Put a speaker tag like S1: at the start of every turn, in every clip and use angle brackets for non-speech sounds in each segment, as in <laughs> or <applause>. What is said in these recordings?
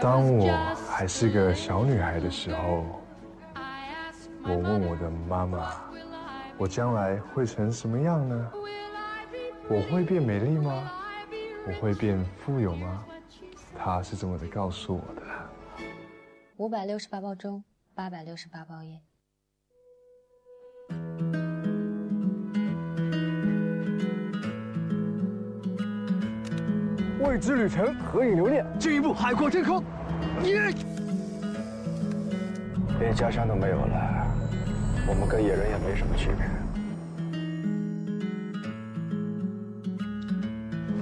S1: 当我还是个小女孩的时候，我问我的妈妈：“我将来会成什么样呢？我会变美丽吗？我会变富有吗？”她是这么的告诉我的。
S2: 五百六十八包粥，八百六十八包烟。
S3: 未知旅程，何以留恋？进一步，海阔天空。耶！
S4: 连家乡都没有了，我们跟野人也没什么区别。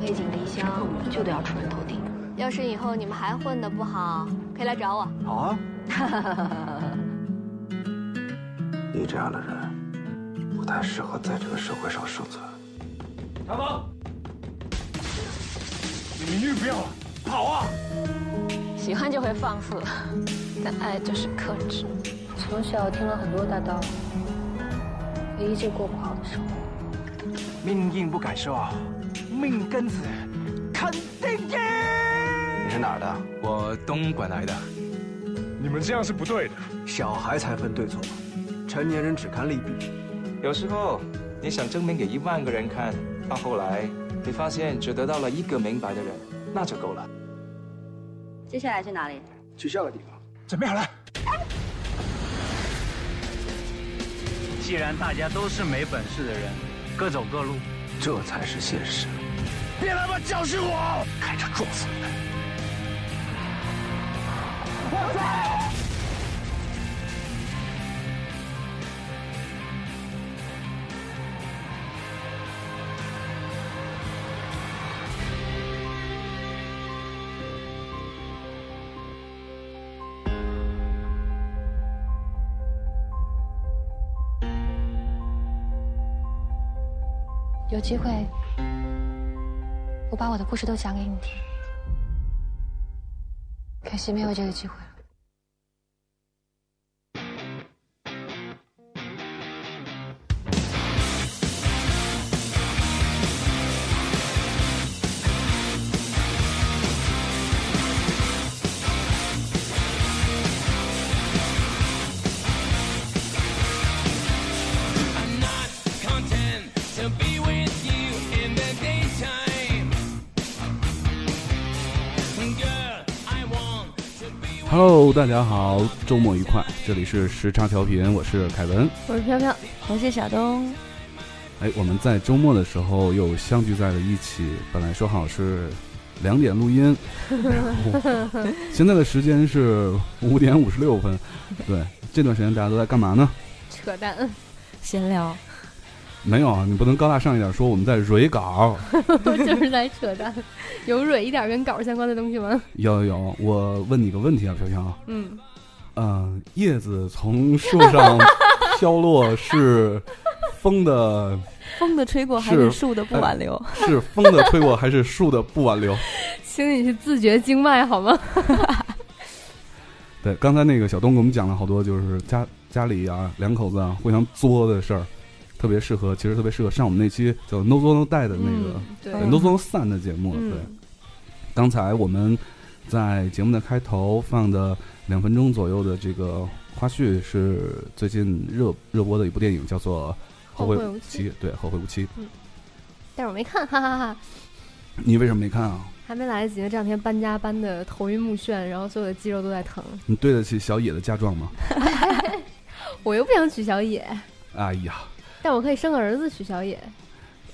S5: 背井离乡就得要出人头地。
S6: 要是以后你们还混得不好，可以来找我。
S3: 好
S4: <laughs>
S3: 啊。
S4: 你这样的人，不太适合在这个社会上生存。
S3: 长鹏，你们玉不要了，跑啊！
S7: 喜欢就会放肆，但爱就是克制。
S2: 从小听了很多大道理，也依旧过不好的生
S3: 活。命硬不敢说，命根子肯定硬。
S4: 你是哪儿的？
S8: 我东莞来的。
S3: 你们这样是不对的。
S4: 小孩才分对错，成年人只看利弊。
S8: 有时候你想证明给一万个人看，到后来你发现只得到了一个明白的人，那就够了。
S5: 接下来去哪里？
S4: 去下个地方。
S3: 准备好了。啊、
S9: 既然大家都是没本事的人，各走
S1: <laughs>
S9: 各路，
S4: 这才是现实。
S3: 别他妈教训我！
S4: 开车撞死你！
S3: 我操！
S2: 有机会，我把我的故事都讲给你听。可惜没有这个机会了。
S10: Hello，大家好，周末愉快！这里是时差调频，我是凯文，
S11: 我是飘飘，我是小东。
S10: 哎，我们在周末的时候又相聚在了一起。本来说好是两点录
S11: <laughs>
S10: 音，现在的时间是五点五十六分。对，这段时间大家都在干嘛呢？
S11: 扯淡， <laughs> 闲聊。
S10: 没有，啊你不能高大上一点说我们在蕊稿，
S11: 就是在扯淡，有蕊一点跟稿相关的东西吗？
S10: 有有，我问你个问题啊，飘飘。
S11: 嗯，
S10: 呃，叶子从树上飘落是风的，
S11: 风的吹过还是树的不挽留？
S10: 呃、是风的吹过还是树的不挽留？
S11: 请你去自觉经脉好吗？
S10: 对，刚才那个小东给我们讲了好多，就是家家里啊，两口子啊互相作的事儿。特别适合，其实特别适合上我们那期叫 “No Zone No Die” 的那个、
S11: 嗯、
S10: “No Zone No Sun” 的节目。
S11: 嗯、
S10: 对，刚才我们在节目的开头放的两分钟左右的这个花絮，是最近热热播的一部电影，叫做《后
S11: 会
S10: 无期》。对，《后会无期》。
S11: 嗯，但是我没看，哈哈哈,哈。
S10: 你为什么没看啊？
S11: 还没来得及呢，这两天搬家搬的头晕目眩，然后所有的肌肉都在疼。 <laughs>
S10: 你对得起小野的嫁妆吗？
S11: 我又不想娶小野。
S10: 哎呀！
S11: 但我可以生个儿子许小野，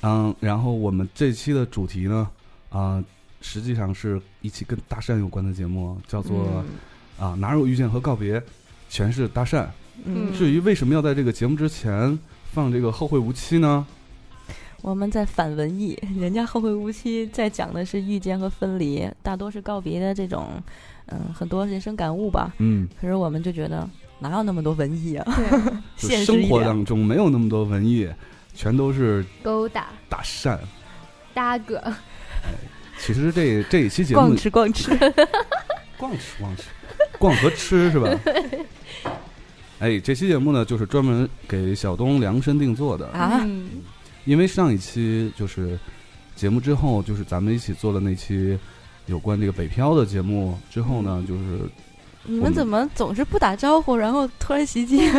S10: 嗯，然后我们这期的主题呢，啊、呃，实际上是一期跟搭讪有关的节目，叫做啊、
S11: 嗯
S10: 呃，哪有遇见和告别，全是搭讪。
S11: 嗯，
S10: 至于为什么要在这个节目之前放这个后会无期呢？
S11: 我们在反文艺，人家后会无期在讲的是遇见和分离，大多是告别的这种，嗯，很多人生感悟吧。
S10: 嗯，
S11: 可是我们就觉得。哪有那么多文艺啊？
S10: 对，生活当中没有那么多文艺，全都是
S11: 勾搭、
S10: 搭讪、
S11: 搭个、
S10: 哎。其实这这一期节
S11: 目，逛吃逛吃，
S10: 逛吃逛吃，逛和吃是吧？
S11: <laughs>
S10: 哎，这期节目呢，就是专门给小东量身定做的
S11: 啊。 <laughs>
S10: 因为上一期就是节目之后，就是咱们一起做的那期。有关这个北漂的节目之后呢，就是
S1: 你
S10: 我
S1: 们怎么总是不打招呼，然后突然袭
S11: <laughs>
S1: 击啊？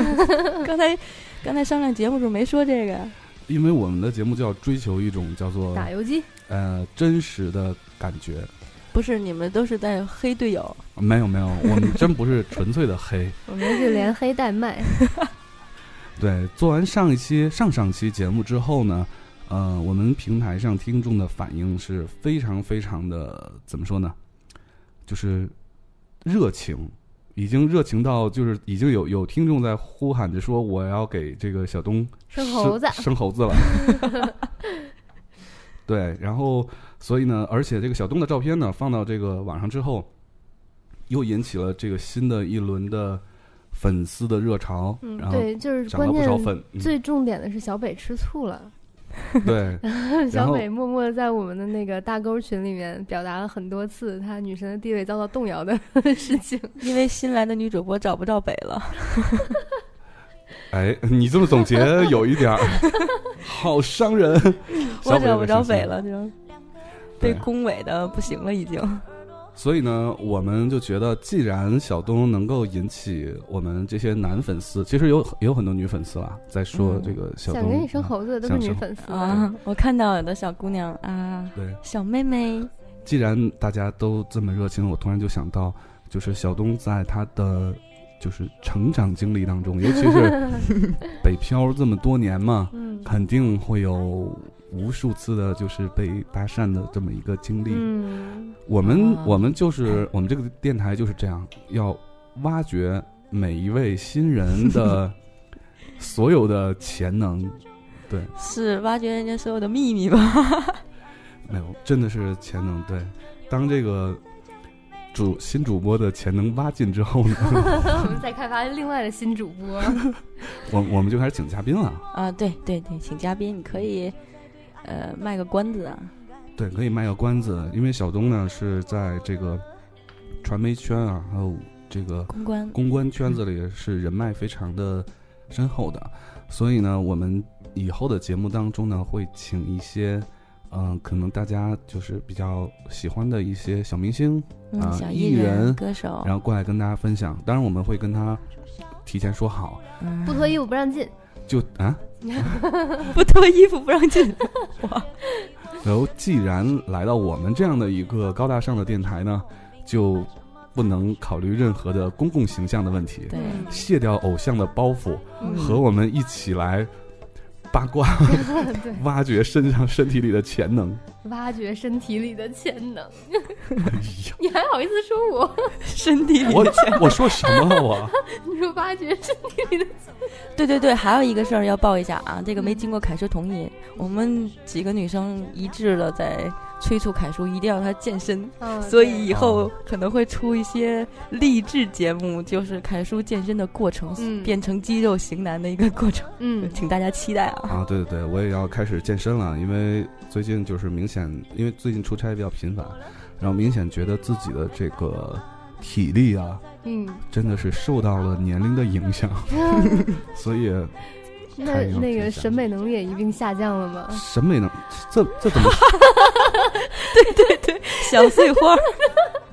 S1: 刚才刚才商量节目时候没说这个呀，
S10: 因为我们的节目就要追求一种叫做
S1: 打游击
S10: 呃真实的感觉。
S1: 不是你们都是在黑队友，
S10: 没有没有，我们真不是纯粹的黑。
S11: 我们是连黑带卖，
S1: <laughs>
S10: 对，做完上一期、上上期节目之后呢，呃，我们平台上听众的反应是非常非常的怎么说呢？就是热情，已经热情到就是已经有有听众在呼喊着说我要给这个小东
S11: 生猴子
S10: 生猴子了。 <laughs> 对，然后所以呢，而且这个小东的照片呢放到这个网上之后，又引起了这个新的一轮的粉丝的热潮，
S11: 嗯
S10: 然，后
S11: 对，就是
S10: 涨了
S11: 关
S10: 不
S11: 键
S10: 少粉，嗯
S11: 最重点的是小北吃醋了。，
S1: <laughs>
S10: 对然
S11: 小
S10: 后
S11: 北默默地在我们的那个大沟群里面表达了很多次她女神的地位遭到动摇的 <laughs> 事情，
S1: 因为新来的女主播找不着北了。
S10: 哎，你这么
S1: <laughs>
S10: 总结有一点儿好伤人，
S1: 我
S10: 小北
S1: 找不
S10: 被
S1: 着
S10: 伤心
S1: 北了，就被
S10: 对
S1: 恭维的不行了，已经。
S10: 所以呢，我们就觉得，既然小东能够引起我们这些男粉丝，其实有也有很多女粉丝啦，在
S1: 嗯
S10: 说这个小
S11: 想
S10: 东，嗯
S11: 给你生猴子的都是
S10: 想
S11: 女
S10: 生
S11: 粉丝
S1: 啊！我看到有的小姑娘啊，
S10: 对
S1: 小妹妹，
S10: 既然大家都这么热情，我突然就想到，就是小东在他的就是成长经历当中，尤其是
S1: <laughs>
S10: 北漂这么多年嘛，
S11: 嗯
S10: 肯定会有无数次的，就是被搭讪的这么一个经历。
S11: 嗯
S10: 我们、
S1: 哦
S11: 啊
S10: 我们就是我们这个电台就是这样，要挖掘每一位新人的
S1: <laughs>
S10: 所有的潜能。对，
S1: 是挖掘人家所有的秘密吧？
S10: <laughs> 没有，真的是潜能。对，当这个主新主播的潜能挖尽之后呢，
S1: <laughs>
S11: 我们在开发另外的新主播，
S10: 我我们就开始请嘉宾了。
S1: 啊，对 <laughs> 对对，请嘉宾，你可以呃卖个关子啊。
S10: 对，可以卖个关子，因为小东呢是在这个传媒圈啊，还有这个
S1: 公关
S10: 公关圈子里是人脉非常的深厚的，所以呢，我们以后的节目当中呢，会请一些。嗯、可能大家就是比较喜欢的一些小明星
S1: 嗯
S10: 啊、
S1: 小
S10: 艺
S1: 艺人
S10: 人、
S1: 歌手
S10: 然后过来跟大家分享。当然，我们会跟他提前说好，
S11: <laughs> 不脱衣服不让进，
S10: 就啊，
S1: <laughs> 不脱衣服不让进，
S10: 然后既然来到我们这样的一个高大上的电台呢，就不能考虑任何的公共形象的问题，
S1: 对
S10: 卸掉偶像的包袱，
S1: 嗯
S10: 和我们一起来八卦，
S1: <laughs>
S11: 对
S10: 挖掘身上身体里的潜能。
S11: <laughs> 挖掘身体里的潜
S10: <laughs>
S11: 能。
S10: 哎
S11: 你还好意思说我？
S1: <laughs> 身体
S10: 我我说什么了啊
S1: <laughs>
S10: 我？
S11: <laughs> 你说挖掘身体里的潜
S1: 对对对，还有一个事儿要报一下啊，这个没经过凯叔同意，我们几个女生一致的在催促凯叔一定要他健身，
S11: 嗯
S1: 所以以后可能会出一些励志节目，就是凯叔健身的过程，
S11: 嗯
S1: 变成肌肉型男的一个过程，
S11: 嗯，
S1: <laughs> 请大家期待啊。
S10: 啊，对对对，我也要开始健身了，因为最近就是明显，因为最近出差比较频繁，然后明显觉得自己的这个体力啊， <laughs>
S11: 嗯，
S10: 真的是受到了年龄的影响，所以
S11: 那
S10: 太有
S11: 那个
S10: 影响
S11: 审美能力也一并下降了吗？
S10: 审美能这
S1: <laughs>
S10: 这怎么
S1: 小碎
S11: <laughs>
S1: 花，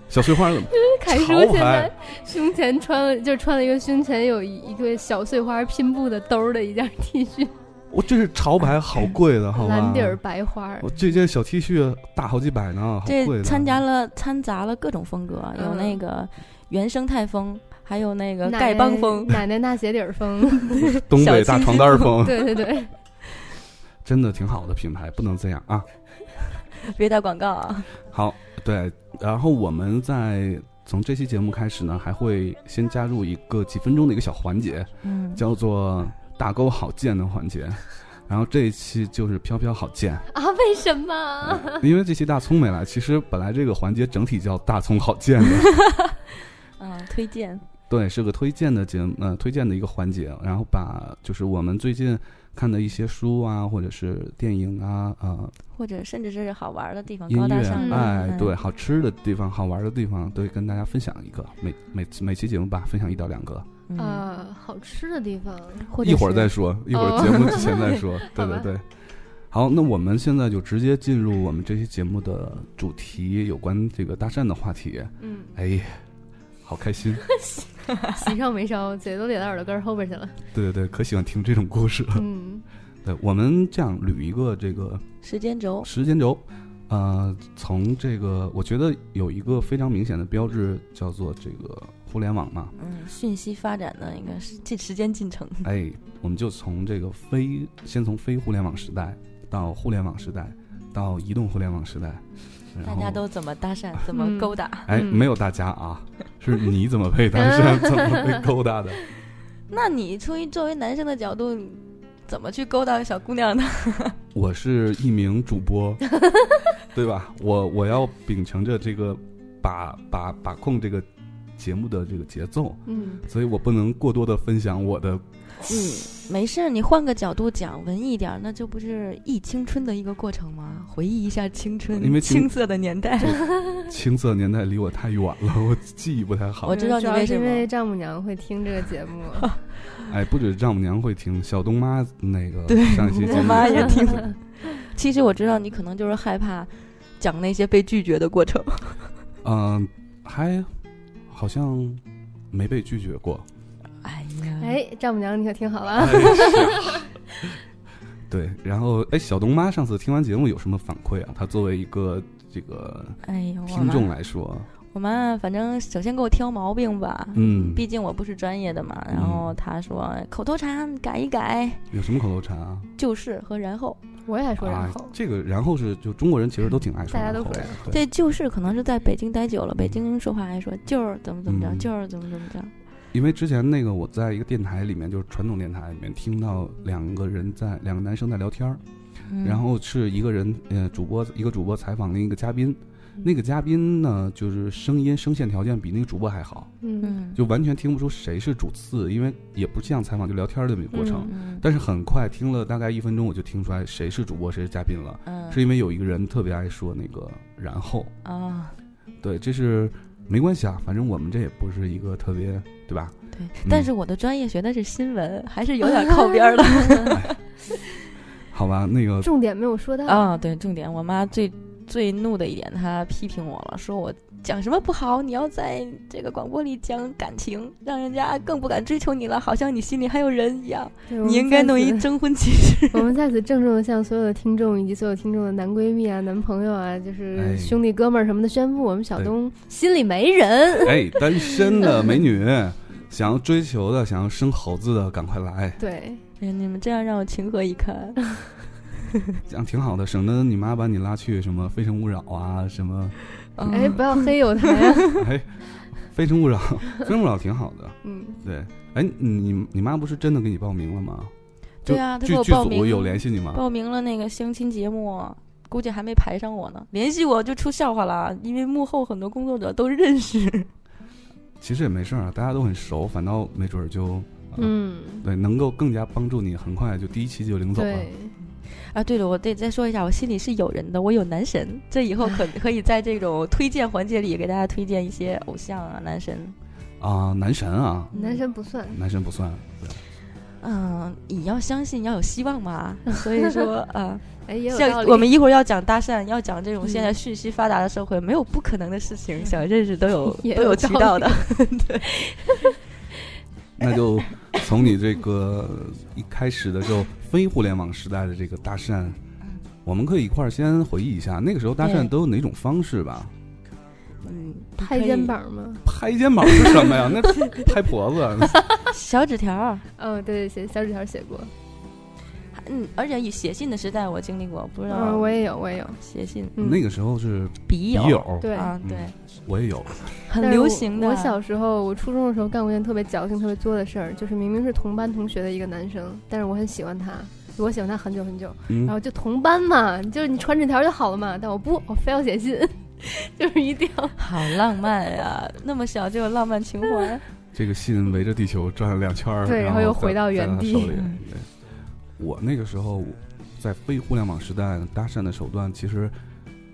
S10: 小碎花怎么
S11: 凯叔
S10: 潮
S11: 现在
S10: 还
S11: 胸前穿了，就穿了一个胸前有一一个小碎花拼布的兜儿的一件 T 恤，
S10: 我这是潮牌，好贵的，好吧？
S11: 蓝底儿白花儿
S10: 我。这件小 T 恤大好几百呢，好贵
S1: 这
S10: 的。，
S1: 掺杂了掺杂了各种风格，有
S11: 嗯
S1: 那个原生态风，还有那个
S11: 奶奶
S1: 丐帮风， <laughs>
S11: 奶奶大鞋底儿风
S10: <laughs>
S11: <laughs>
S10: 东北大床单儿风
S11: 对
S1: <laughs>
S11: 对对，
S10: 真的挺好的品牌，不能这样啊。
S1: 别打广告啊。
S10: 好，对，然后我们在从这期节目开始呢，还会先加入一个几分钟的一个小环节，
S1: 嗯
S10: 叫做“大沟好贱”的环节。然后这一期就是“飘飘好贱
S11: 啊，为什
S1: <laughs>
S11: 么？”，
S10: 因为这期大葱没来。其实本来这个环节整体叫“大葱好贱”的，
S1: <laughs> 嗯，推荐
S10: 对，是个推荐的节目，呃，推荐的一个环节。然后把就是我们最近看的一些书啊，或者是电影啊，呃，
S1: 或者甚至是好玩的地方，
S10: 音
S1: 高大
S10: 乐
S1: 上，的，
S10: 哎
S1: 嗯，
S10: 对，好吃的地方、好玩的地方，对，跟大家分享一个，每每次每期节目吧，分享一到两个，
S1: 嗯
S11: 啊，好吃的地方， <laughs>
S10: 一会儿再说，一会儿节目之前再说
S11: 哦好
S10: 对
S11: 吧
S10: 对对。好，那我们现在就直接进入我们这期节目的主题，有关这个搭讪的话题。
S11: 嗯
S10: 哎，好开心！
S11: 喜烧没烧，嘴都咧到耳朵根儿后边去了。
S10: 对对对，可喜欢听这种故事了。
S11: 嗯，
S10: 对，我们这样捋一个这个
S1: 时间轴，
S10: 时间轴，呃，从这个我觉得有一个非常明显的标志叫做这个互联网嘛，
S1: 嗯，讯息发展的一个时进时间进程。
S10: <laughs> 哎，我们就从这个非先从非互联网时代到互联网时代，到移动互联网时代，然
S1: 大
S10: 后
S1: 家都怎么搭讪，怎
S11: 嗯
S1: 么勾搭？
S10: 哎，没有大家
S1: <laughs>
S10: 啊，是你怎么被搭讪，怎么被勾搭的？
S1: 那你出于作为男生的角度，你怎么去勾搭小姑娘呢？ <laughs>
S10: 我是一名主播，对吧？我我要秉承着这个把把把控这个节目的这个节奏，
S11: 嗯
S10: 所以我不能过多的分享我的
S1: 嗯，没事儿，你换个角度讲，文艺一点儿，那这不是忆青春的一个过程吗？回忆一下青春，
S10: 因为青
S1: 青涩的年代。
S10: 青涩年代离我太远了， <laughs> 我记忆不太好。
S11: 嗯主要是因为丈母娘会听这个节目。
S10: 哎，不止丈母娘会听，小东妈那个
S1: 对
S10: 上一期节
S1: <laughs>
S10: 目
S1: 我妈也
S11: <laughs>
S1: 听。其实我知道你可能就是害怕讲那些被拒绝的过程。
S10: 嗯，还好像没被拒绝过。
S11: 哎，丈母娘你可听好了啊。
S1: <laughs>
S10: 哎对，然后哎，小东妈上次听完节目有什么反馈啊？她作为一个这个
S1: 哎呦，我
S10: 听
S1: 妈
S10: 众来说，
S1: 我妈反正首先给我挑毛病吧，
S10: 嗯
S1: 毕竟我不是专业的嘛。然后她说口头禅改一改，
S10: 有什么口头禅啊？
S1: 就是和然后。
S11: 我也爱
S10: 啊，这个然后是就中国人其实都挺爱说
S1: 大家
S10: 然
S1: 都
S10: 后的，
S1: 对，就是可能是在北京待久了，北京说话爱说就是怎么怎么着，
S10: 嗯
S1: 就是怎么怎么着。
S10: 因为之前那个我在一个电台里面，就是传统电台里面听到两个人在两个男生在聊天儿，
S1: 嗯
S10: 然后是一个人呃主播一个主播采访另一个嘉宾，
S1: 嗯
S10: 那个嘉宾呢就是声音声线条件比那个主播还好，
S11: 嗯
S10: 就完全听不出谁是主次，因为也不像采访就聊天儿的那个过程。
S11: 嗯嗯
S10: 但是很快听了大概一分钟，我就听出来谁是主播谁是嘉宾了，
S1: 嗯
S10: 是因为有一个人特别爱说那个然后，
S1: 啊，
S10: 对，这是没关系啊，反正我们这也不是一个特别对吧？
S1: 对
S10: 嗯
S1: 但是我的专业学的是新闻，还嗯 <laughs> 是有点靠边儿的。
S10: 好吧，
S1: <laughs>
S10: 那个
S11: 点没有说到
S1: 啊，对，重点，我妈最最怒的一点，她批评我了，说我讲什么不好，你要在这个广播里讲感情，让人家更不敢追求你了，好像你心里还有人一样，
S11: 对我们
S1: 你应该
S11: 在
S1: 弄一
S11: 此
S1: 征婚启事。
S11: <laughs> 我们在此郑重的向所有的听众以及所有听众的男闺蜜啊、男朋友啊，就是
S10: 哎
S11: 兄弟哥们儿什么的，宣布我们小
S10: 对
S11: 东心里没人。
S10: 哎，单身的美女，想要追求的，想要生猴子的，赶快来，
S11: 对，
S1: 你们这样让我情何以堪？
S10: 这样挺好的，省得你妈把你拉去什么《非诚勿扰》啊，什么，
S11: 哎，不要黑有台啊！
S1: <laughs>
S10: 哎，《非诚勿扰》，《非诚勿扰》挺好的，
S11: 嗯，
S10: 对，哎，你你妈不是真的给你报名了吗？就
S1: 对啊，他
S10: 剧
S1: 给我
S10: 剧
S1: 报名
S10: 组有联系你吗？
S1: 报名了那个相亲节目，估计还没排上我呢。联系我就出笑话了，因为幕后很多工作者都认识。 <laughs>
S10: 其实也没事儿啊，大家都很熟，反倒没准儿就，呃
S1: 嗯，
S10: 对，能够更加帮助你，很快就第一期就领走了。
S1: 啊，对了，我得再说一下，我心里是有人的，我有男神，这以后
S11: <laughs>
S1: 可可以在这种推荐环节里给大家推荐一些偶像啊、男神。
S10: 啊、男神啊，
S11: 男神不算，，
S10: 男神不算，啊对
S1: 嗯，你要相信，要有希望嘛。嗯所以说啊
S11: <laughs> 哎也有道
S1: 像
S11: 理
S1: 我们一会儿要讲搭讪，要讲这种
S11: 嗯
S1: 现在讯息发达的社会，没有不可能的事
S11: <laughs>
S1: 情，想认识都有
S11: 也
S1: 都
S11: 有
S1: 有渠道 <laughs> 的。
S10: 那就从你这个一开始的时候，非互联网时代的这个搭讪，我们可以一块儿先回忆一下，那个时候搭讪
S1: 对
S10: 都有哪种方式吧？
S1: 嗯，
S11: 拍肩膀吗？
S10: 拍肩膀是什么呀？那拍脖子，啊
S1: 小纸条儿，
S11: 哦，对对，写小纸条写过。
S1: 嗯，而且以写信的时代我经历过，不知道、
S11: 嗯我也有我也有
S1: 写信，
S10: 那个时候是
S1: 笔
S10: 友，
S1: 友
S11: 嗯对
S1: 啊
S10: 嗯
S1: 对，
S10: 我也有。
S1: 很
S11: 但是
S1: 流
S11: 我
S1: 行的
S11: 我小时候，我初中的时候干过一件特别矫情、特别作的事儿，就是明明是同班同学的一个男生，但是我很喜欢他，我喜欢他很久很久，
S10: 嗯
S11: 然后就同班嘛，就是你传纸条就好了嘛，但我不，我非要写信， <laughs> 就是一定要。
S1: 好浪漫呀、那么小就有浪漫情怀。
S10: 这个信围着地球转了两圈儿，
S1: 对
S10: 然
S1: 然后又
S10: 再
S1: 回到原地
S10: 在他手里
S1: 嗯
S10: 对我那个时候在非互联网时代搭讪的手段，其实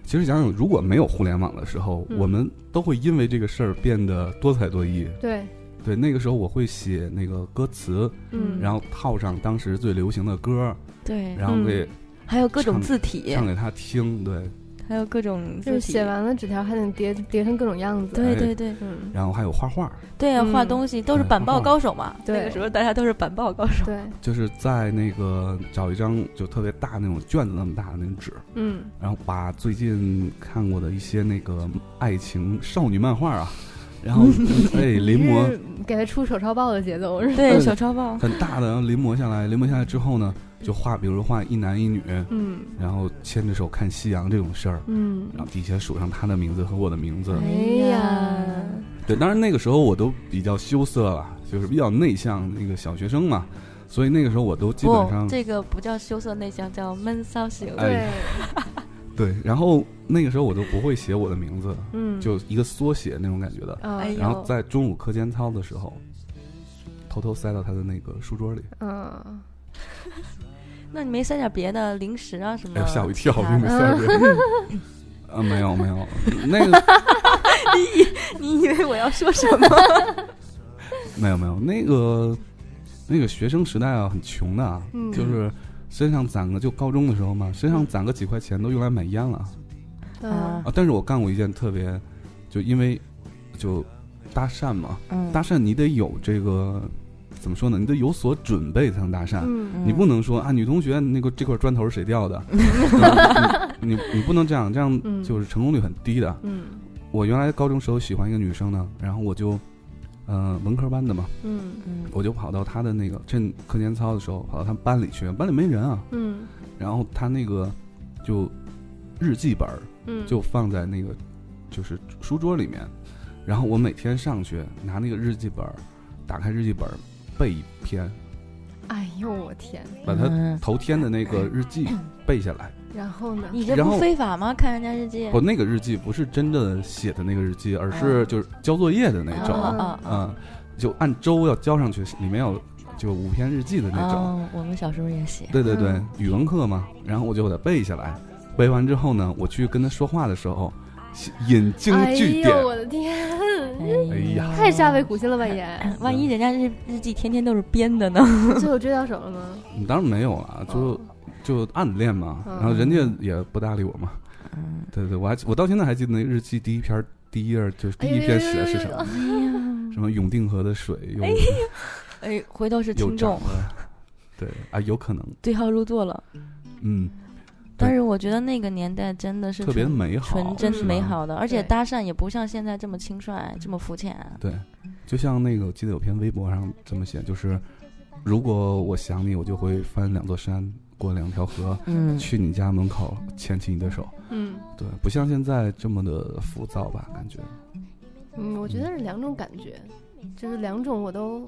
S10: 其实想想，如果没有互联网的时候，
S11: 嗯
S10: 我们都会因为这个事儿变得多才多艺。
S11: <laughs> 对，
S10: 对，那个时候我会写那个歌词，
S11: 嗯
S10: 然后套上当时最流行的歌，
S1: 对嗯
S10: 然后给
S1: 还有各种
S10: 唱
S1: 字体
S10: 唱给他听，对，
S1: 还有各种
S11: 就是
S1: 字体
S11: 写完了纸条还得叠叠成各种样子。
S10: 哎
S1: 对对对，
S11: 嗯，
S10: 然后还有画画，
S1: 对啊，画
S11: 嗯
S1: 东西都是
S10: 对
S1: 板
S10: 画
S1: 报
S10: 画
S1: 高手嘛。
S11: 对
S1: 那个时候大家都是板报高手。 <laughs>
S11: 对，
S10: 就是在那个找一张就特别大那种卷子那么大的那种纸，
S11: 嗯，
S10: 然后把最近看过的一些那个爱情少女漫画
S1: <laughs>
S10: 啊，然后哎临摹
S11: 是给他出手抄报的节奏，是吧
S10: 嗯很大的，然后临摹下来，临摹下来之后呢，就画，比如说画一男一女，
S11: 嗯，
S10: 然后牵着手看夕阳这种事儿，
S11: 嗯
S10: 然后底下署上他的名字和我的名字，
S11: 哎呀，
S10: 对，当然那个时候我都比较羞涩了，就是比较内向，那个小学生嘛，所以那个时候我都基本上、
S1: 不，这个不叫羞涩内向，叫闷骚型。
S10: 哎，对，然后那个时候我都不会写我的名字，
S1: 嗯
S10: 就一个缩写那种感觉的，
S1: 哎呦
S10: 然后在中午课间操的时候，偷偷塞到他的那个书桌里，
S11: 嗯，
S1: 那你没塞点别的零食啊什么
S10: 哎
S1: 的？
S10: 呦吓我一跳，
S1: 其
S10: 我
S1: 他
S10: 以为
S1: 的
S10: 塞别的，
S1: <laughs>
S10: 啊没有没有，那个
S1: 你以 <laughs> 你以为我要说什
S11: <laughs>
S1: 么？
S10: 没有没有那个那个学生时代啊很穷的啊，
S1: 嗯
S10: 就是身上攒个就高中的时候嘛，身上攒个几块钱都用来买烟了。
S11: 啊
S10: 啊，但是我干过一件特别，就因为就搭讪嘛，
S11: 嗯
S10: 搭讪你得有这个怎么说呢？你得有所准备才能搭讪，
S11: 嗯
S10: 你不能说啊，女同学那个这块砖头是谁掉
S11: <laughs>
S10: 的？嗯你你你不能这样，这样
S11: 嗯
S10: 就是成功率很低的。
S11: 嗯
S10: 我原来高中时候喜欢一个女生呢，然后我就，呃，文科班的嘛，
S11: 嗯嗯
S10: 我就跑到她的那个趁课间操的时候跑到她班里去，班里没人啊，
S11: 嗯
S10: 然后他那个就日记本儿，
S11: 嗯
S10: 就放在那个就是书桌里面，然后我每天上去拿那个日记本儿，打开日记本儿背一篇，
S11: 哎呦我天，
S10: 把他
S11: 嗯
S10: 头天的那个日
S11: <clears throat>
S10: 记背下来。
S11: 然后呢？
S1: 你这
S10: 然
S1: 不
S10: 后
S1: 非法吗？看人家日记
S10: 我。那个日记不是真的写的那个日记，而
S1: 嗯
S10: 是就是交作业的那种，
S1: 哦哦
S10: 嗯，就按周要交上去，里面有就五篇日记的那种。
S1: 哦，我们小时候也写。。
S10: 对对对，语文课嘛，然后我就给它背下来。背完之后呢，我去跟他说话的时候，引经据典
S11: 哎。呦我的天，
S10: 哎呀
S11: 太下为骨心了吧也
S1: 哎万一人家日日记天天都是编的呢？
S11: <laughs> 最后追到手了吗？
S10: 你当然没有了，
S1: 嗯
S10: 就就暗恋嘛，
S11: 嗯
S10: 然后人家也不搭理我嘛。
S1: 嗯
S10: 对对，我还我到现在还记得那日记第一篇第一页就是
S11: 哎
S10: 第一篇写的是什么？
S1: 么？
S10: 什么永定河的水又
S1: 哎呀，哎，回头是
S10: 又
S1: 听
S10: 涨
S1: 众
S10: 了，对啊，有可能，
S1: 对号入座了。
S10: 嗯，
S1: 但是我觉得那个年代真的是
S10: 特别
S1: 纯
S10: 美好
S1: 纯真
S10: 是
S1: 美
S10: 吧
S1: 好的，而且
S11: 对
S1: 搭讪也不像现在这么轻率，这么肤浅。
S10: 对，就像那个，我记得有篇微博上这么写，就是如果我想你，我就会翻两座山，过两条河，
S1: 嗯
S10: 去你家门口牵起你的手，
S11: 嗯
S10: 对，不像现在这么的浮躁吧，感觉，
S11: 嗯，我觉得是两种感觉，就是两种我都，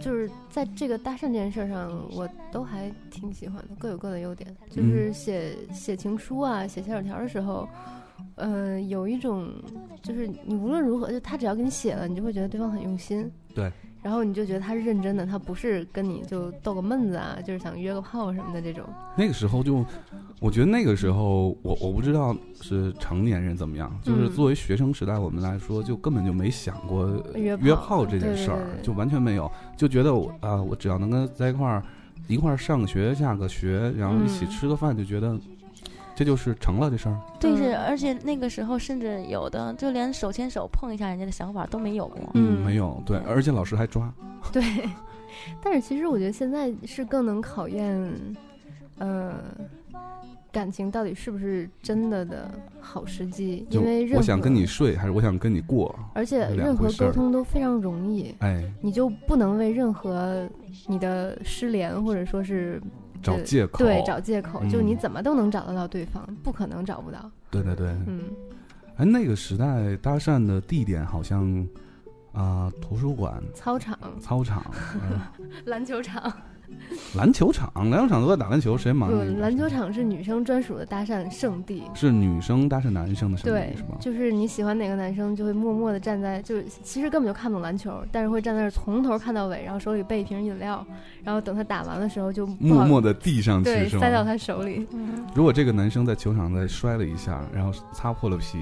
S11: 就是在这个搭讪这件事上，我都还挺喜欢的，各有各的优点。就是
S10: 嗯
S11: 写、写情书啊，写小纸条的时候，呃，有一种就是你无论如何，就他只要给你写了，你就会觉得对方很用心，
S10: 对，
S11: 然后你就觉得他是认真的，他不是跟你就逗个闷子啊，就是想约个炮什么的这种。
S10: 那个时候就，我觉得那个时候我我不知道是成年人怎么样，就是
S11: 嗯
S10: 作为学生时代我们来说，就根本就没想过呃
S11: 约炮
S10: 约炮这件
S11: 对对
S10: 事儿
S11: 对，对
S10: 就完全没有，就觉得我啊、我只要能跟他在一块儿一块儿上个学下个学，然后一起
S1: 嗯
S10: 吃个饭，就觉得这就是成了这事儿。
S1: 对是，
S11: 嗯
S1: 而且那个时候甚至有的就连手牵手碰一下人家的想法都没有过。
S10: 嗯，没有对，而且老师还抓，
S11: 对，但是其实我觉得现在是更能考验，呃，感情到底是不是真的的好时机，
S10: 就
S11: 因为任何
S10: 我想跟你睡还是我想跟你过，
S11: 而且
S10: 是
S11: 任
S10: 两
S11: 何
S10: 回事
S11: 沟
S10: 儿。
S11: 通都非常容易，
S10: 哎，
S11: 你就不能为任何你的失联或者说是
S10: 找
S11: 呃
S10: 借口
S11: 对，找借口，就
S10: 嗯
S11: 你怎么都能找得到对方，不可能找不到，
S10: 对对对，
S11: 嗯。
S10: 哎，那个时代搭讪的地点好像啊、图书馆、
S11: 操场、 <laughs>
S10: 操场、呃
S11: 篮球场，
S10: 篮球场，篮球场都在打篮球，谁忙
S11: 不
S10: 那个？，
S11: 篮球场是女生专属的搭讪圣地，
S10: 是女生搭讪男生的声
S11: 对
S10: 音是吧，？
S11: 就是你喜欢哪个男生，就会默默的站在，就是其实根本就看不懂篮球，但是会站在那儿从头看到尾，然后手里备一瓶饮料，然后等他打完的时候就不
S10: 默
S11: 好
S10: 默的递上去
S11: 对
S10: 是
S11: 塞到
S10: 吗？
S11: 他手里。
S10: 如果这个男生在球场再摔了一下，然后擦破了皮，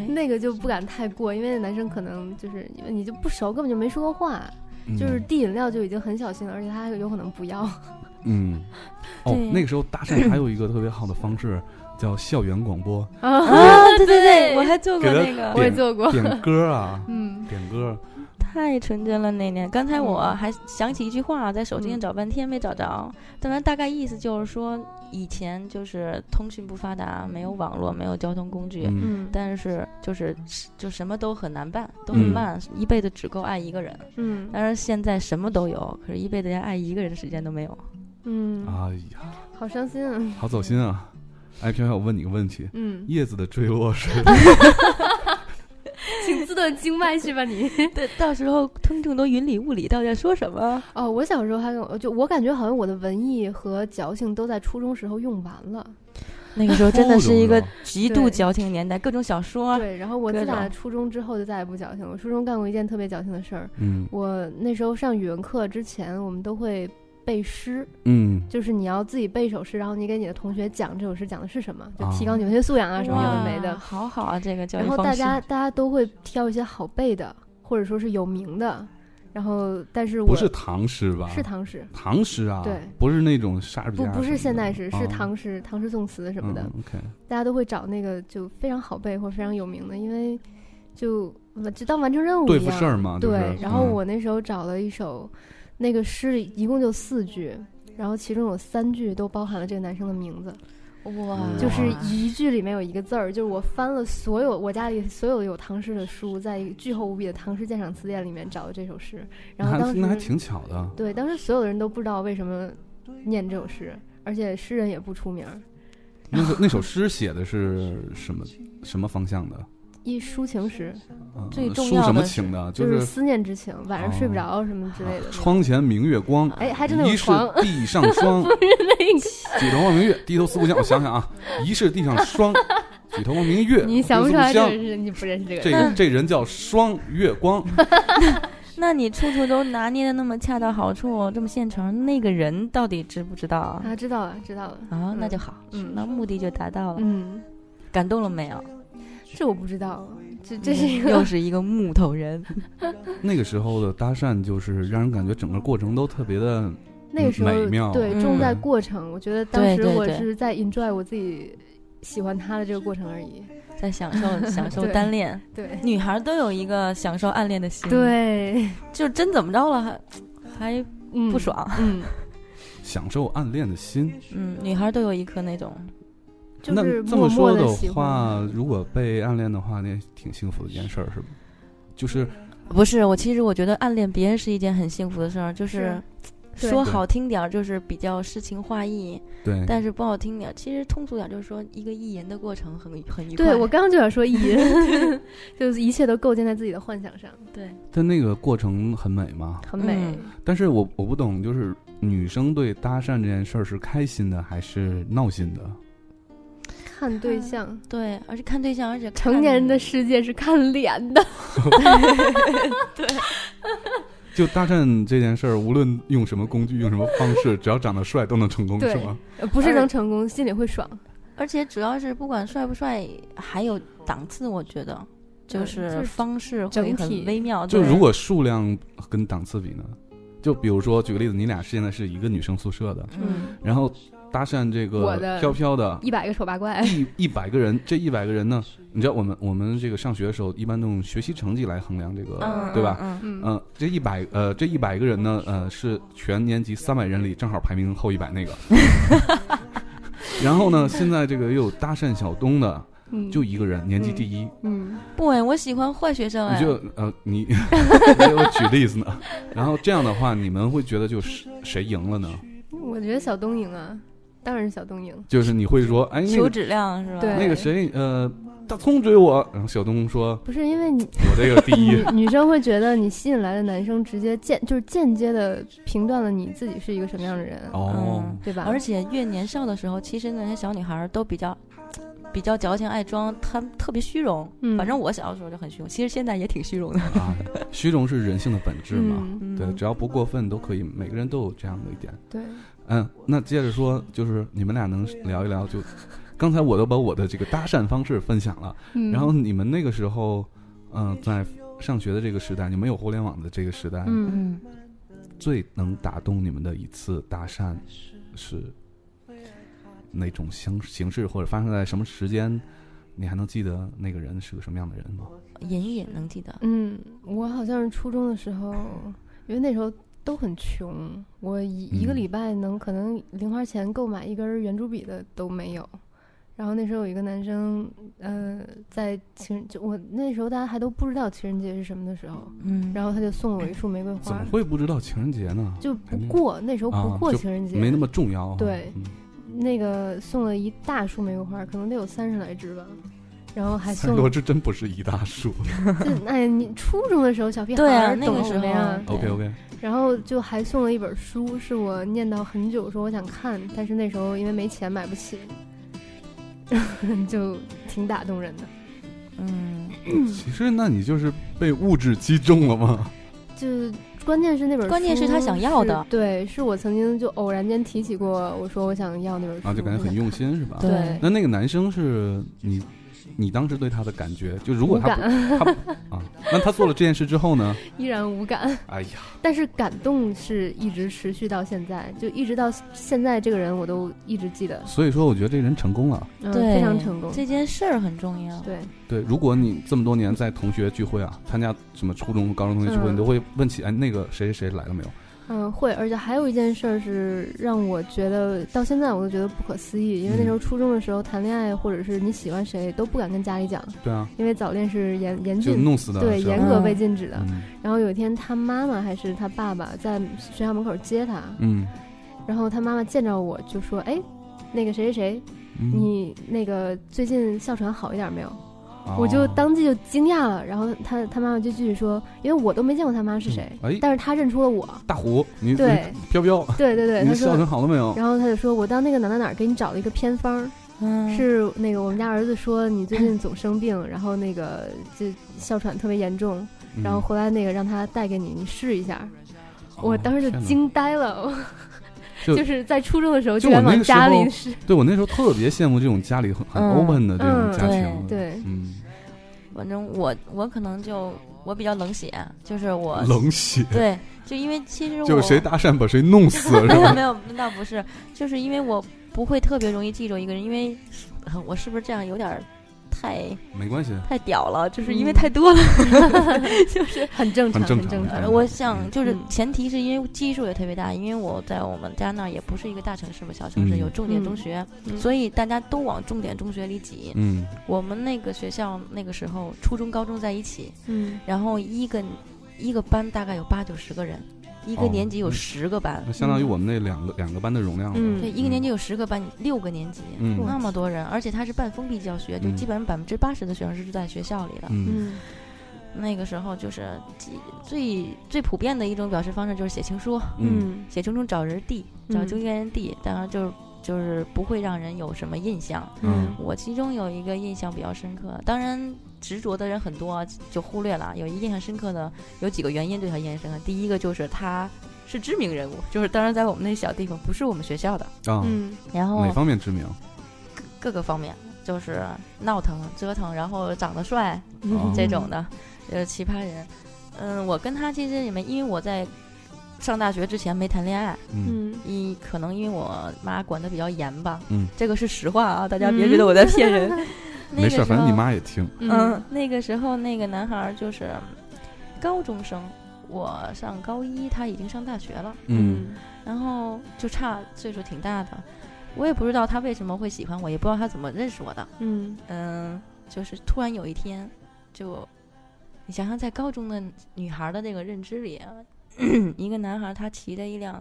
S11: <laughs> 那个就不敢太过，因为男生可能就是因为你就不熟，根本就没说过话，
S10: 嗯 <laughs>
S11: 就是递饮料就已经很小心了，而且他还有可能不要。
S10: 嗯，哦
S1: 对，
S10: 那个时候搭讪还有一个特别好的方式叫校园广
S11: <laughs>
S10: 播，
S1: 啊，对对对，我还做
S10: 给
S1: 过
S10: 他
S1: 那个，
S10: 点点歌啊，
S1: 嗯，
S10: 点歌。
S1: 太纯真了那年。刚才我还想起一句话，在手机上找半天没找着，但反大概意思就是说，以前就是通讯不发达，没有网络，没有交通工具，
S10: 嗯
S1: 但是就是就什么都很难办，都
S10: 嗯
S1: 很慢，一辈子只够爱一个人。
S11: 嗯
S1: 但是现在什么都有，可是一辈子连爱一个人的时间都没有。
S11: 嗯，
S10: 哎呀，
S11: 好伤心啊！
S10: 好走心啊！
S11: <laughs>
S10: 哎，飘飘，我问你个问题，
S11: 嗯
S10: 叶子的坠落是
S11: 请自
S1: 嗯
S11: 断经脉去吧你。
S1: 对，到时候听众都云里雾里，到底在说什么？
S11: 哦，我小时候还有，就我感觉好像我的文艺和矫情都在初中时候用完了。
S1: 那个时候真的是一个极度
S11: 对
S1: 矫情年代，各种小说。
S11: 对，然后我
S1: 各
S11: 自
S1: 种
S11: 打初中之后就再也不矫情了。我初中干过一件特别矫情的事儿，
S10: <laughs> 嗯
S11: 我那时候上语文课之前，我们都会背诗，
S10: 嗯
S11: 就是你要自己背一首诗，然后你给你的同学讲这首诗讲的是什么，就
S1: 啊
S11: 提高你文学素养啊什么有的没的。
S1: 哇好好啊，这个教育
S11: 然后
S1: 方
S11: 大
S1: 式
S11: 家大家都会挑一些好背的，或者说是有名的，然后但是我
S10: 不是唐诗吧？
S11: 是唐诗
S10: 唐诗啊，
S11: 对
S10: 不是那种莎士比
S11: 不
S10: 亚什么的，
S11: 不是现代诗，是
S10: 哦
S11: 唐诗、唐诗宋词什么的。
S10: 嗯，OK
S11: 大家都会找那个就非常好背或者非常有名的，因为就就当完成任务一
S10: 对付
S11: 样
S10: 事儿嘛就是
S11: 对，然后
S10: 嗯
S11: 我那时候找了一首，那个诗一共就四句，然后其中有三句都包含了这个男生的名字。
S1: 哇
S10: 嗯
S11: 就是
S10: 啊
S11: 一句里面有一个字儿，就是我翻了所有我家里所有有唐诗的书，在一个巨厚无比的《唐诗鉴赏词典》里面找的这首诗，然后
S10: 那
S11: 当
S10: 还
S11: 时
S10: 那还挺巧的。
S11: <laughs> 对，当时所有的人都不知道为什么念这首诗，而且诗人也不出名儿，
S10: 那首那首诗写的是什么什么方向的？
S11: 一抒情诗，
S10: 嗯
S11: 最
S10: 抒
S11: 重要的
S10: 什么
S11: 是
S10: 情的
S11: 就是思念之情，晚上睡不
S10: 哦
S11: 着什么之类的。
S10: 窗前明月光，
S11: 哎还真的有
S10: 疑啊是 <laughs>
S11: 床
S10: 地上霜
S11: <laughs> 不，是那个，
S10: 举头望明月，低头思故乡。我想想啊，疑是地上
S11: <laughs>
S10: 霜，举头望明月，
S11: 你想不
S10: 低
S11: 出
S10: 头思故
S11: 来这
S10: 乡
S11: 个人，你不认识这个
S10: 这
S11: 人。
S10: 个这人叫双月光，
S1: 那你处处都拿捏的那么恰到好处，这么现成，那个人到底知不知道啊？
S11: 啊，知道了，知道了。
S1: 啊，那就好，
S11: 嗯，
S1: 那目的就达到了。
S11: 嗯，
S1: 感动了没有？嗯
S11: 这我不知道，这这是一个
S1: 又是一个木头人。
S10: 那个时候的搭讪就是让人感觉整个过程都特别的
S11: <laughs> 那个时
S10: 美
S11: 候
S10: 妙，啊嗯
S11: 对重在过程。我觉得
S1: 嗯
S11: 当
S1: 对
S11: 时
S1: 对
S11: 我
S1: 对
S11: 是在 enjoy 我自己喜欢他的这个过程而已，
S1: 在享
S11: <laughs>
S1: 受享受
S11: 对
S1: 单恋，
S11: 对，
S1: 女孩都有一个享受暗恋的心，
S11: 对，
S1: 就真怎么着了还还不爽，
S11: 嗯
S10: 享受暗恋的心。
S1: 嗯，女孩都有一颗那种，
S10: 那这么说的话，如果被暗恋的话，那也挺幸福的一件事儿，是吧？就是
S1: 不是我，其实我觉得暗恋别人是一件很幸福的事儿，就是
S10: 是对
S1: 说好听点儿就是比较诗情画意，
S10: 对
S1: 但是不好听点儿，其实通俗点儿就是说一个意淫的过程很很愉快。
S11: 对我刚刚就
S1: <laughs>
S11: 想说意淫， <laughs> 就是一切都构建在自己的幻想上，
S1: 对，
S10: 但那个过程很美吗？
S11: 很美嗯
S10: 但是我我不懂，就是女生对搭讪这件事儿是开心的还是闹心的？
S11: 看对象，
S1: 对，而且看对象，而且
S11: 成年人的世界是看脸的，
S10: 就搭讪这件事儿，无论用什么工具、用什么方式，只要长得帅都能成功，是
S11: 对
S10: 吗？，
S11: <laughs> 呃不是能成功，心里会爽，
S1: 而且主要是不管帅不帅，还有档次，我觉得就
S11: 嗯就是
S1: 是方式会
S11: 整
S1: 很
S11: 体
S1: 微妙。
S10: 就
S1: 对
S10: 如果数量跟档次比呢？就比如说，举个例子，你俩现在是一个女生宿舍的，
S11: 嗯，
S10: 然后搭讪这
S11: 我
S10: 个
S11: 的哎
S10: 飘飘的
S11: 一百个丑八怪，
S10: 一一百个人，这一百个人呢，你知道我们我们这个上学的时候，一般都用学习成绩来衡量这个，
S11: 嗯
S10: 对吧？
S11: 嗯嗯嗯
S10: 这一百呃这一百个人呢，呃是全年级三百人里正好排名后一百那
S11: <laughs>
S10: 个。然后呢，现在这个又有搭讪小东的
S1: 嗯，
S10: 就一个人，年级第一。
S11: 嗯，
S1: 不哎，我喜欢坏学生哎
S10: 你，就呃你， <laughs> 你给我举例
S1: <laughs>
S10: 子呢？然后这样的话，你们会觉得就是谁赢了呢？
S11: 我觉得小东赢啊，当然是小东赢，
S10: 就是你会说，哎，那个
S1: 求质量是吧？
S11: 对
S10: 那个谁，呃，大葱追我，然后小东说
S11: 不是因为你。
S10: 我这个第 <laughs> 一
S1: <laughs>
S11: 女，女生会觉得你吸引来的男生直接间就是间接的评断了你自己是一个什么样的人，
S10: 哦
S11: 对吧？
S1: 而且越年少的时候，其实那些小女孩儿都比较比较矫情爱装，她们特别虚荣。
S11: 嗯
S1: 反正我小的时候就很虚荣，其实现在也挺虚荣的。
S10: 啊，虚荣是人性的本质嘛，
S1: 嗯
S10: 对，
S1: 嗯
S10: 只要不过分都可以，每个人都有这样的一点。
S11: 对，
S10: 嗯，那接着说，就是你们俩能聊一聊就。刚才我都把我的这个搭讪方式分享了，
S11: 嗯
S10: 然后你们那个时候，嗯、在上学的这个时代，你们有互联网的这个时代，
S11: 嗯
S10: 最能打动你们的一次搭讪是哪种形形式或者发生在什么时间，你还能记得那个人是个什么样的人吗？
S1: 隐隐能记得。
S11: 嗯，我好像是初中的时候，因为那时候都很穷，我一一
S10: 嗯
S11: 个礼拜能可能零花钱购买一根圆珠笔的都没有。然后那时候有一个男生，呃，在情人就我那时候大家还都不知道情人节是什么的时候，
S1: 嗯，
S11: 然后他就送了我一束玫瑰
S10: 怎
S11: 花
S10: 么，会不知道情人节呢？
S11: 就不过那时候不
S10: 啊
S11: 过
S10: 就
S11: 情人节，
S10: 没那么重要啊。
S11: 对
S10: 嗯，
S11: 那个送了一大束玫瑰花，可能得有三十来枝吧，然后还
S10: 三十
S11: 送
S10: 多只真不是一大
S11: <laughs>
S10: 束。
S11: 就哎，你初中的时候小屁孩
S1: 对啊
S11: 儿
S1: 那
S11: 懂
S1: 个时
S11: 什么
S1: 候
S11: 呀
S1: 对
S10: OK，OK
S11: 然后就还送了一本书，是我念叨很久说我想看，但是那时候因为没钱买不起， <laughs> 就挺打动人的。
S1: 嗯，
S10: 其实那你就是被物质击中了吗？
S11: <laughs> 就关键是那本书，
S1: 关键是他想要的
S11: 对，是我曾经就偶然间提起过，我说我想要那本书，
S10: 啊，就感觉很用心是吧？
S11: 对
S10: 那那个男生是你，你当时对他的感觉，就如果他不
S11: 无感
S10: 他不啊，那他做了这件事之后呢？
S11: 依然无感。
S10: 哎呀，
S11: 但是感动是一直持续到现在，就一直到现在，这个人我都一直记得，
S10: 所以说我觉得这人成功了。
S11: 嗯，
S1: 对
S11: 非常成功。
S1: 这件事儿很重要。
S11: 对，
S10: 对，如果你这么多年在同学聚会啊，参加什么初中、高中同学聚会，
S11: 嗯
S10: 你都会问起哎，那个谁谁谁来了没有？
S11: 嗯，会，而且还有一件事儿是让我觉得到现在我都觉得不可思议，因为那时候初中的时候谈恋爱或者是你喜欢谁都不敢跟家里讲，
S10: 对啊，
S11: 因为早恋是严严
S10: 就
S11: 禁
S10: 弄死的
S11: 对，
S10: 是吧
S11: 严格
S10: 嗯
S11: 被禁止的。
S10: 嗯
S11: 然后有一天他妈妈还是他爸爸在学校门口接他，
S10: 嗯，
S11: 然后他妈妈见着我就说：“哎，那个谁谁谁，
S10: 嗯
S11: 你那个最近哮喘好一点没有？”
S10: 哦
S11: 我就当即就惊讶了，然后他他妈妈就继续说，因为我都没见过他妈是谁，
S10: 哎
S11: 但是他认出了我，
S10: 大虎，你
S11: 对
S10: 你飘飘，
S11: 对对对，
S10: 你
S11: 他
S10: 笑
S11: 说
S10: 成好了没有？
S11: 然后他就说：“我到那个哪哪哪儿给你找了一个偏方，
S1: 嗯、
S11: 是那个我们家儿子说你最近总生
S10: <laughs>
S11: 病，然后那个就哮喘特别严重，
S10: 嗯
S11: 然后回来那个让他带给你，你试一下。
S10: 哦
S11: 我当时就
S10: 天哪
S11: 惊呆了， <laughs>
S10: 就
S11: 就是在初中的时候居
S10: 就我
S11: 然
S10: 那
S11: 往
S10: 个时
S11: 家
S10: 候
S1: <laughs>
S11: 里试，，
S10: 对我那时候特别羡慕这种家里很很
S1: 嗯
S10: open 的这种
S1: 嗯
S10: 家庭，
S1: 对对
S10: 嗯，
S1: 反正我我可能就我比较冷血，啊就是我
S10: <laughs> 冷血
S1: 对，就因为其实我
S10: <laughs> 就是谁搭讪把谁弄死
S1: <laughs>
S10: 是
S1: 没有
S10: 吧
S1: 没有，那倒不是，就是因为我不会特别容易记住一个人，因为呃我是不是这样有点儿太
S10: 没关系，
S1: 太屌了？呃就是因为
S11: 嗯
S1: 太多了， <laughs> 就是
S11: 很正
S10: 很常正很正常常嗯
S1: 呃我想就是前提是因为基数也特别大，因为我在我们家那儿也不是一个大城市嘛，小城市
S10: 嗯
S1: 有重点中学，
S11: 嗯
S1: 所以大家都往重点中学里挤。
S10: 嗯
S1: 我们那个学校那个时候初中高中在一起，
S11: 嗯，
S1: 然后一个一个班大概有八九十个人，一个
S10: 哦
S1: 年级有
S10: 嗯
S1: 十个班，嗯
S10: 那相当于我们那两个两个班的容量了，
S1: 对，
S11: 嗯
S1: 一个年级有十个班，六个年级，
S10: 嗯
S1: 那么多人，而且它是半封闭教学，就
S10: 嗯
S1: 基本上百分之八十的学生是住在学校里的。
S10: 嗯
S1: 那个时候就是几最最普遍的一种表示方式就是写情书，
S10: 嗯，
S1: 写情书找人递，找
S11: 嗯
S1: 中间人递，当然就是就是不会让人有什么印象。
S11: 嗯
S1: 我其中有一个印象比较深刻，当然执着的人很多啊，就忽略了。有一印象深刻的有几个原因对他印象深刻，第一个就是他是知名人物，就是当然在我们那小地方不是我们学校的嗯
S10: 啊，
S1: 然后
S10: 哪方面知名？
S1: 哦各个方面，就是闹腾、折腾，然后长得帅、
S10: 嗯
S1: <laughs> 这种的，呃，奇葩人。嗯，我跟他其实也没，因为我在上大学之前没谈恋爱，
S11: 嗯，
S1: 一可能因为我妈管的比较严吧，
S10: 嗯
S1: 这个是实话啊，大家别觉得我在骗人。 <laughs> 那
S10: 没事
S1: 个
S10: 儿，反正你
S1: 时候
S10: 妈也听，
S1: 嗯，那个时候那个男孩儿就是高中生，我上高一，他已经上大学了，
S10: 嗯，
S1: 然后就差岁数挺大的，我也不知道他为什么会喜欢我，也不知道他怎么认识我的，
S11: 嗯
S1: 就是突然有一天，就你想想，在高中的女孩儿的这个认知里啊。一个男孩儿他骑着一辆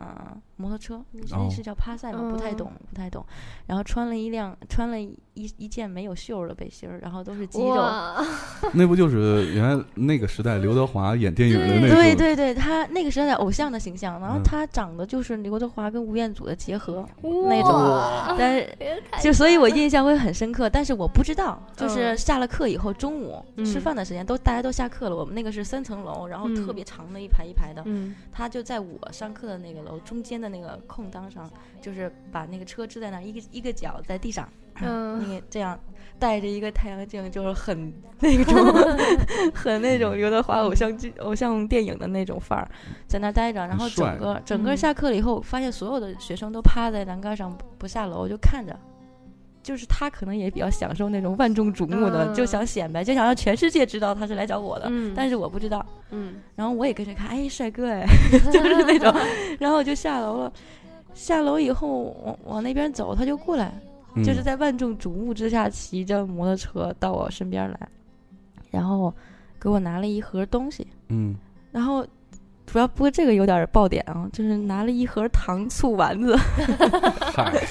S1: 摩托车，那
S7: 哦
S1: 嗯是叫帕赛吗？不太懂，
S7: 嗯
S1: 不太懂。然后穿了一辆穿了一一件没有袖儿的背心儿，然后都是肌肉，
S11: 哇
S10: <laughs> 那不就是原来那个时代刘德华演电影的那
S1: 对
S10: 种
S1: 对对，他那个时代的偶像的形象，然后
S10: 嗯
S1: 他长得就是刘德华跟吴彦祖的结合
S7: 哇
S1: 那种，但是就所以，我印象会很深刻。但是我不知道，就是
S7: 嗯
S1: 下了课以后，中午
S7: 嗯
S1: 吃饭的时间都大家都下课了，我们那个是三层楼，然后
S7: 嗯
S1: 特别长的一排一排的
S7: 嗯，
S1: 他就在我上课的那个楼中间的那个空当上，就是把那个车支在那儿，一个一个脚在地上，
S11: 嗯
S1: <laughs> 那个这样戴着一个太阳镜，就是很
S7: <laughs>
S1: 那种很那种刘德华偶像剧、偶像电影的那种范儿，在那儿待着。然后
S7: 很帅
S1: 整个整个
S7: 嗯
S1: 下课了以后，发现所有的学生都趴在栏杆上不不下楼，就看着就是他可能也比较享受那种万众瞩目的，
S2: 嗯
S1: 就想显摆，就想让全世界知道他是来找我的，
S2: 嗯
S1: 但是我不知道，
S2: 嗯，
S1: 然后我也跟着看，哎，帅哥哎，就是那种，然后我就下楼了，下楼以后往往那边走，他就过来，
S2: 嗯
S1: 就是在万众瞩目之下骑着摩托车到我身边来，然后给我拿了一盒东西，
S10: 嗯，
S1: 然后主要不过这个有点爆点啊，就是拿了一盒糖醋丸子，
S10: <laughs> 嗨，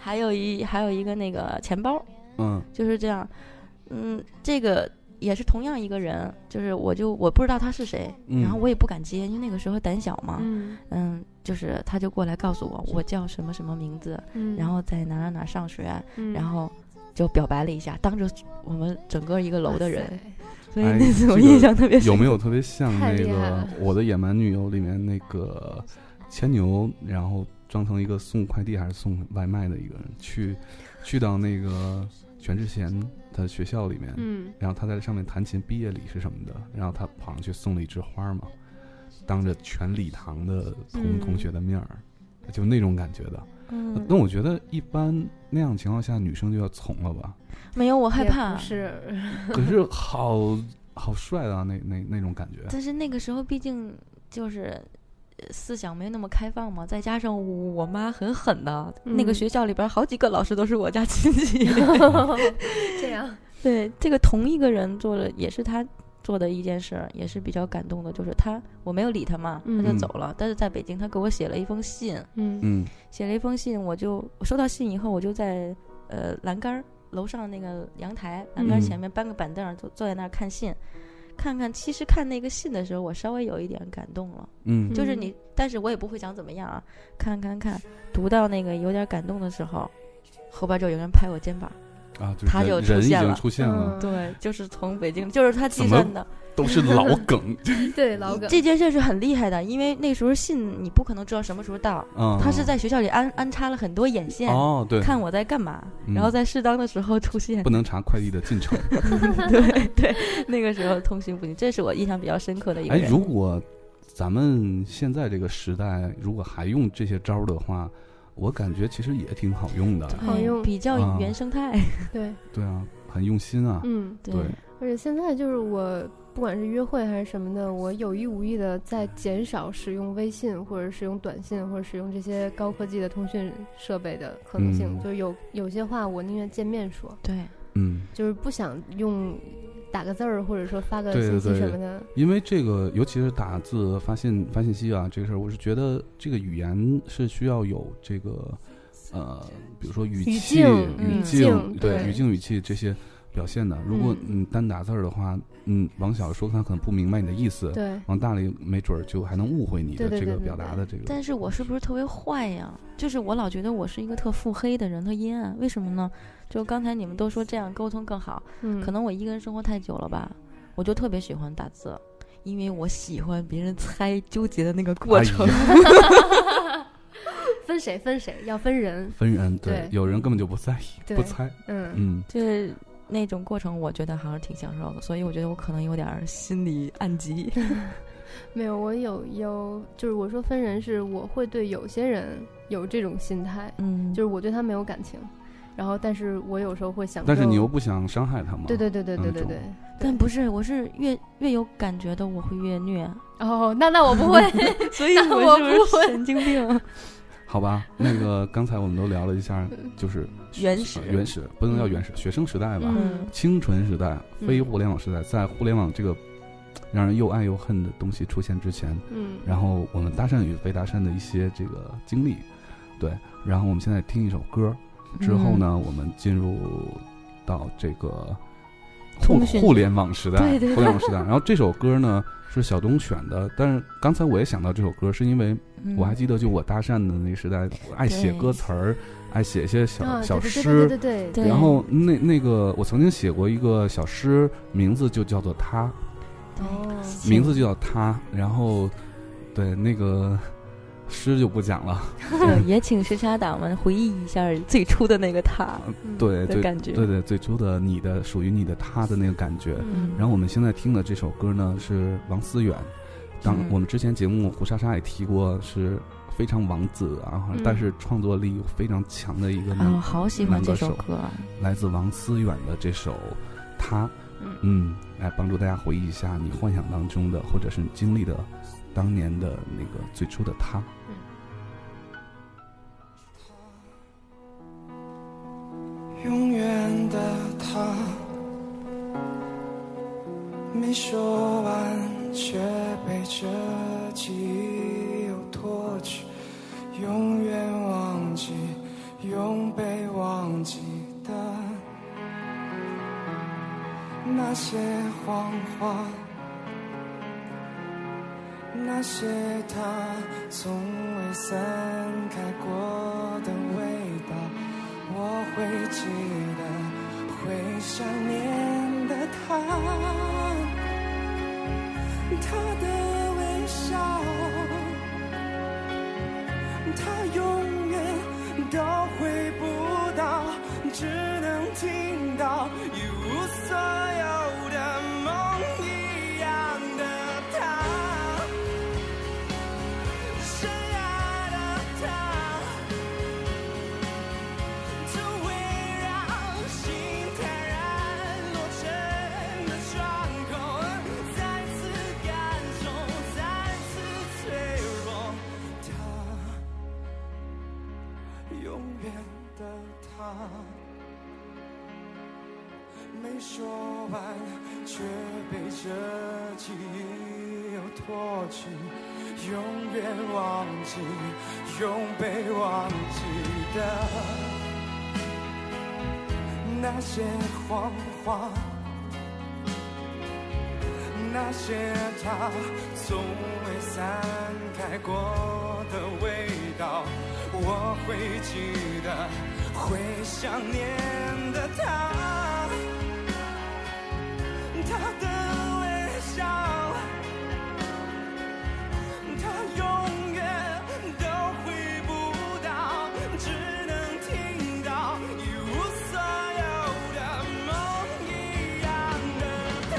S1: 还有一还有一个那个钱包，
S10: 嗯
S1: 就是这样，嗯，这个也是同样一个人，就是我就我不知道他是谁，
S2: 嗯
S1: 然后我也不敢接，因为那个时候胆小嘛，
S2: 嗯
S1: 就是他就过来告诉我我叫什么什么名字，
S2: 嗯
S1: 然后在哪哪哪上学，
S2: 嗯
S1: 然后就表白了一下，当着我们整个一个楼的人，所以
S10: 哎
S1: 那次我
S10: 这个
S1: 印象特别深。
S10: 有没有特别像
S1: 太
S10: 那
S1: 厉害
S10: 个
S1: 了
S10: 《我的野蛮女友》里面那个牵牛，然后装成一个送快递还是送外卖的一个人，去去到那个全智贤的学校里面，
S3: 嗯
S10: 然后他在上面弹琴毕业礼是什么的，然后他跑上去送了一枝花嘛，当着全礼堂的同、
S3: 嗯
S10: 同学的面儿，就那种感觉的。
S1: 嗯
S10: 那我觉得一般那样情况下，女生就要从了吧？
S1: 没有，我害
S11: 也
S1: 怕。
S11: 不是，
S10: 可是好好帅啊，那那那种感觉。
S1: 但是那个时候毕竟就是呃思想没有那么开放嘛，再加上我我妈很狠的，那个
S2: 嗯
S1: 学校里边儿好几个老师都是我家亲
S11: <laughs>
S1: 戚。
S2: 这样，
S1: <laughs> 对，这个同一个人做了，也是他做的一件事儿，也是比较感动的。就是他，我没有理他嘛，他就
S2: 嗯
S1: 走了。但是在北京，他给我写了一封信，
S2: 嗯
S10: 嗯，
S1: 写了一封信，我就我收到信以后，我就在呃栏杆儿楼上那个阳台栏杆儿
S2: 嗯
S1: 前面搬个板凳儿，坐坐在那儿看信。看看，其实看那个信的时候，我稍微有一点感动了。
S2: 嗯
S1: 就是你，但是我也不会想怎么样啊。看看看，读到那个有点感动的时候，后边就有人拍我肩膀，
S10: 啊，就是
S1: 他
S10: 人
S1: 就出
S10: 人已
S1: 现
S10: 经
S1: 了，
S10: 出现了，
S1: 嗯对，就是从北京，就是他计
S10: 怎么
S1: 算的，
S10: 都是老梗，
S11: <laughs> 对老梗
S1: 这件事是很厉害的，因为那时候信你不可能知道什么时候到，
S10: 嗯
S1: 他是在学校里安安插了很多眼线，
S10: 哦对
S1: 看我在干嘛，
S10: 嗯
S1: 然后在适当的时候出现
S10: 不。能查快递的进程。
S1: <laughs>
S10: <laughs>
S1: 对对，那个时候通讯不行，这是我印象比较深刻的一个
S10: 哎，
S1: 人。
S10: 如果咱们现在这个时代，如果还用这些招儿的话，我感觉其实也挺好用的，
S1: 对比较原生态。
S11: 对，
S10: 啊对啊，很用心啊。
S11: 嗯，
S10: 对，
S11: 而且现在就是我，不管是约会还是什么的，我有意无意的在减少使用微信，或者使用短信，或者使用这些高科技的通讯设备的可能性。
S10: 嗯
S11: 就有有些话，我宁愿见面说。
S1: 对，
S10: 嗯，
S11: 就是不想用打个字儿，或者说发个
S10: 对
S11: 信
S10: 对
S11: 息
S10: 对，
S11: 什么的。
S10: 因为这个，尤其是打字、发信、发信息啊，这个事儿，我是觉得这个语言是需要有这个，呃，比如说语
S11: 语
S10: 气、
S11: 境
S10: 语
S11: 语境
S10: 对
S11: 对
S10: 语境、语气这些表现的。如果你单打字儿的话，嗯，往小说他可能不明白你的意思， <laughs>
S1: 对
S10: 往大了没准儿就还能误会你的
S1: 对对
S10: 这
S1: 对
S10: 个
S1: 对
S10: 表达的这个。
S1: 但是我是不是特别坏呀？就是我老觉得我是一个特腹黑的人，特阴暗。为什么呢？就刚才你们都说这样沟通更好，
S11: 嗯
S1: 可能我一个人生活太久了吧，我就特别喜欢打字，因为我喜欢别人猜纠结的那个过
S10: 哎
S1: 程。
S11: <laughs> 分谁分谁，要分人。
S10: 分人
S11: 对
S10: 有人根本就不在意，
S11: 对
S10: 不猜，
S11: 嗯
S10: 嗯，
S1: 就是那种过程，我觉得还是挺享受的，所以我觉得我可能有点儿心理暗疾。
S11: 没有，我有有，就是我说分人是我会对有些人有这种心态，
S1: 嗯，
S11: 就是我对他没有感情，然后但是我有时候会想，
S10: 但是你又不想伤害他嘛，
S11: 对对对对对对对，
S1: 但不是，我是越越有感觉的，我会越虐。，
S11: 哦，那那我不
S10: <laughs>
S11: 会 <laughs>
S1: 所以
S11: 那
S1: 我
S11: 我
S1: 是不是
S11: 会
S1: 神经病？
S10: 好吧，那个刚才我们都聊了一下，就是
S1: 原始
S10: 呃原始不能叫原始，学生时代吧，
S1: 嗯
S10: 清纯时代，
S1: 嗯
S10: 非互联网时代，在互联网这个让人又爱又恨的东西出现之前，
S3: 嗯
S10: 然后我们搭讪与被搭讪的一些这个经历，对，然后我们现在听一首歌，之后呢，
S3: 嗯
S10: 我们进入到这个互
S3: 通讯
S10: 互联网时代，
S3: 对对对
S10: 互联网时代。然后这首歌呢是小东选的，但是刚才我也想到这首歌，是因为
S3: 嗯
S10: 我还记得就我搭讪的那个时代，我爱写
S3: 对
S10: 歌词儿，爱写一些小、
S3: 啊
S10: 小
S3: 对对对
S11: 嗯
S10: 诗，
S3: 对对对对
S10: 然后那那个我曾经写过一个小诗，名字就叫做他。
S11: 哦
S10: 名字就叫他，然后对那个诗就不讲了，
S1: 对，也请时差党们回忆一下最初的那个他，
S3: 嗯
S10: 对
S1: 的
S10: 对
S1: 感觉，
S10: 对对最初的你的属于你的他的那个感觉。
S1: 嗯
S10: 然后我们现在听的这首歌呢是王思远，当
S1: 嗯
S10: 我们之前节目胡莎莎也提过是非常王子啊，
S1: 嗯
S10: 但是创作力又非常强的一个男，
S1: 啊我好喜欢
S10: 男歌
S1: 这首
S10: 手
S1: 歌啊
S10: 来自王思远的这首《他》，
S1: 嗯
S10: 来帮助大家回忆一下你幻想当中的，或者是你经历的当年的那个最初的他。
S9: 永远的他，没说完却被这记忆又拖去，永远忘记，永被忘记的那些谎话，那些他从未散开过的味道。我会记得，会想念的他，他的微笑，他永远都回不到，只能听到一无所有的梦一样的他，深爱的他。就会让心坦然落成了窗口，再次感受，再次脆弱。他，永远的他，没说完，却被这记忆又拖去，永远忘记，永被忘记的。那些谎话，那些他从未散开过的味道，我会记得，会想念的他。他的微笑，他永远都回不到，只能听到一无所有的梦一样的他，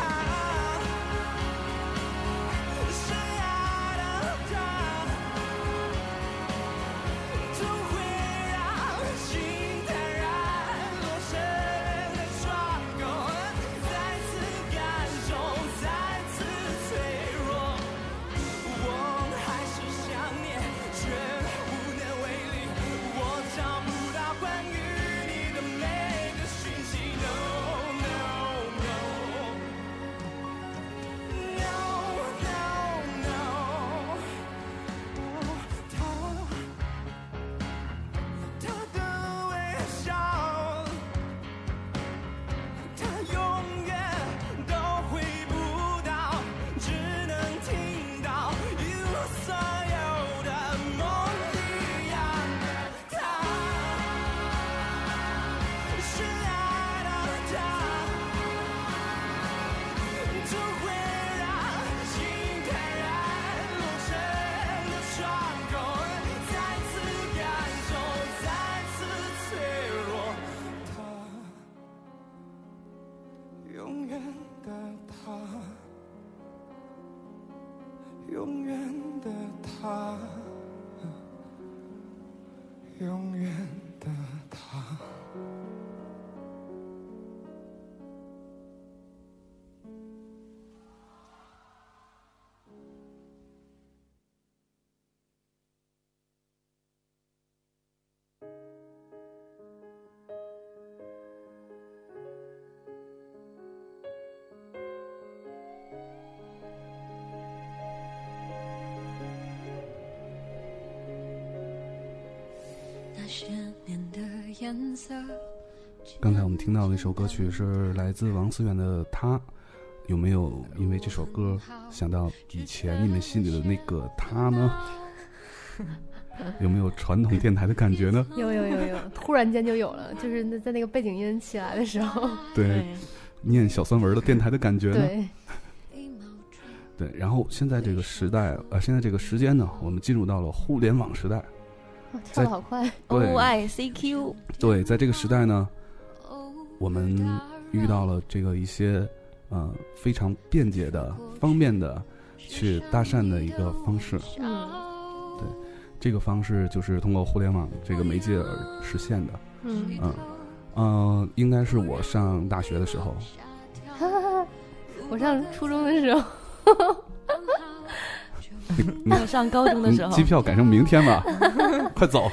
S9: 深爱的他，总会让心坦然落成了窗口，再次感受，再次脆弱。我还是想念，却无能为力。我找不到关于你的每个讯息。No no no no no no。他，他的微笑，他永远都回不到，只能听到一无所有的梦一样的他，深爱的他，就会让心坦然落成了窗口，再次感受，再次脆弱。永远的他，永远的他，永远的他。
S12: 那些年的颜色，
S10: 刚才我们听到的一首歌曲是来自王思远的《他》，有没有因为这首歌想到以前你们心里的那个他呢？有没有传统电台的感 <laughs> 觉呢？
S11: 有有有有，突然间就有了，就是那在那个背景音起来的时候，
S10: 对，念小酸文的电台的感觉呢？
S11: 对，
S10: 对，然后现在这个时代，呃，现在这个时间呢，我们进入到了互联网时代。
S11: 哇跳的好快
S10: 对
S1: O I C Q，
S10: 对，在这个时代呢，我们遇到了这个一些呃非常便捷的、方便的去搭讪的一个方式。
S11: 嗯，
S10: 对，这个方式就是通过互联网这个媒介而实现的。 <laughs>
S3: 嗯，
S10: 嗯，呃，应该是我上大学的时候，
S11: 我上初中的时候，
S10: 你
S1: 我上高中的时候
S10: 你嗯机票改成明天吧， <laughs> 快走。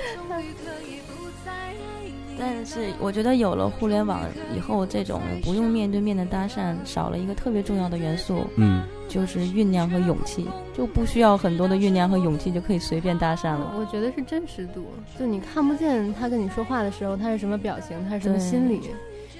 S1: 但是我觉得有了互联网以后，这种不用面对面的搭讪少了一个特别重要的元素，
S10: 嗯，
S1: 就是酝酿和勇气，就不需要很多的酝酿和勇气就可以随便搭讪了。
S11: 我觉得是真实度，就你看不见他跟你说话的时候他是什么表情，他是什么
S1: 对
S11: 心理。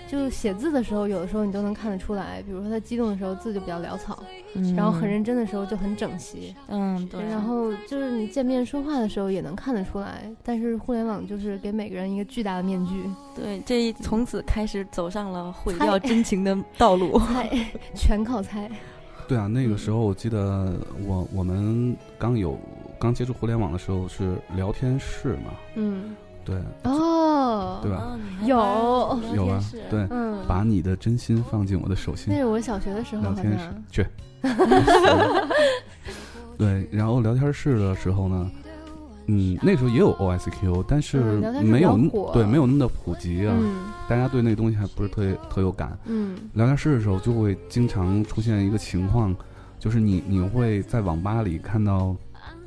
S11: 就写字的时候，有的时候你都能看得出来，比如说他激动的时候字就比较潦草，
S1: 嗯
S11: 然后很认真的时候就很整齐，
S1: 嗯，对。
S11: 然后就是你见面说话的时候也能看得出来，但是互联网就是给每个人一个巨大的面具，
S1: 对，这一从此开始走上了毁
S11: 猜
S1: 掉真情的道路。
S11: 猜，全靠猜。
S10: 对啊，那个时候我记得我我们刚有刚接触互联网的时候是聊天室嘛，
S11: 嗯，
S10: 对，
S11: 哦，
S10: <laughs> 对吧？
S11: 有
S10: 有啊，对，
S11: 嗯，
S10: 把你的真心放进我的手心
S11: 那，是我小学的时候，
S10: 聊
S11: 好
S10: 天室
S11: 像。
S10: 去。对，然后聊天室的时候呢，嗯，那时候也有 OSQ，但是
S11: 嗯聊天室
S10: 没有
S11: 比较
S10: 那
S11: 火
S10: 对没有那么的普及啊，
S11: 嗯
S10: 大家对那个东西还不是特别特有感。
S11: 嗯
S10: 聊天室的时候就会经常出现一个情况，就是你你会在网吧里看到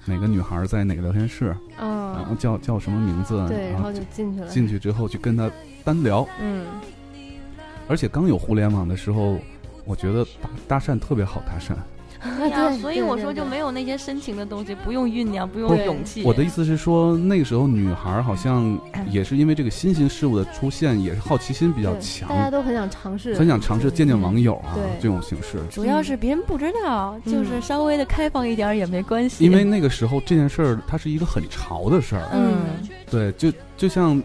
S10: 哪个女孩在哪个聊天室，
S11: 嗯
S10: 然后叫叫什么名字，啊
S11: 对
S10: 然
S11: 然后就进去了
S10: 进去之后去跟她单聊，
S11: 嗯，
S10: 而且刚有互联网的时候，我觉得搭搭讪特别好搭讪。
S1: 对呀，所以
S11: <laughs> 对
S1: 我
S11: 对
S1: 说就
S11: 对
S1: 没有那些深情的东西，不用酝酿，不用
S10: 不
S1: 勇气。
S10: 我的意思是说，那个时候女孩儿好像也是因为这个新型事物的出现，也是好奇心比较
S11: 嗯对
S10: 强，
S11: 大家都很想尝试，嗯
S10: 很想尝试见见网友啊
S11: 对
S10: 这种形式。
S1: 主要是别人不知道，就是稍微的开放一点儿也没关系。
S10: 因为那个时候这件事儿它是一个很潮的事儿，
S1: 嗯，
S10: 对，就就像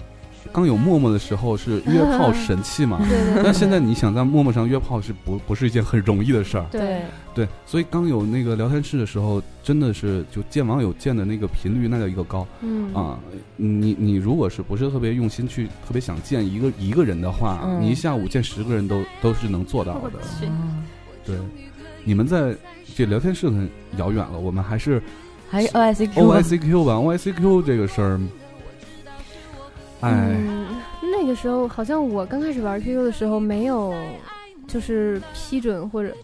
S10: 刚有陌陌的时候是
S11: <laughs>
S10: 约炮神器嘛
S3: 对对对
S10: 但现在你想在陌陌上约炮是不不是一件很容易的事儿，
S3: 对
S10: 对，所以刚有那个聊天室的时候，真的是就见网友见的那个频率那叫一个高，
S3: 嗯
S10: 啊，你你如果是不是特别用心去特别想见一个一个人的话，
S3: 嗯
S10: 你一下午见十个人都都是能做到的，对，你们在这聊天室很遥远了，我们还
S11: <laughs>
S10: 是
S1: 还是 OICQ 吧
S10: OICQ 吧，OICQ 这个事儿，哎，
S11: 嗯，那个时候好像我刚开始玩 QQ 的时候没有，就是批准或者，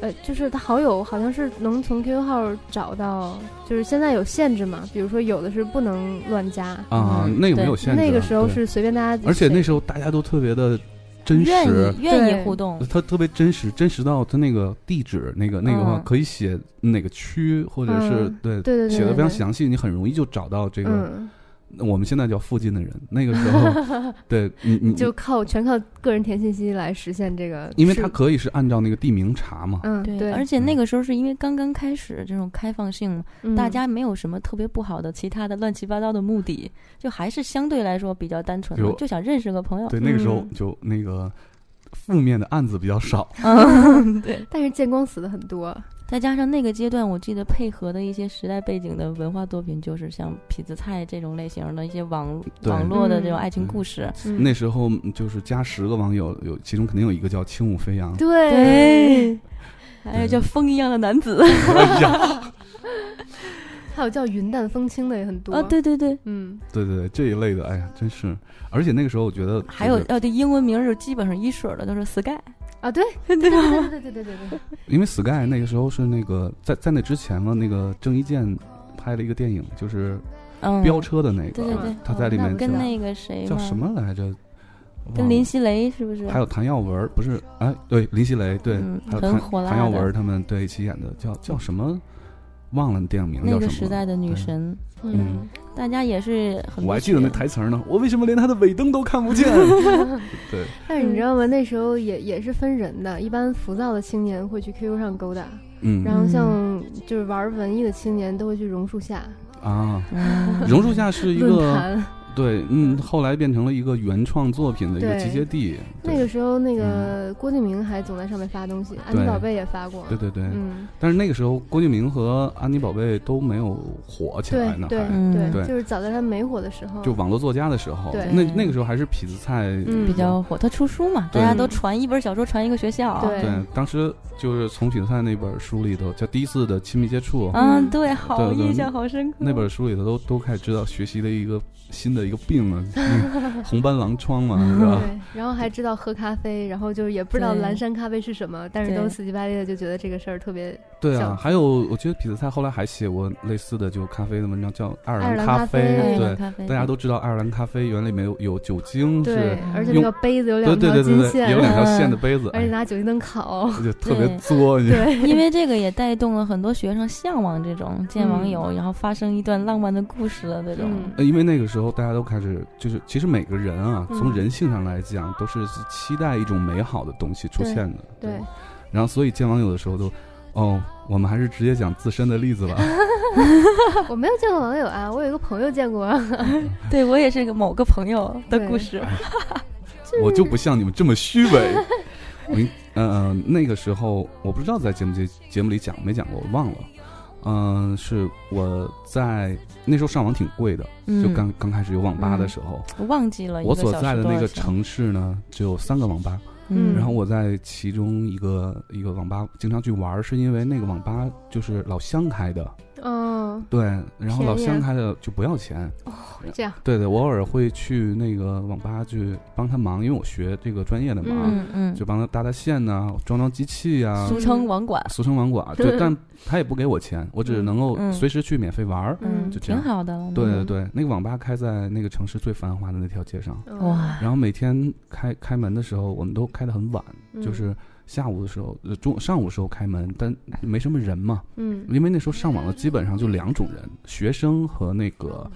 S11: 呃，就是他好友好像是能从 QQ 号找到，就是现在有限制嘛，比如说有的是不能乱加
S10: 啊那个没有
S11: 嗯对
S10: 限制
S11: 那个
S10: 的
S11: 时候
S10: 对
S11: 是随便大家，
S10: 而且那时候大家都特别的真实，
S11: 愿意愿意对互动
S10: 他特别真实，真实到他那个地址那个那个话
S11: 嗯
S10: 可以写哪个区，或者是
S11: 嗯
S10: 对
S11: 对对对
S10: 写的非常
S11: 对对
S10: 详细，你很容易就找到这个
S11: 嗯。
S10: 我们现在叫附近的人，那个时候，对你你
S11: <laughs> 就靠全靠个人填信息来实现这个是，
S10: 因为它可以是按照那个地名查嘛，
S11: 嗯对
S1: 而且那个时候是因为刚刚开始这种开放性，
S11: 嗯
S1: 大家没有什么特别不好的其他的乱七八糟的目的，就还是相对来说比较单纯
S10: 比
S1: 的，
S10: 如
S1: 就想认识个朋友。
S10: 对那个时
S11: 嗯
S10: 候就那个负面的案子比较少，
S11: <laughs>
S1: 嗯，对。
S11: 但是见光死的很多，
S1: 再加上那个阶段，我记得配合的一些时代背景的文化作品，就是像痞子蔡这种类型的一些网
S10: 对
S1: 网络的这
S11: 嗯
S1: 种爱情故事。
S10: 那时候嗯就是加十个网友，有其中肯定有一个叫轻舞飞扬，
S1: 对，还有叫风一样的男子。
S10: 哎呀，
S11: <laughs> 还有叫云淡风轻的也很多
S1: 啊，对对对，
S11: 嗯，
S10: 对对对，这一类的，哎呀，真是，而且那个时候我觉得就是
S1: 还有呃，对，英文名是基本上一水儿的都是 Sky。<laughs>
S11: 啊，对对对对对对对对对，
S10: 因为 Sky 那个时候是那个在在那之前嘛，那个郑伊健拍了一个电影，就是
S1: 嗯
S10: 飙车的那个，
S1: 对对对
S10: 他在里面
S1: 哦那跟
S10: 叫
S1: 那个谁
S10: 叫
S1: 嘛
S10: 什么来着？
S1: 跟林熙蕾是不是？
S10: 还有谭耀文，不是？哎，对，林熙蕾，对，
S1: 嗯
S10: 还有
S1: 很
S10: 谭
S1: 火辣
S10: 谭耀文
S1: 的
S10: 他们对一起演的，叫叫什么？忘了电影名叫
S1: 那
S10: 什么
S1: 个
S10: 了？
S1: 时代的女神，
S10: 对
S1: 嗯，大家也是很
S10: 我还记得那台词儿呢，我为什么连他的尾灯都看
S1: <laughs>
S10: 不见？对，
S11: 但是你知道吗？那时候也也是分人的，一般浮躁的青年会去 QQ 上勾搭，
S10: 嗯
S11: 然后像就是玩文艺的青年都会去榕树下，
S1: 嗯
S10: 啊，榕树下是一个
S11: 论坛
S10: 对，嗯，后来变成了一个原创作品的一个
S11: 对
S10: 集结地。
S11: 那个时候，那个郭敬明还总在上面发东西，安妮
S10: 嗯对
S11: 宝贝也发过。
S10: 对对对，
S11: 嗯，
S10: 但是那个时候郭敬明和安妮宝贝都没有火起
S11: 对
S10: 来呢，
S11: 对嗯
S10: 还
S1: 嗯
S11: 对，就是早在他没火的时候，
S10: 就网络作家的时候，
S11: 对
S10: 那那个时候还是痞子菜
S11: 嗯
S1: 比较 <laughs> 火。他出书嘛，大
S10: 对
S1: 家都传一本小说，传一个学校。
S10: 对，当时就是从痞子菜那本书里头叫《第一次的亲密接触》，
S1: 嗯，对，好
S10: 对对
S1: 印象好深刻。
S10: 那本书里头都都开始知道学习的一个新的一个病了，
S11: <laughs>
S10: 嗯红斑狼疮嘛，是吧？
S11: 对，然后还知道喝咖啡，然后就也不知道
S1: 对
S11: 蓝山咖啡是什么，但是
S1: 对
S11: 都死乞白赖的就觉得这个事儿特别
S10: 对
S11: 小
S10: 啊，还有我觉得痞子菜后来还写过类似的就咖啡的文章，叫《爱尔
S11: 爱
S10: 兰
S11: 尔兰
S10: 咖
S11: 咖
S10: 啡
S11: 啡》。爱尔
S10: 对
S11: 兰咖，啡
S10: 大家都知道爱尔兰咖啡原理没有有酒精是
S11: 嗯对
S10: 用，，
S11: 而且那个杯子有两
S10: 对
S11: 条
S10: 对对
S11: 金
S10: 对
S11: 线，嗯
S10: 对有两条线的杯子，
S11: <laughs>
S10: 哎
S11: 而且拿酒精灯烤，
S10: 就特别作你知道吗
S1: 因为这个也带动了很多学生向往这种见网友，然后发生一段浪漫的故事的这
S10: <laughs>
S1: 种。
S11: 嗯
S10: 呃，因为那个时候大家都开始，就是其实每个人啊，
S1: 嗯
S10: 从人性上来讲，都是期待一种美好的东西出现的。
S11: 对对
S10: 然后，所以见网友的时候都，哦，我们还是直接讲自身的例
S11: <laughs>
S10: 子吧。
S11: 我哦没有见过网友啊，我有一个朋友见过，啊
S1: 对我也是个某个朋友的故事。
S10: 我就不像你们这么虚伪。我跟呃，那个时候我不知道在节目节节目里讲没讲过，我忘了。嗯、是我在那时候上网挺贵的，
S1: 嗯
S10: 就刚刚开始有网吧的时候，
S1: 嗯我忘记了一
S10: 我
S1: 个
S10: 所
S1: 小时
S10: 在的
S1: 多
S10: 那
S1: 少
S10: 个
S1: 钱
S10: 城市呢，只有三个网吧。
S1: 嗯
S10: 然后我在其中一个一个网吧经常去玩儿，是因为那个网吧就是老乡开的，
S11: 嗯，
S10: 对，然后老
S11: 便宜
S10: 乡
S11: 啊
S10: 开的就不要钱。
S11: 这样，
S10: 对对，我偶尔会去那个网吧去帮他忙，因为我学这个专业的嘛，
S1: 嗯嗯
S10: 就帮他搭搭线呐、装装机器呀、
S1: 俗称网管
S10: 俗称网管，
S1: <laughs>
S10: 对，但他也不给我钱，我只能够
S1: 嗯嗯
S10: 随时去免费玩儿，
S1: 嗯
S10: 就这样，
S1: 挺好的了
S10: 对对
S1: 嗯
S10: 对，那个网吧开在那个城市最繁华的那条街上，
S11: 嗯
S1: 哇
S10: 然后每天开开门的时候，我们都开得很晚，
S1: 嗯
S10: 就是下午的时候，呃，中上午时候开门，但没什么人嘛，
S11: 嗯
S10: 因为那时候上网的基本上就两种人，学生和那个。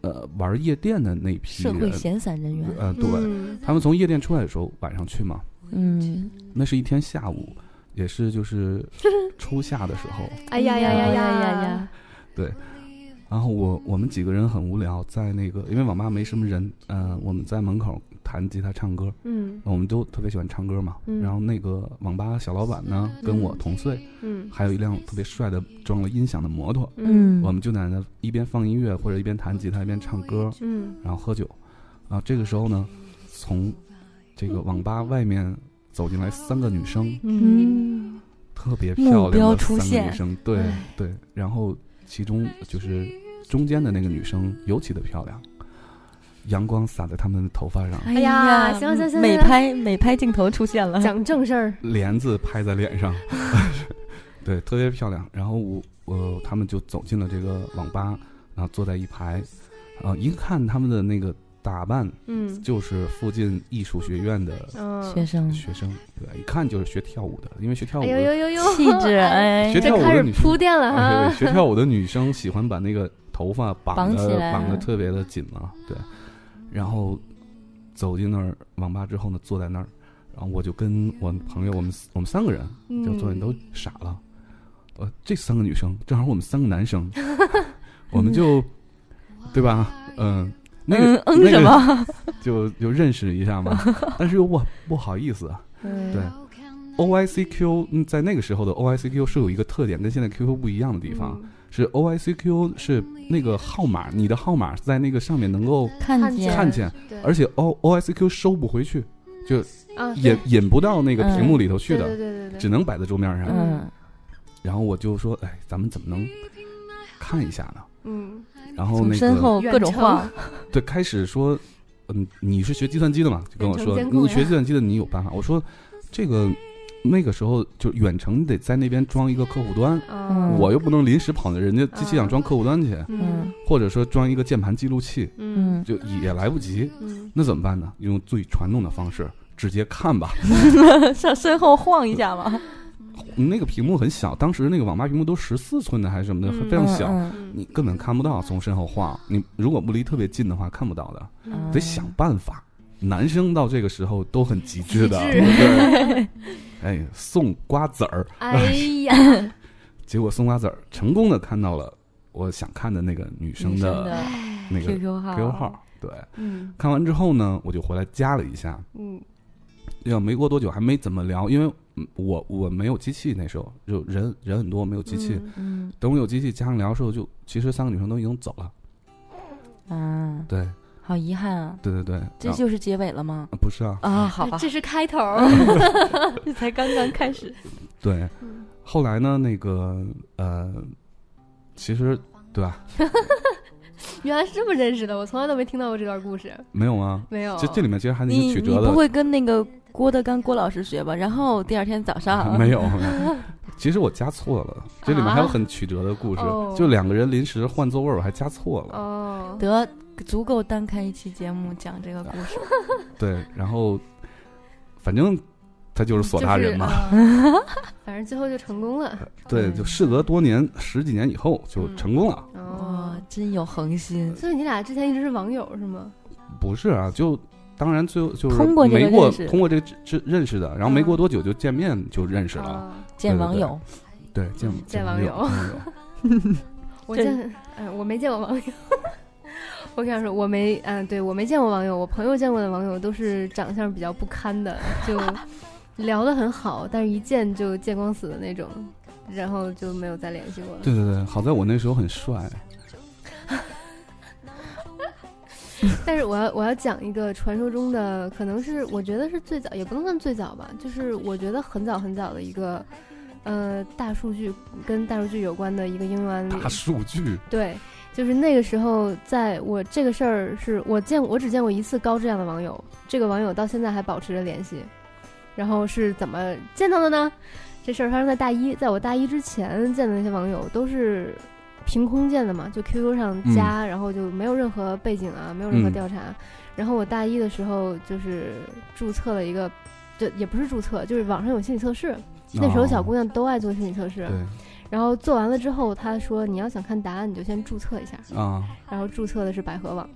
S10: 呃，玩夜店的那批
S1: 社
S10: 人，
S1: 会闲散人员
S10: 呃，对，
S1: 嗯
S10: 他们从夜店出来的时候，晚上去嘛，
S1: 嗯，
S10: 那是一天下午，也是就是初夏的时候，
S11: 哎呀呀呀呀呀呀，
S10: 对。然后我我们几个人很无聊，在那个因为网吧没什么人，呃，我们在门口弹吉他唱歌，
S11: 嗯
S10: 我们都特别喜欢唱歌嘛。
S11: 嗯
S10: 然后那个网吧小老板呢，跟我同岁，
S11: 嗯
S10: 还有一辆特别帅的装了音响的摩托，
S11: 嗯
S10: 我们就在那一边放音乐或者一边弹吉他一边唱歌，
S11: 嗯
S10: 然后喝酒，啊，这个时候呢，从这个网吧外面走进来三个女生，
S1: 嗯，
S10: 特别
S1: 目
S10: 漂亮
S1: 标
S10: 的
S1: 出
S10: 三个
S1: 现
S10: 女生，对
S11: 哎
S10: 对，然后其中就是中间的那个女生尤其的漂亮，阳光洒在她们的头发上，
S11: 哎呀，行了行了行了，嗯
S1: 美拍美拍镜头出现了，
S11: 讲正事儿，
S10: 帘子拍在脸上， <laughs> 对，特别漂亮。然后我我他们就走进了这个网吧，然后坐在一排，啊、一看他们的那个打扮，
S11: 嗯
S10: 就是附近艺术学院的
S11: 嗯
S1: 学生
S10: 学生，对，一看就是学跳舞的，因为学跳舞
S11: 哎
S10: 的
S11: 呦呦呦呦，
S1: 气质
S11: <laughs>
S1: 哎
S10: 学跳舞
S11: 这开
S10: 的
S11: 始
S10: 女生
S11: 铺垫了
S10: 哎
S11: 哈
S10: 对，学跳舞的女生喜欢把那个头发绑
S1: 绑起
S10: 的
S1: 来
S10: 绑的特别的紧嘛，对。然后走进那儿网吧之后呢，坐在那儿，然后我就跟我朋友，我们我们三个人
S11: 嗯
S10: 就坐在那都傻了。呃，这三个女生正好我们三个
S1: <laughs>
S10: 男生，我们就对吧？嗯，那个
S1: 嗯嗯
S10: 那个
S1: 什么
S10: <laughs> 就就认识一下嘛，但是又不不好意思，啊
S1: 嗯
S10: 对。OICQ 嗯在那个时候的 OICQ 是有一个特点，跟现在 QQ 不一样的地
S1: 嗯
S10: 方，是 OICQ 是那个号码，你的号码在那个上面能够
S11: 嗯
S1: 看
S10: 看
S1: 见
S10: 见
S1: 对
S10: 而且哦 O OICQ 收不回去，就
S1: 啊
S10: 引、
S1: 对
S10: 引不到那个屏幕里头去的，
S1: 嗯对对对对对
S10: 只能摆在桌面上。
S1: 嗯
S10: 然后我就说，哎，咱们怎么能看一下呢？
S11: 嗯，
S10: 然后
S1: 从
S10: 那个
S1: 身后哦各种晃，
S10: 对，开始说，嗯，你是学计算机的嘛？就跟我
S1: 远程
S10: 说，
S1: 监控
S10: 你
S1: 呀
S10: 学计算机的，你有办法。我说，这个那个时候就远程，你得在那边装一个客户端，
S1: 嗯
S11: 哦
S10: 我又不能临时跑到人家机器上装客户端去，
S1: 嗯
S10: 或者说装一个键盘记录器，
S1: 嗯
S10: 就也来不及。
S1: 嗯
S10: 那怎么办呢？用最传统的方式，直接
S1: <laughs>
S10: 看吧。
S1: 上身后晃一下嘛。
S10: <laughs> 那个屏幕很小，当时那个网吧屏幕都十四寸的还是什么的，
S1: 嗯
S10: 非常小，
S1: 嗯
S10: 你根本看不到。从身后晃，你如果不离特别近的话，看不到的，
S1: 嗯
S10: 得想办法。男生到这个时候都很极致的，
S1: 极致
S10: 对。
S1: 嗯
S10: 哎，送瓜子儿，
S11: <laughs> 哎
S1: <laughs>
S11: 呀，
S10: 结果送瓜子儿成功的看到了我想看的那个女生
S11: 女生
S10: 的
S11: 的
S10: 那个
S1: QQ 号
S10: QQ 号，对，
S1: 嗯
S10: 看完之后呢，我就回来加了一下，
S11: 嗯
S10: 要没过多久还没怎么聊，因为嗯我我没有机器那时候就人人很多没有机器，
S1: 嗯嗯
S10: 等我有机器加上聊的时候就，其实三个女生都已经走了，
S11: 嗯
S1: 啊，
S10: 对
S1: 好遗憾啊，
S10: 对对对，
S1: 这
S10: 然后
S1: 就是结尾了吗？
S10: 不是啊
S1: 啊，好吧，
S6: 这是开头，
S1: 这才刚刚开始。
S10: 对，
S1: 嗯
S10: 后来呢那个呃，其实对吧？
S11: 原来是这么认识的，我从来都没听到过这段故事。
S10: 没有啊，
S11: 没有
S10: 这这里面其实还是一
S1: 你
S10: 个曲
S1: 你
S10: 折的
S1: 不，会跟那个郭德纲郭老师学吧？然后第二天早
S11: 啊
S1: 上
S10: <laughs> 没有没有其实我加错了，这里面还有很曲折的故事，
S1: 啊哦
S10: 就两个人临时换座位，我还加错了。
S11: 哦，
S1: 得足够单开一期节目讲这个故事。
S10: <laughs> 对，然后反正他就是索大人嘛，
S11: 就是呃反正最后就成功了。
S10: 对，
S11: 嗯
S10: 就事隔多年，十几年以后就成功了。
S1: 哦，真有恒心。
S11: 所以你俩之前一直是网友是吗？
S10: 不是啊，就当然最后就是
S1: 通过这个
S10: 没过
S1: 认识
S10: 通过这个这认识的，然
S11: 嗯
S10: 后没过多久就见面就认识了，
S1: 见
S10: 对
S1: 网友，
S10: 对对对见
S11: 哦嗯见
S10: 网
S11: 网友
S10: 见
S11: <laughs>
S10: 网友
S11: 我
S1: 这
S11: 见，哎，我没见过网友。 <laughs> 我跟你说，我没，嗯，对我没见过网友，我朋友见过的网友都是长相比较不堪的，就聊得很好，但是一见就见光死的那种，然后就没有再联系过了。
S10: 对对对，好在我那时候很帅，
S11: 但是我要我要讲一个传说中的，可能是我觉得是最早，也不能算最早吧，就是我觉得很早很早的一个，呃，大数据跟大数据有关的一个应用案例。
S10: 大数据，
S11: 对，就是那个时候，在我这个事儿是我见我只见过一次高质量的网友，这个网友到现在还保持着联系。然后是怎么见到的呢？这事儿发生在大一，在我大一之前见的那些网友都是凭空见的嘛，就 QQ 上加，然后就没有任何背景啊，没有任何
S10: 嗯
S11: 调查。然后我大一的时候就是注册了一个，就也不是注册，就是网上有心理测试。那时候小
S10: 哦
S11: 姑娘都爱做心理测试，
S10: 对
S11: 然后做完了之后，他说你要想看答案，你就先注册一
S10: <laughs>
S11: 下。
S10: 啊
S11: 然后注册的是百合
S10: <laughs>
S11: 网，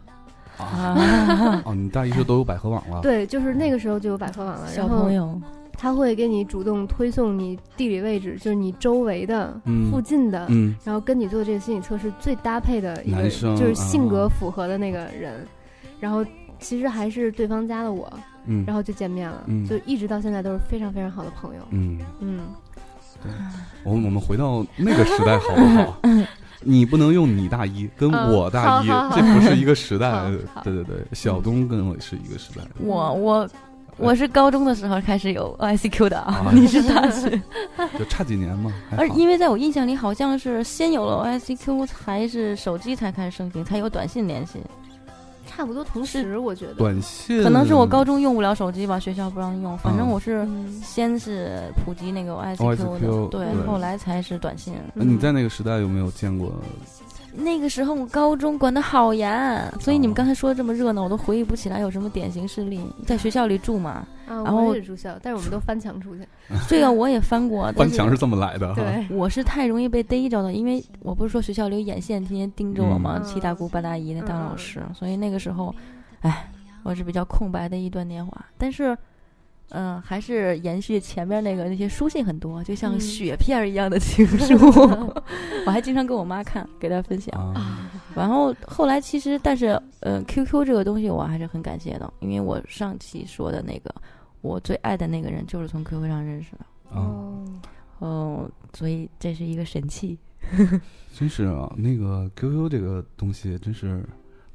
S10: 啊哦，你大一时候都有百合网了，
S11: 嗯对，就是那个时候就有百合网了。
S1: 小朋友，
S11: 他会给你主动推送你地理位置，就是你周围的、
S10: 嗯
S11: 附近的，
S10: 嗯
S11: 然后跟你做这个心理测试最搭配的一个
S10: 男生啊
S11: 就是性格符合的那个人。然后其实还是对方加了我，
S10: 嗯
S11: 然后就见面了，
S10: 嗯
S11: 就一直到现在都是非常非常好的朋友。
S10: 嗯，
S1: <laughs>
S11: 嗯，
S10: 对，我们我们回到那个时代好不
S1: <laughs>
S10: 好？你不能用你大一跟
S1: 嗯
S10: 我大一，
S1: 好好好
S10: 这不是一个时代呃
S1: 好。好嗯
S10: 对对对，小东跟我是一个时代。
S1: 我我我是高中的时候开始有 ICQ 的啊 <laughs>
S10: 啊，
S1: 你是大学。
S10: 就差几年嘛，还
S1: 而
S10: 好
S1: 因为在我印象里，好像是先有了 ICQ，才是手机才开始盛行，才有短信联系。
S11: <laughs> 差不多同时，我觉得嗯
S10: 短信啊
S1: 可能是我高中用不了手机吧，学校不让用。反正
S10: 嗯
S1: 我是先是普及那个 ICQ 的，
S10: ICQ
S1: 对
S10: 对，
S1: 后来才是短信。
S10: 呃你在那个时代有没有见过？
S1: 那个时候我高中管得好严，所以你们刚才说的这么热闹，我都回忆不起来有什么典型事例。在学校里住嘛，
S11: 啊，
S1: 然
S11: 我
S1: 后
S11: 也是住校，但是我们都翻墙
S10: <laughs>
S11: 出去。
S1: 这个我也翻过，但
S10: 啊翻墙是这么来的哈。
S11: 对
S1: 我是太容易被逮着了，因为我不是说学校里有眼线，天天盯着我吗？
S11: 嗯
S1: 七大姑八大姨那当老师，所以那个时候，哎，我是比较空白的一段年华。但是，嗯、还是延续前面那个那些书信很多，就像
S11: 嗯
S1: 雪片儿一样的情书。 <laughs> 我还经常跟我妈看，给她分享。
S10: 啊
S1: <laughs> 然后后来其实，但是，呃，QQ 这个东西我还是很感谢的，因为我上期说的那个我最爱的那个人就是从 QQ 上认识的。
S10: 哦，
S1: 哦，所以这是一个神器。
S10: 真是啊，那个 QQ 这个东西真是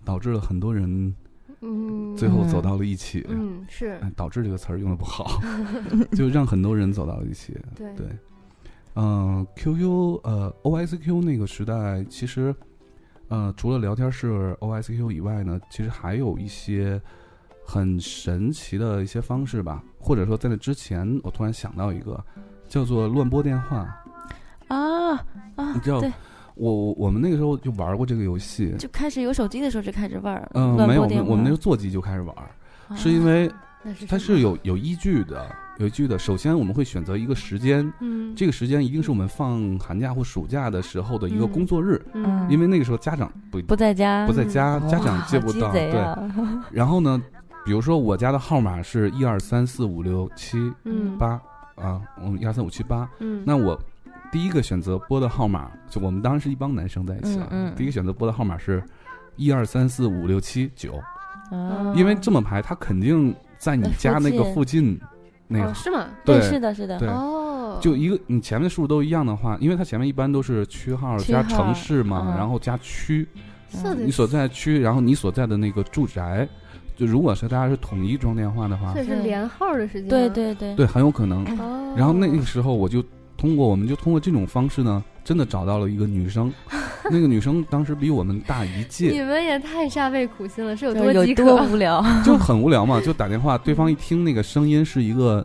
S10: 导致了很多人
S11: 嗯，
S10: 最后走到了一起。
S11: 嗯，是
S10: 哎导致这个词儿用的不好， <laughs> 就让很多人走到了
S1: <laughs>
S10: 一起。
S11: 对
S10: 对，嗯、q q 呃，OSQ 那个时代，其实呃，除了聊天室 OSQ 以外呢，其实还有一些很神奇的一些方式吧，或者说在那之前，我突然想到一个叫做乱拨电话，
S1: 啊啊
S10: 你知道
S1: 对，，
S10: 我我我们那个时候就玩过这个游戏，
S1: 就开始有手机的时候就开始玩儿
S10: 嗯、
S1: 乱拨
S10: 没有，
S1: 电
S10: 我们
S1: 话啊
S10: 那时候座机就开始玩儿，是因为
S11: 那是
S10: 它
S11: 什么
S10: 是有有依据的，有依据的。首先，我们会选择一个时间，
S11: 嗯
S10: 这个时间一定是我们放寒假或暑假的时候的一个
S1: 嗯
S10: 工作日，
S1: 嗯
S10: 因为那个时候家长不
S1: 不在家，
S10: 不在家，
S1: 嗯
S10: 家长
S1: 哇
S10: 接不
S1: 鸡
S10: 到，
S1: 贼
S10: 对
S1: 啊。 <laughs>
S10: 然后呢，比如说我家的号码是一二三四五六七
S1: 嗯
S10: 八啊，我们一二三五七八，
S1: 嗯
S10: 那我第一个选择拨的号码，就我们当时是一帮男生在一起啊，
S1: 嗯嗯
S10: 第一个选择拨的号码是一二三四五六七九
S1: 哦，
S11: 嗯
S10: 因为这么排，它肯定在你家那个附近那个
S11: 哦是吗
S10: 对，
S1: 对是的是的
S10: 对
S11: 哦
S10: 就一个你前面的数都一样的话，因为它前面一般都是区号
S11: 区
S10: 加
S11: 号
S10: 城市嘛，
S11: 嗯
S10: 然后加区，
S11: そうです
S10: 你所在区，然后你所在的那个住宅，就如果是大家是统一装电话的话，
S11: 这是连号的时间吗，
S1: 对对对
S10: 对，很有可能。
S11: 哦
S10: 然后那个时候我就通过，我们就通过这种方式呢，真的找到了一个女生，那个女生当时比我们大一
S11: 你
S10: 届，
S11: 们也太煞费苦心了，是有
S1: 就
S11: 多
S1: 有
S11: 饥渴，
S1: 多无
S11: <laughs>
S1: 聊 <laughs>
S10: 就很无聊嘛，就打电话，对方一听那个声音是一个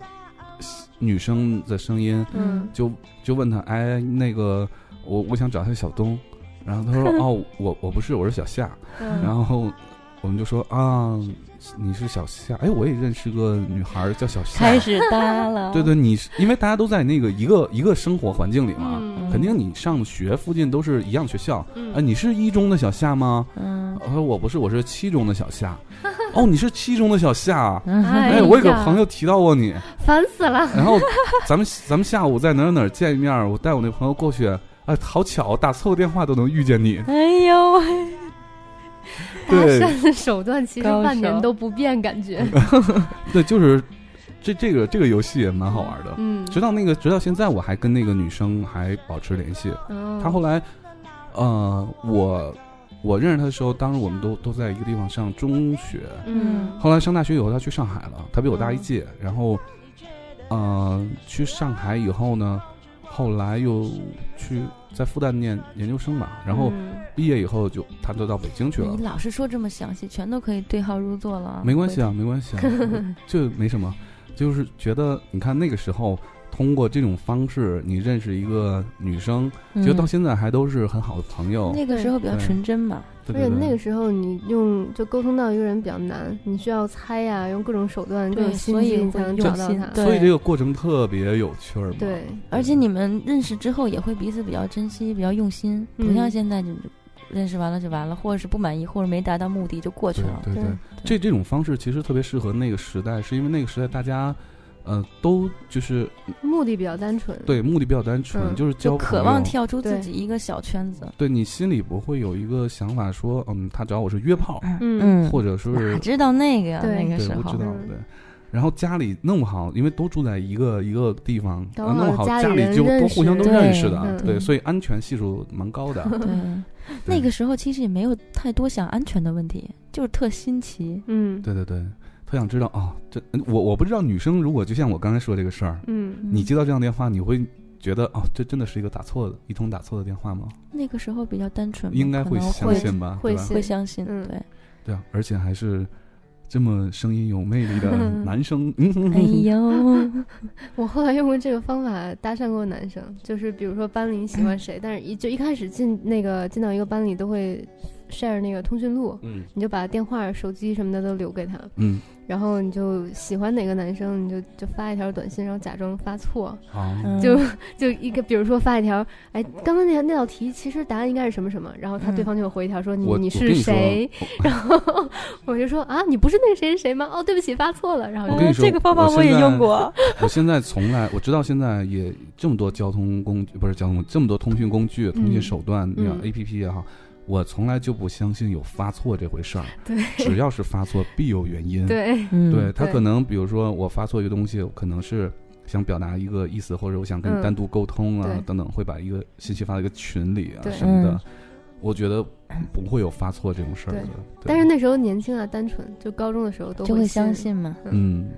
S10: 女生的声音，
S11: 嗯
S10: 就就问她，哎，那个我我想找一下小东，然后她
S1: <laughs>
S10: 说，哦，我我不是，我是小夏，
S11: 嗯
S10: 然后我们就说啊。你是小夏，哎，我也认识个女孩儿叫小夏，
S1: 开始搭了，
S10: <laughs> 对对，你是因为大家都在那个一个一个生活环境里嘛，
S1: 嗯
S10: 肯定你上学附近都是一样学校。
S1: 嗯
S10: 啊，你是一中的小夏吗？
S1: 嗯，
S10: 我说我不是，我是七中的小
S1: <laughs>
S10: 夏。哦，你是七中的小夏啊？哎，
S11: 呀
S10: 我有个朋友提到过你，
S11: 烦死了。
S10: 然后咱们咱们下午在哪儿哪儿见一面，我带我那朋友过去。哎，好巧，打错个电话都能遇见你。
S1: 哎呦喂，
S11: 搭
S10: 对
S11: <laughs> 讪的手段其实
S1: 高
S11: 半年
S1: 手
S11: 都不变，感觉。
S10: 对，就是这这个这个游戏也蛮好玩的。
S11: 嗯
S10: 直到那个直到现在，我还跟那个女生还保持联系。
S11: 哦
S10: 她后来，呃，我我认识她的时候，当时我们都都在一个地方上中学。
S11: 嗯
S10: 后来上大学以后，她去上海了，她比我大一届。然后，呃，去上海以后呢，后来又去在复旦念研究生嘛。然后
S1: 嗯
S10: 毕业以后就她就到北京去了。
S1: 哎你老是说这么详细，全都可以对号入座了。，
S10: 没关系啊，没关系啊 <laughs> 这没什么，就是觉得你看那个时候通过这种方式，你认识一个女生，
S1: 嗯
S10: 觉得到现在还都是很好的朋友。
S1: 那个时候比较
S10: 对
S1: 纯真嘛，
S10: 对
S11: 而且
S10: 对
S11: 那
S10: 对，
S11: 个时候你用就沟通到一个人比较难，你需要猜呀、用各种手段、各
S1: 对
S11: 种心
S1: 所以
S11: 机
S1: 会
S11: 你才能
S1: 用
S11: 找到
S1: 心
S11: 他。
S10: 所以这个过程特别有趣儿嘛。
S11: 对，
S1: 而且你们认识之后也会彼此比较珍惜、比较用心，不
S11: 嗯
S1: 像现在就认识完了就完了，或者是不满意，或者没达到目的就过去
S10: 对
S1: 了。
S10: 对对，这这种方式其实特别适合那个时代，是因为那个时代大家，呃，都就是
S11: 嗯目的比较单纯。
S10: 对目的比较单纯，
S11: 嗯
S10: 就是交
S1: 呃就渴望
S10: 朋友
S1: 跳出自
S11: 对
S1: 己一个小圈子。
S10: 对你心里不会有一个想法说，嗯，他找我是约炮，
S1: 嗯
S10: 或者说是
S1: 哪知道那个呀
S10: 对
S1: 那个时
S10: 我
S1: 候嗯
S10: 知道，对。然后家里弄不好，因为都住在一个一个地方，
S11: 搞
S10: 啊
S11: 不好
S10: 弄不好
S11: 家里
S10: 家里
S11: 人
S10: 就都
S11: 认
S10: 互相都
S1: 识
S10: 认识
S1: 对
S10: 的，
S1: 嗯
S10: 对，所以安全系数蛮高的。
S1: 对，嗯那个时候其实也没有太多想安全的问题，就是特新奇。
S11: 嗯
S10: 对对对，特想知道啊，这我我不知道女生如果就像我刚才说这个事儿，
S11: 嗯
S10: 你接到这样的电话，你会觉得哦，这真的是一个打错的一通打错的电话吗？
S1: 那个时候比较单纯嘛，
S10: 应该
S1: 可
S10: 会
S1: 能
S10: 相信吧
S1: 会
S10: 对吧
S1: 会相信，
S11: 嗯
S1: 对。
S10: 对啊，而且还是这么声音有魅
S1: <laughs>
S10: 力的男生，嗯，
S1: 哎呦，
S11: 我后来用过这个方法搭讪过男生，就是比如说班里你喜欢谁，但是一就一开始进那个进到一个班里都会 share 那个通讯录，
S10: 嗯
S11: 你就把电话、手机什么的都留给他，
S10: 嗯，
S11: 然后你就喜欢哪个男生，你就就发一条短信，然后假装发错，
S1: 嗯
S10: 哦
S11: 就就一个比如说发一条，哎，刚刚那条那道题其实答案应该是什么什么，然后他
S1: 嗯
S11: 对方就会回一条说你
S10: 我
S11: 你
S10: 我跟
S11: 是
S10: 你说
S11: 谁， <laughs> 然后我就说啊你不是那个谁谁谁吗？哦对不起发错了，然后
S10: 我
S11: 就。
S1: 嗯
S10: 跟你说，现在我现在从来，我知道现在也这么多交通工具，不是交通，这么多通讯工具、通讯手段，那样
S11: 嗯
S10: A P P 也好，我从来就不相信有发错这回
S1: <laughs>
S10: 事儿。
S11: 对
S10: 只要是发错，必有原因。
S11: 对嗯
S10: 对他
S11: 对
S10: 可能，比如说我发错一个东西，我可能是。想表达一个意思，或者我想跟你
S11: 嗯
S10: 单独沟通啊，
S11: 对
S10: 等等，会把一个信息发到一个群里啊
S11: 对
S10: 什么的
S11: 嗯。
S10: 我觉得不会有发错这种事儿
S11: 对
S10: 的。对
S11: 但是那时候年轻啊，单纯，就高中的时候都
S1: 就会
S11: 会
S1: 相信嘛
S10: 嗯，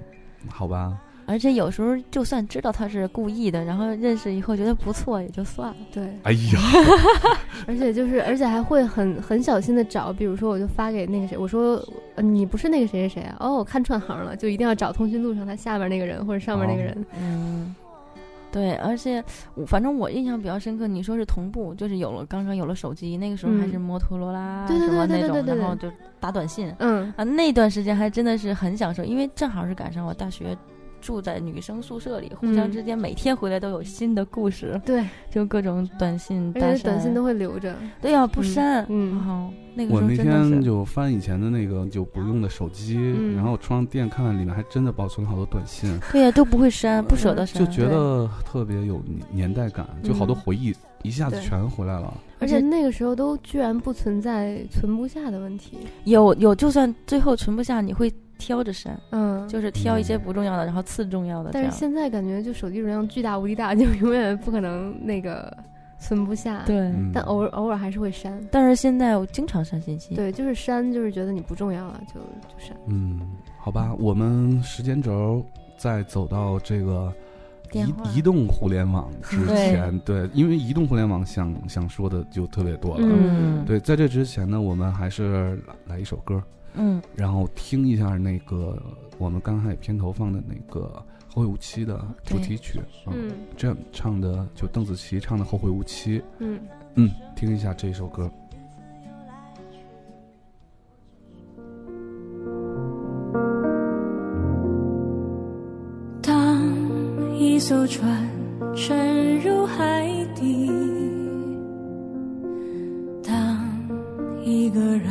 S10: 好吧，
S1: 而
S11: 嗯
S1: 且有时候就算知道他是故意的，然后认识以后觉得不错也就算了。
S11: 对，
S10: 哎呀，
S11: 而且就是，而且还会很很小心的找，比如说我就发给那个谁，我说、呃、你不是那个谁谁谁啊，哦，我看串行了，就一定要找通讯录上他下面那个人或者上面那个人，
S1: 嗯，对，而且我反正我印象比较深刻，你说是同步，就是有了刚刚有了手机，那个时候还是
S11: 嗯
S1: 摩托罗拉
S11: 对对
S1: 什么
S11: 对对
S1: 那
S11: 对
S1: 种，
S11: 对对
S1: 然后就打短信，
S11: 嗯
S1: 啊，那段时间还真的是很享受，因为正好是赶上我大学。住在女生宿舍里，互相
S11: 嗯
S1: 之间每天回来都有新的故事，
S11: 对，
S1: 就各种短信搭
S11: 而
S1: 讪，
S11: 且短信都会留着，
S1: 对呀、不删，
S11: 嗯，
S1: 哦，那个时
S10: 我
S1: 候
S10: 那
S1: 真的
S10: 天
S1: 是，
S10: 就翻以前的那个就不用的手机，
S1: 嗯
S10: 然后充上电看看，里面还真的保存了好多短信，
S1: 啊
S10: <laughs>
S11: 嗯
S1: 对呀、都不会删，不舍得删，
S10: 就觉得特别有年年代感，就好多回忆一下子
S13: 对
S10: 全回来了。
S13: 而且那个时候都居然不存在存不下的问题。
S14: 有有，就算最后存不下，你会挑着删，
S13: 嗯，
S14: 就是挑一些不重要的，然后次重要的这
S13: 但
S14: 样。
S13: 是现在感觉就手机容量巨大无敌大，就永远不可能那个存不下。
S14: 对嗯
S13: 但偶尔偶尔还是会删。
S14: 但是现在我经常删信
S1: 嗯
S14: 息。
S13: 对，就是删，就是觉得你不重要了，就就删。
S10: 嗯，好吧，我们时间轴再走到这个
S13: 电话
S10: 移移动互联网之前，对，因为移动互联网想想说的就特别多了。
S14: 嗯
S10: 对，在这之前呢，我们还是来来一首歌，
S14: 嗯，
S10: 然后听一下那个我们刚才片头放的那个《后会无期》的主题曲，
S13: 对嗯
S10: 这样唱的就邓紫棋唱的《后会无期》，
S13: 嗯
S10: 嗯，听一下这首歌。
S11: 当一艘船沉入海底，当一个人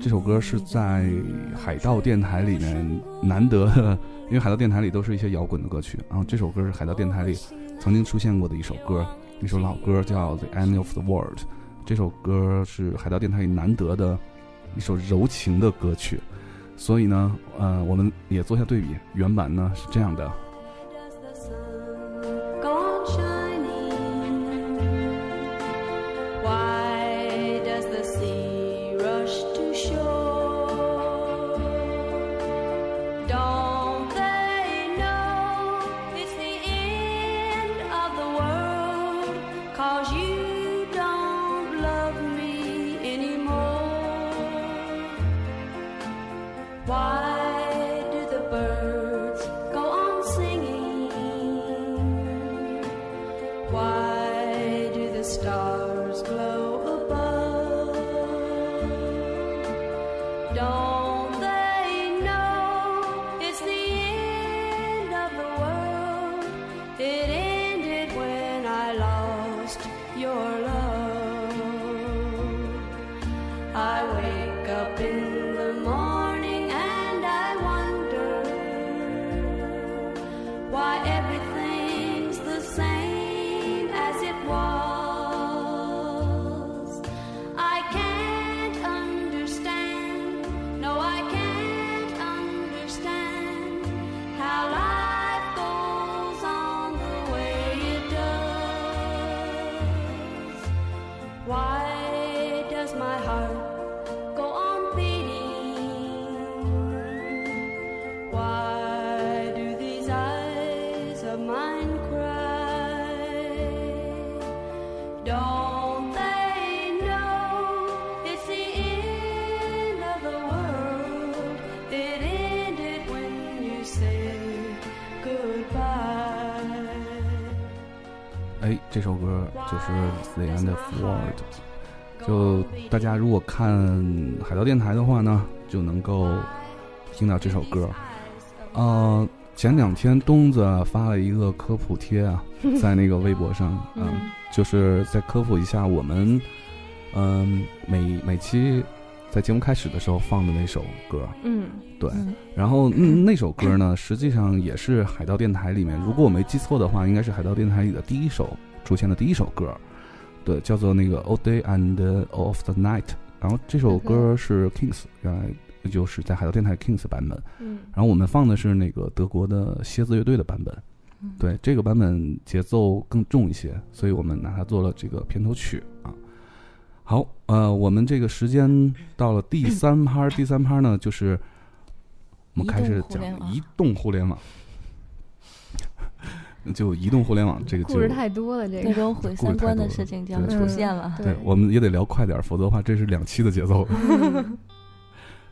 S10: 这首歌是在海盗电台里面难得的，因为海盗电台里都是一些摇滚的歌曲，然后这首歌是海盗电台里曾经出现过的一首歌，一首老歌叫《The End of the World》。这首歌是海盗电台里难得的一首柔情的歌曲，所以呢，呃，我们也做一下对比，原版呢是这样的。
S1: Gone shining. Why does the sea rush to shore? Don't they know it's the end of the world? 'Cause you don't love me anymore. Why do the birds go on singing? Why do the stars glow above? Don't they know it's the end of the world? It ended when I lost your love. I wake up in the morning and I wonder why everything's the same as it was. I can't understand, no, I can't understand how life goes on the way it does. Why does my heart go on beating? Why do these eyes of mine cry? Don't they know it's the end of the world? It ended when you said goodbye.
S10: 哎，这首歌就是《The End of the World》，就大家如果看海盗电台的话呢，就能够听到这首歌。呃，前两天东子发了一个科普贴啊，在那个微博上，嗯、
S15: 嗯
S10: 就是在科普一下我们，嗯、每每期在节目开始的时候放的那首歌，
S15: 嗯
S10: 对
S15: 嗯，
S10: 然后嗯那首歌呢， <clears throat> 实际上也是海盗电台里面，如果我没记错的话，应该是海盗电台里的第一首出现的第一首歌，对，叫做那个《All Day and All of the Night》。然后这首歌是 Kings，原来就是在海盗电台 Kings 版本，
S15: 嗯
S10: 然后我们放的是那个德国的蝎子乐队的版本，对，这个版本节奏更重一些，所以我们拿它做了这个片头曲啊。好，呃，我们这个时间到了第三趴 <coughs> 儿，第三趴儿呢就是我们开始讲移动互联网， <laughs> 就移动互联网这个
S11: 故
S10: 就
S11: 事太多了，这个
S1: 那种毁
S10: 故事
S1: 三
S10: 太
S1: 观
S10: 多
S1: 的
S10: 了
S1: 事情将
S10: 对
S1: 出现了。
S10: 对，我们也得聊快点儿，否则的话这是两期的节奏。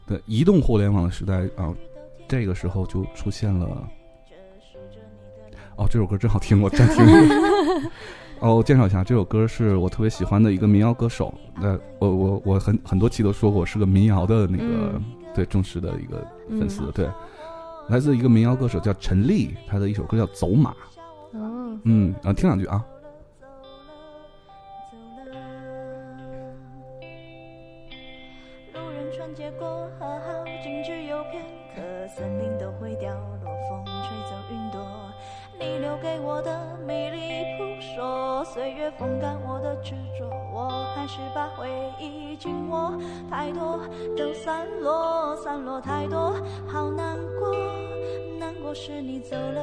S10: 对，移动互联网的时代啊，这个时候就出现了。哦，这首歌真好听，我暂停。
S15: <laughs>
S11: 嗯
S10: 哦，我介绍一下，这首歌是我特别喜欢的一个民谣歌手。那我我我很很多期都说过，我是个民谣的那个、
S15: 嗯
S10: 对忠实的一个 <laughs> 粉丝。
S15: 嗯
S10: 对，来自一个民谣歌手叫陈粒，他的一首歌叫《走马》。
S11: 哦，
S10: 嗯，啊，听两句啊。
S9: 路人穿街过河好景致有片刻，森林都会掉落，风吹走云朵。你留给我的迷离扑朔，岁月风干我的执着，我还是把回忆紧握。太多都散落，散落太多，好难过，难过是你走了，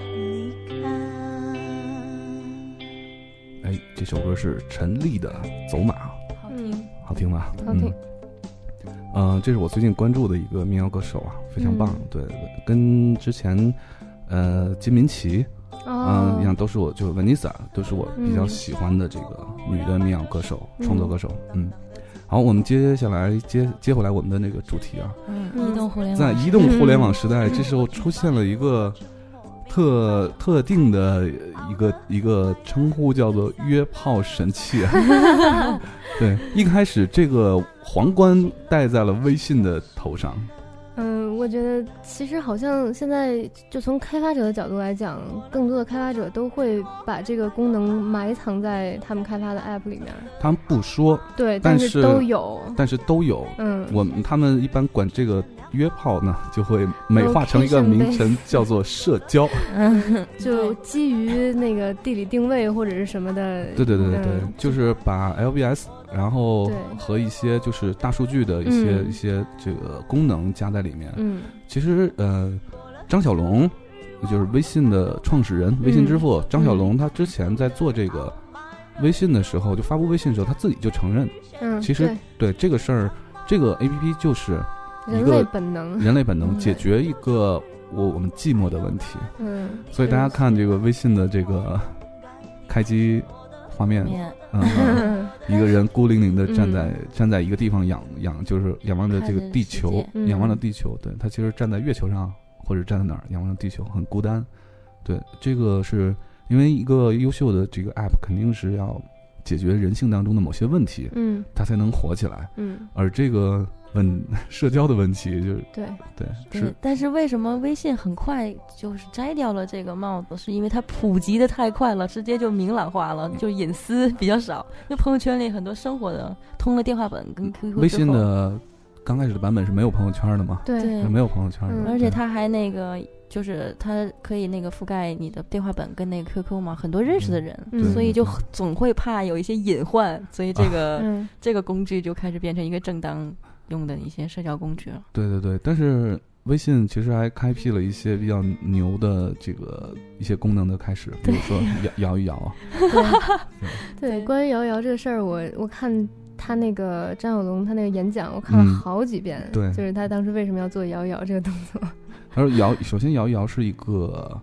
S9: 你看。
S10: 哎，这首歌是陈粒的《走马》，啊
S1: 好
S11: 嗯
S1: 听，
S10: 好听吧？
S1: 好听
S10: 嗯。呃，这是我最近关注的一个民谣歌手啊，非常棒。
S11: 嗯
S10: 对，跟之前呃金明琪，
S11: 哦
S10: 嗯、一样，都是我就是 Vanessa，都是我比较
S11: 嗯
S10: 喜欢的这个女的民谣歌手、
S11: 嗯
S10: 创作歌手。嗯，好，我们接下来接接回来我们的那个主题啊，
S1: 嗯，移动互联网，嗯
S10: 在移动互联网时代，这时候出现了一个特特定的一个一个称呼，叫做“约炮神器”。 <laughs> 对，一开始这个皇冠戴在了微信的头上，
S11: 嗯，我觉得其实好像现在就从开发者的角度来讲，更多的开发者都会把这个功能埋藏在他们开发的 App 里面。
S10: 他们不说，
S11: 对
S10: 但
S11: 但是都有
S10: 但是都有。
S11: 嗯
S10: 我们他们一般管这个约炮呢，就会美化成一个
S11: Location
S10: 名称
S11: based，
S10: 叫做社交。
S11: 嗯，就基于那个地理定位或者是什么的。
S10: 对对对对对
S11: 嗯，
S10: 就是把 LBS，然后
S11: 对
S10: 和一些就是大数据的一些、
S11: 嗯
S10: 一些这个功能加在里面。
S11: 嗯，
S10: 其实呃，张小龙就是微信的创始人，
S11: 嗯
S10: 微信之父、张小龙，他之前在做这个微信的时候，就发布微信的时候，他自己就承认，
S11: 嗯
S10: 其实对这个事儿，这个 APP 就是一
S11: 人
S10: 个
S11: 类本能
S10: 人类本能
S11: 嗯
S10: 解决一个我我们寂寞的问题。
S11: 嗯
S10: 所以大家看这个微信的这个开机画面
S11: 面，
S10: 嗯，一个人孤零零的站在、
S11: 嗯
S10: 站在一个地方仰仰，就是仰望着这个地
S11: 看
S10: 球
S11: 着世界，嗯
S10: 仰望着地球。对他其实站在月球上，或者站在哪儿仰望着地球，很孤单。对，这个是因为一个优秀的这个 app 肯定是要解决人性当中的某些问题，
S11: 嗯
S10: 它才能火起来。
S11: 嗯
S10: 而这个问 <laughs> 社交的问题就是
S11: 对
S10: 对
S1: 对
S10: 是，
S1: 但是为什么微信很快就是摘掉了这个帽子？是因为它普及的太快了，直接就明朗化了，就隐私比较少。那朋友圈里很多生活的，通了电话本跟 QQ 之后
S10: 微信的刚开始的版本是没有朋友圈的嘛？
S1: 对嗯
S10: 是没有朋友圈的。
S1: 而且它还那个，就是它可以那个覆盖你的电话本跟那个 QQ 嘛，很多认识的人，
S10: 嗯对
S1: 所以
S10: 对
S1: 就很总会怕有一些隐患，所以这个、
S10: 啊
S1: <laughs>
S10: 嗯
S1: 这个工具就开始变成一个正当用的一些社交工具了。
S10: 对对对，但是微信其实还开辟了一些比较牛的这个一些功能的开始， <laughs> 比如说摇摇一摇啊，
S11: 对，关于摇一摇这个事儿，我我看他那个张小龙他那个演讲，我看了
S10: 嗯
S11: 好几遍，
S10: 对
S11: 就是他当时为什么要做摇一摇这个动作，
S10: 他说摇，首先摇一摇是一个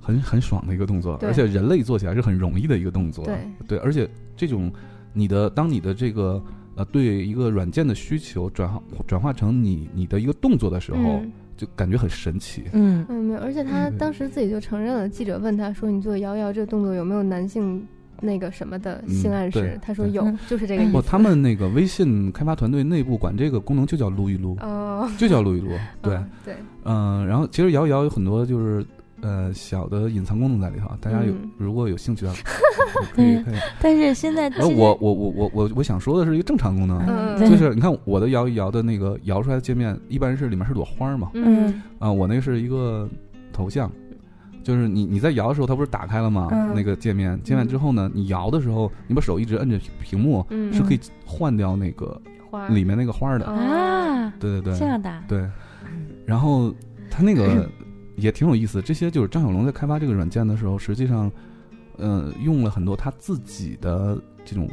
S10: 很很爽的一个动作，
S11: 对
S10: 而且人类做起来是很容易的一个动作。
S11: 对
S10: 而且这种你的当你的这个呃对一个软件的需求转化转化成你你的一个动作的时候，
S11: 嗯
S10: 就感觉很神奇。
S11: 嗯，没有，而且他
S10: 嗯
S11: 当时自己就承认了，记者问他说你做摇一摇这个动作有没有男性那个什么的
S10: 嗯
S11: 性暗示
S10: 对，
S11: 他说有，
S1: 嗯
S11: 就是这个意
S10: 不，
S11: 思。
S10: 他们那个微信开发团队内部管这个功能就叫撸一撸，
S11: 哦
S10: 就叫撸一撸，对，
S11: 对，
S10: 嗯、然后其实摇一摇有很多就是呃小的隐藏功能在里头，啊大家有、
S1: 嗯
S10: 如果有
S1: <laughs>
S10: 兴趣的话啊可以看一下。
S1: 但是现在
S10: 呃，
S1: 其实
S10: 我我我我我我想说的是一个正常功能，啊
S1: 嗯
S10: 就
S1: 对
S10: 是你看我的摇一摇的那个摇出来的界面，一般是里面是朵花儿嘛，
S1: 嗯，
S10: 啊，我那个是一个头像，就是你你在摇的时候，它不是打开了吗？
S1: 嗯
S10: 那个界面，界面之后呢，你摇的时候，你把手一直摁着屏屏幕，
S1: 嗯
S10: 是可以换掉那个
S1: 花儿
S10: 里面那个花儿的
S11: 哦
S1: 啊
S10: 对对对，
S1: 这样的啊
S10: 对，然后它那
S1: 哎
S10: 个也挺有意思，这些就是张小龙在开发这个软件的时候，实际上，呃，用了很多他自己的这种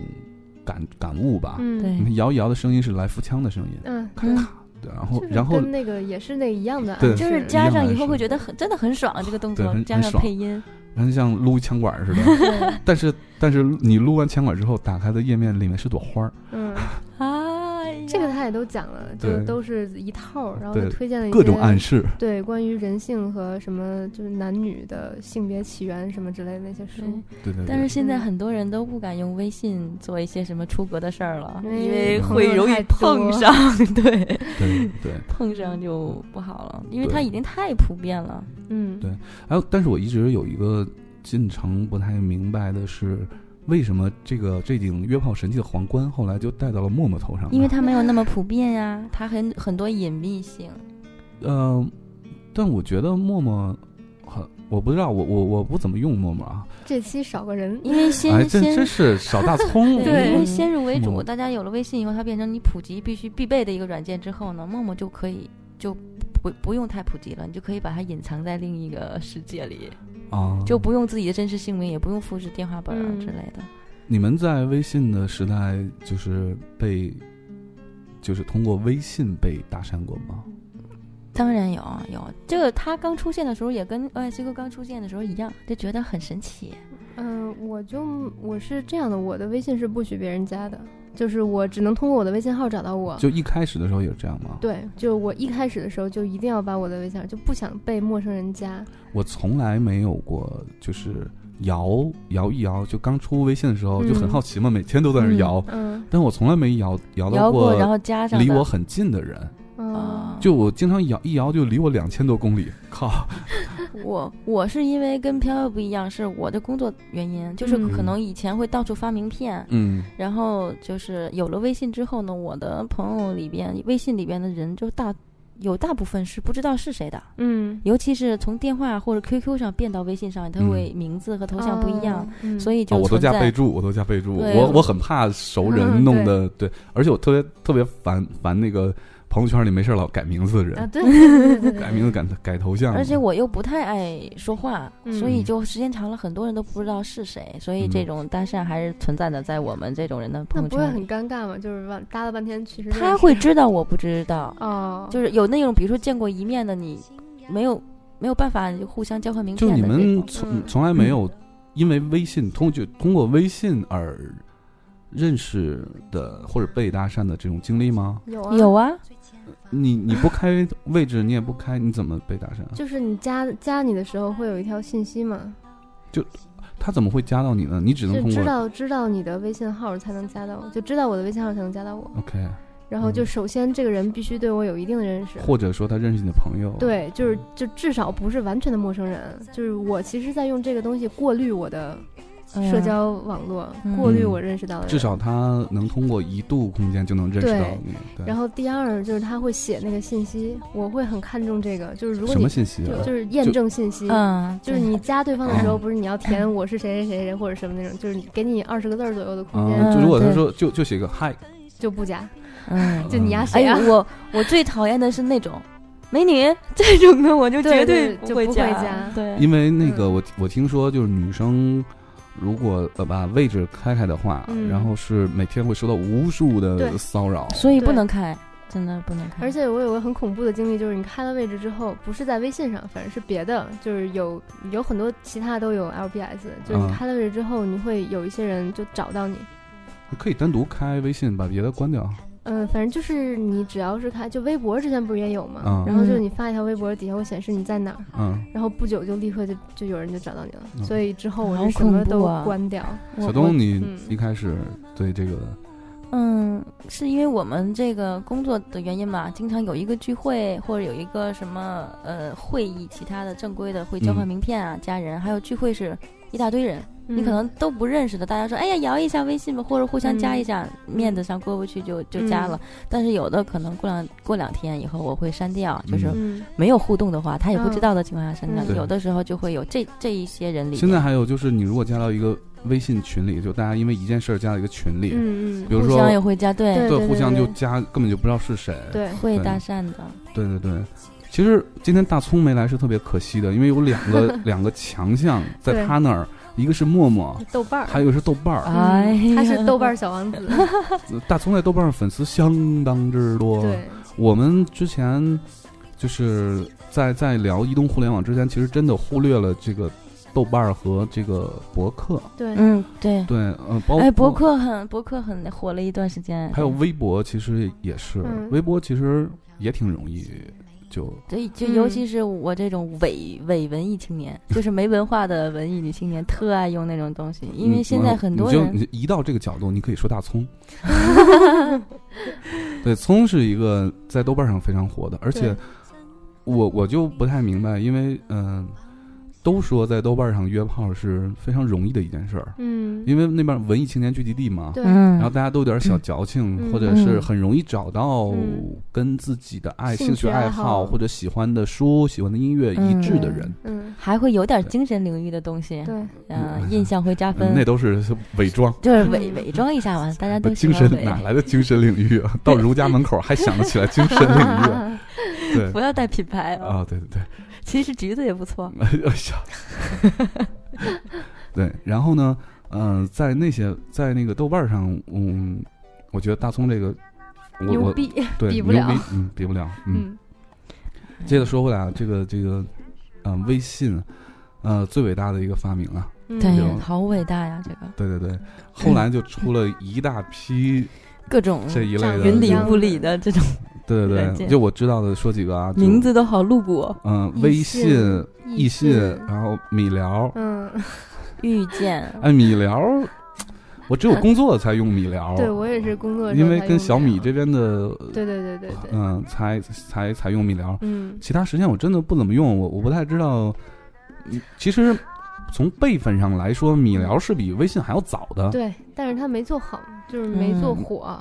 S10: 感感悟吧。
S11: 嗯对
S10: 你看摇一摇的声音是来福枪的声音，
S11: 嗯，
S10: 咔咔，对然后
S11: 就是
S10: 然后
S11: 跟那个也是那一样的暗
S10: 对
S11: 示，
S1: 就是
S10: 一
S1: 加
S10: 样
S1: 上
S10: 的
S1: 以后
S10: 是
S1: 会觉得很真的很爽，啊这个动
S10: 对
S1: 作
S10: 很
S1: 加
S10: 很
S1: 上
S10: 爽
S1: 配音，
S10: 然后就像撸枪管
S1: <laughs>
S10: 似的。但是但是你撸完枪管之后，打开的页面里面是朵花儿，
S11: 嗯
S1: 啊，
S11: 这个他也都讲了，就
S10: 对
S11: 都是一套儿，然后
S10: 对
S11: 他推荐了一
S10: 各种
S11: 些
S10: 暗示
S11: 对，关于人性和什么就是男女的性别起源什么之类的那些书，
S10: 对对
S1: 但是现在很多人都不敢用微信做一些什么出格的事儿了，
S11: 嗯因
S1: 因
S11: 为
S1: 为
S11: 朋
S1: 会
S11: 友
S1: 容易
S11: 太
S1: 碰
S11: 多
S1: 上， <laughs> 对
S10: 对对
S1: 碰上就不好了， <laughs> 因为
S10: 对
S1: 它已经太普遍了。
S11: 嗯，
S10: 对，还有，哎但是我一直有一个进程不太明白的是，为什么这个这顶约炮神器的皇冠后来就戴到了默默头上呢？
S1: 因为它没有那么普遍呀、它很很多隐蔽性。
S10: 呃，但我觉得默默很，我不知道，我我我不怎么用默默啊，
S11: 这期少个人，
S1: 因
S11: <laughs>
S1: 为先
S10: 哎，这
S1: 先
S10: 真是少大
S1: <laughs>
S10: 葱，
S1: 对，因为先入为主，
S10: 嗯
S1: 大家有了微信以后，它变成你普及必须必备的一个软件之后呢，陌陌就可以就不不用太普及了，你就可以把它隐藏在另一个世界里，
S10: 啊，
S1: 就不用自己的真实姓名，也不用复制电话本
S11: 嗯
S1: 啊之类的。
S10: 你们在微信的时代就是被，就是通过微信被搭讪过吗？
S1: 当然有有，这个它刚出现的时候也跟 OSQ 刚出现的时候一样，就觉得很神奇。
S11: 嗯、我就我是这样的，我的微信是不许别人加的，就是我只能通过我的微信号找到
S1: 呃
S11: 我。
S10: 就一开始的时候也是这样吗？
S11: 对，就是我一开始的时候就一定要把我的微信号，就不想被陌生人加。
S10: 我从来没有过，就是摇摇一摇，就刚出微信的时候、
S11: 嗯
S10: 就很好奇嘛，每天都在那儿摇，
S11: 嗯嗯
S10: 但我从来没摇摇到
S1: 摇过然后加上的
S10: 离我很近的人，
S11: 嗯，
S1: 哦啊
S10: 就我经常摇一摇就离我两千多公里，靠，
S1: 我我是因为跟飘飘不一样，是我的工作原因，就是嗯可能以前会到处发名片，
S10: 嗯
S1: 然后就是有了微信之后呢，我的朋友里边，微信里边的人就大有大部分是不知道是谁的，
S11: 嗯，
S1: 尤其是从电话或者 QQ 上变到微信上，他嗯会名字和头像不一样，
S11: 嗯
S1: 所以
S10: 啊
S1: 就
S10: 嗯我都
S1: 存在
S10: 加备注，我都加备注，
S1: 对
S10: 我我很怕熟人
S1: 嗯
S10: 弄的，对，而且我特别特别烦烦那个朋友圈里没事儿老改名字的人，
S1: 啊，对对对对
S10: 改
S1: 对。
S10: 名字改改头像，
S1: 而且我又不太爱说话，
S10: 嗯
S1: <laughs> 所以就时间长了，很多人都不知道是谁，所以这种搭讪还是存在的，在我们这种人的朋
S11: 那
S1: 友
S11: 不会
S1: 圈里。
S11: 很尴尬吗？就是忘搭了半天，其实
S1: 他会知道我不知道，
S11: 哦，
S1: 就是有那种比如说见过一面的你，没有没有办法互相交换名片
S10: 就
S1: 的
S10: 你
S1: 这种。
S10: 们
S11: 嗯
S10: 从从来没有因为微信通就通过微信而认识的或者被搭讪的这种经历吗？
S11: 有啊
S1: 有啊，
S10: 你你不
S11: <laughs>
S10: 开位置，你也不开，你怎么被搭讪啊？
S11: 就是你加加你的时候会有一条信息嘛，
S10: 就他怎么会加到你呢？你只能
S11: 就
S10: 通
S11: 知
S10: 过
S11: 道知道你的微信号才能加到我，就知道我的微信号才能加到我。
S10: OK，
S11: 然后就首先这个人必须对我有一定的认识，
S10: 嗯或者说他认识你的朋友，，
S11: 对，就是就至少不是完全的陌生人。就是我其实，在用这个东西过滤我的
S1: 嗯
S11: 社交网络，过滤我认识到的人。
S10: 至少他能通过一度空间就能认识到你。对，
S11: 然后第二就是他会写那个信息，我会很看重这个，就是如果
S10: 什
S11: 你
S10: 么信息啊
S11: 就就是验
S10: 就嗯
S11: 证信息，
S1: 嗯
S11: 就是你加对方的时候，不是你要填我是谁谁谁谁或者什么那种，就是你给你二十个字儿左右的空间，
S10: 啊，就如果他说就就写个嗨，
S11: 就不加，
S1: 嗯
S11: 就你啊呀
S1: 哎
S11: 谁
S1: 呦
S11: 呀，，
S1: 我我最讨厌的是那种美女这种的，我就
S11: 对
S1: 绝
S11: 对就
S1: 不会
S11: 不会加
S1: 对，
S10: 因为那个我我听说就是女生，如果呃把位置开开的话，
S1: 嗯
S10: 然后是每天会受到无数的
S11: 对
S10: 骚扰，
S1: 所以不能开，真的不能开。
S11: 而且我有个很恐怖的经历，就是你开了位置之后，不是在微信上，反正是别的，就是有有很多其他都有 LBS，就是你
S10: 啊
S11: 开了位置之后，你会有一些人就找到你。
S10: 可以单独开微信，把别的关掉。
S11: 嗯，反正就是你只要是开，就微博之前不是也有吗？
S10: 嗯
S11: 然后就是你发一条微博，底下会显示你在哪儿，
S10: 嗯，
S11: 然后不久就立刻就就有人就找到你了。
S10: 嗯
S11: 所以之后我
S1: 好
S11: 是什
S1: 恐
S11: 么
S1: 怖
S11: 都
S1: 啊
S11: 关掉。
S10: 小东，你
S1: 嗯
S10: 一开始对这个
S1: 嗯，是因为我们这个工作的原因嘛，经常有一个聚会或者有一个什么呃会议，其他的正规的会交换
S7: 嗯
S1: 名片啊，家人，还有聚会是一大堆人，你
S7: 嗯
S1: 可能都不认识的，大家说哎呀摇一下微信吧，或者互相
S11: 嗯
S1: 加一下，面子上过不去就就加了。但是有的可能过两过两天以后我会删掉，就是
S10: 嗯
S1: 没有互动的话，他也不
S7: 嗯
S1: 知道的情况下删掉。
S10: 嗯对
S1: 有的时候就会有这这一些人里
S10: 现
S1: 面
S10: 在还有就是，你如果加到一个微信群里，就大家因为一件事儿加到一个群里，
S1: 嗯嗯
S10: 比如
S1: 互
S10: 说
S1: 相也会加对对对对
S10: 互相就
S1: 对
S10: 加，根本就不知道是谁，
S1: 会搭讪的。
S10: 对对对。其实今天大葱没来是特别可惜的，因为有两
S1: <laughs>
S10: 个两个强项在
S11: 对
S10: 他那儿，一个是陌陌，
S11: 豆瓣儿嗯
S10: 还有一个是豆瓣儿。
S1: 哎呀
S11: 他是豆瓣小王
S10: <laughs>
S11: 子。
S10: 大葱在豆瓣上粉丝相当之多。
S11: 对，
S1: 嗯
S10: 我们之前就是在在聊移动互联网之前，其实真的忽略了这个豆瓣儿和这个博客。
S11: 对
S1: 嗯，对，
S10: 对，呃，包
S1: 哎，博
S10: 括
S1: 客很博客很火了一段时间，
S10: 还有微博，其实也是，
S1: 嗯
S10: 微博其实也挺容易就
S1: 对，就
S11: 嗯
S1: 尤其是我这种伪伪文艺青年，就是没文化的文艺女青年，特爱用那种东西，因为
S10: 嗯
S1: 现在很多
S10: 你就你
S1: 人
S10: 就移到这个角度，你可以说大葱。
S11: 嗯
S1: <laughs>
S10: 对，葱是一个在豆瓣上非常火的，而且
S1: 对
S10: 我我就不太明白，因为嗯、都说在豆瓣上约炮是非常容易的一件事儿，
S11: 嗯
S10: 因为那边文艺青年聚集地嘛，
S11: 对嗯
S10: 然后大家都有点小矫情，
S11: 嗯
S10: 或者是很容易找到跟自己的爱、
S1: 嗯兴
S10: 兴
S1: 趣
S10: 爱
S1: 爱好
S10: 或者喜欢的书、喜欢的音乐一致的人。
S11: 嗯，
S1: 还会有点精神领域的东西，
S11: 对，
S1: 嗯，印象会
S10: <laughs>
S1: 加
S10: 嗯
S1: 分，
S10: 那都是伪装，
S1: 就是
S11: 嗯
S1: 伪伪装一下嘛，大家
S10: 不
S1: 都喜
S10: 精
S1: 欢
S10: 神
S1: 伪？
S10: 哪来的精神领域啊？到儒家门口还想得起来精神领域啊
S1: <laughs>
S10: 对，
S1: 不要带品牌哦
S10: 啊！对对对，
S1: 其实橘子也不错，
S10: 哎呀， <laughs> 对。然后呢，嗯，在那些在那个豆瓣上，嗯，我觉得大葱这个，我
S11: 牛
S10: 我
S11: 逼
S10: 对
S11: 比
S10: 牛
S11: 不了
S10: 逼，嗯，比不
S1: <laughs>
S10: 了，嗯。
S11: 嗯
S10: 接着说回来啊，这个这个，嗯，微信，呃，最伟大的一个发明啊，
S11: 嗯
S1: 对
S10: 有，
S1: 好伟大呀，这个
S10: 对对
S1: <laughs>
S10: 对，后来就出了一大批
S1: 各种
S10: 这一类的
S1: 云里
S10: 这种
S1: 雾里的这种
S10: 对对
S1: 软
S10: 对，
S1: 件
S10: 就我知道的说几个啊，就
S1: 名字都好露骨，哦
S10: 嗯，
S1: 易
S10: 微
S1: 信
S10: 信、
S1: 易
S10: 易信
S1: 信，
S10: 然后米聊，
S11: 嗯，
S1: <laughs>
S10: 哦
S1: 遇见
S10: 哎，米聊，我只有工作才用米聊，
S11: <laughs> 对我也是工作的时候
S10: 因为
S11: 才
S10: 跟
S11: 用
S10: 小
S11: 的
S10: 米这边的，
S11: 对对对对对，
S10: 嗯，才才才用米聊，
S11: 嗯
S10: 其他时间我真的不怎么用，我我不太知道，嗯其实从辈分上来说，米聊是比微信还要早的，
S11: 对，但是他没做好，就是没做火。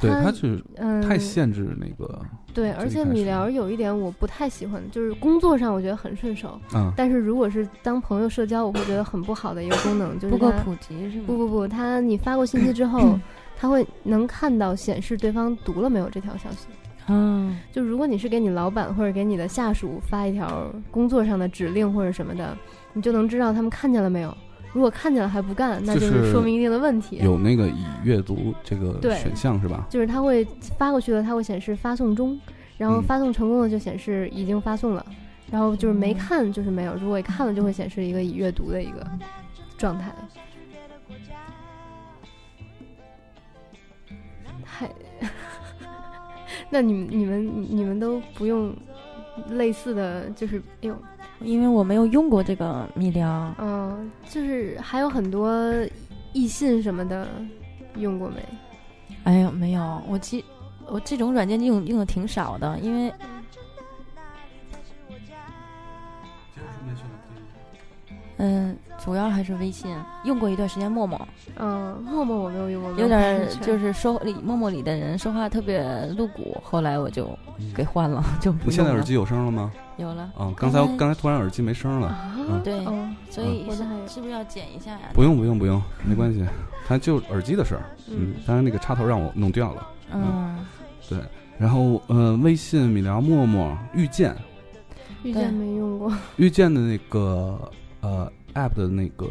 S10: 对，
S11: 它
S10: 它是
S11: 嗯
S10: 嗯太限制那个，
S11: 对，
S10: 最
S11: 而
S10: 一
S11: 且
S10: 开
S11: 米
S10: 始
S11: 聊有一点我不太喜欢，就是工作上我觉得很顺手，
S10: 嗯
S11: 但是如果是当朋友社交，我会觉得很不好的一个功能，就是
S1: 不够
S11: 它
S1: 普嗯及是吗
S11: 不不不，它你发过信息
S10: <clears throat>
S11: 之后，它会能看到显示对方读了没有这条消息。
S1: 嗯，
S11: 就如果你是给你老板或者给你的下属发一条工作上的指令或者什么的，你就能知道他们看见了没有。如果看见了还不干，那
S10: 就
S11: 就是说明一定的问题。啊
S10: 有那个已阅读这个
S11: 对
S10: 选项是吧？
S11: 就是它会发过去的，它会显示发送中，然后发送成功的就显示已经发送了，然后就是没看就是没有，如果看了就会显示一个已阅读的一个状态。太， <laughs> 那你们你们你们都不用类似的就是，哎呦，
S1: 因为我没有用过这个米聊，
S11: 嗯、就是还有很多易信什么的用过没？
S1: 哎呦，没有，我其我这种软件用用的挺少的，因为嗯、主要还是微信，用过一段时间陌陌，
S11: 嗯、陌陌我没有用过，没
S1: 有点
S11: 太
S1: 儿
S11: 全
S1: 就是说里陌陌里的人说话特别露骨，后来我就
S10: 嗯
S1: 给换了，就不
S10: 你现
S1: 用
S10: 在耳
S1: 了
S10: 机有声了吗？
S1: 有了
S10: 啊，刚才
S1: 刚才
S10: 刚才突然耳机没声了。
S11: 啊
S10: 嗯
S1: 对，
S11: 哦
S1: 所以
S11: 我
S1: 是
S11: 的还有
S1: 是不是要剪一下呀？
S10: 不用不用不用，没关系，它就耳机的事儿。嗯，当然那个插头让我弄掉了。
S1: 嗯，
S10: 对，然后呃，微信、米聊、陌陌、遇见、
S11: 遇见没用过，
S10: 遇见的那个呃 app 的那个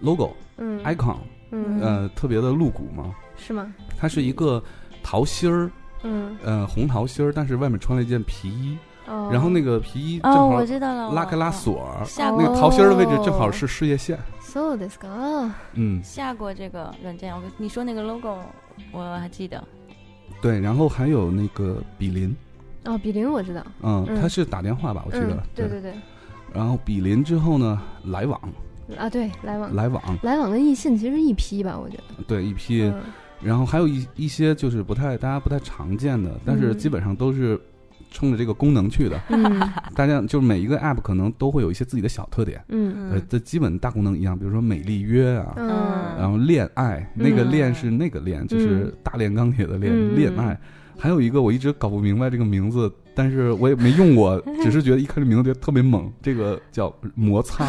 S10: logo，
S11: 嗯
S10: icon，
S11: 嗯
S10: 哎呃，特别的露骨嘛。
S11: 是吗？
S10: 它是一个桃心儿，
S11: 嗯
S10: 呃，红桃心儿，但是外面穿了一件皮衣，
S11: 哦
S10: 然后那个皮衣
S1: 哦
S10: 正好
S1: 我知道了
S10: 拉
S1: 我哦
S10: 开拉锁儿，哦
S1: 下
S10: 那个
S1: 过
S10: 桃心儿的位置正好是事业线。
S11: So this g o
S10: 嗯，
S1: 下过这个软件，我跟你说那个 logo 我还记得，
S10: 对，然后还有那个比邻，
S11: 哦，比邻我知道，
S10: 嗯，他是打电话吧，我记得
S11: 嗯，对对对，
S10: 然后比邻之后呢，来往，
S11: 啊对，来往
S10: 来往
S11: 来往跟易信其实一批吧，我觉得，
S10: 对一批，
S11: 嗯
S10: 然后还有一一些就是不太大家不太常见的，但是
S11: 嗯
S10: 基本上都是冲着这个功能去
S11: <laughs>
S10: 的。
S11: 嗯
S10: 大家就是每一个 app 可能都会有一些自己的小特点，
S11: 嗯
S10: 呃，这基本大功能一样，比如说美丽约啊，
S11: 嗯
S10: 然后恋爱，那个
S11: 嗯
S10: 恋是那个恋，就是
S11: 嗯
S10: 大炼钢铁的炼，
S11: 嗯
S10: 恋爱。还有一个我一直搞不明白这个名字，但是我也没用
S11: <laughs>
S10: 过，只是觉得一看这名字觉得特别猛。这个叫摩
S11: <laughs>
S10: 擦，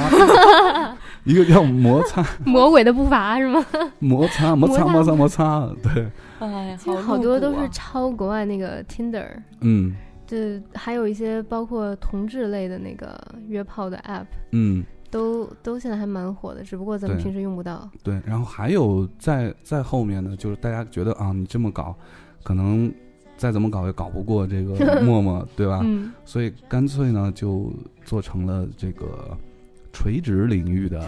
S10: 一个叫摩擦，
S11: 魔鬼的步伐是吗？
S10: 摩
S11: <laughs>
S10: 擦，摩擦，摩
S11: 摩
S10: 擦，
S11: 擦
S10: 摩擦， <laughs> 对，
S1: 哎，
S11: 其实好多都
S10: 啊
S11: 是抄国外那个 Tinder，
S10: 嗯
S11: 就还有一些包括同志类的那个约炮的 app，
S10: 嗯，
S11: 都都现在还蛮火的，只不过咱们
S10: 对啊
S11: 平时用不到。
S10: 对，然后还有在在后面呢，就是大家觉得啊，你这么搞，可能再怎么搞也搞不过这
S11: <laughs>
S10: 个陌陌，对吧？
S11: 嗯
S10: 所以干脆呢，就做成了这个垂直领域
S11: <laughs>
S10: 的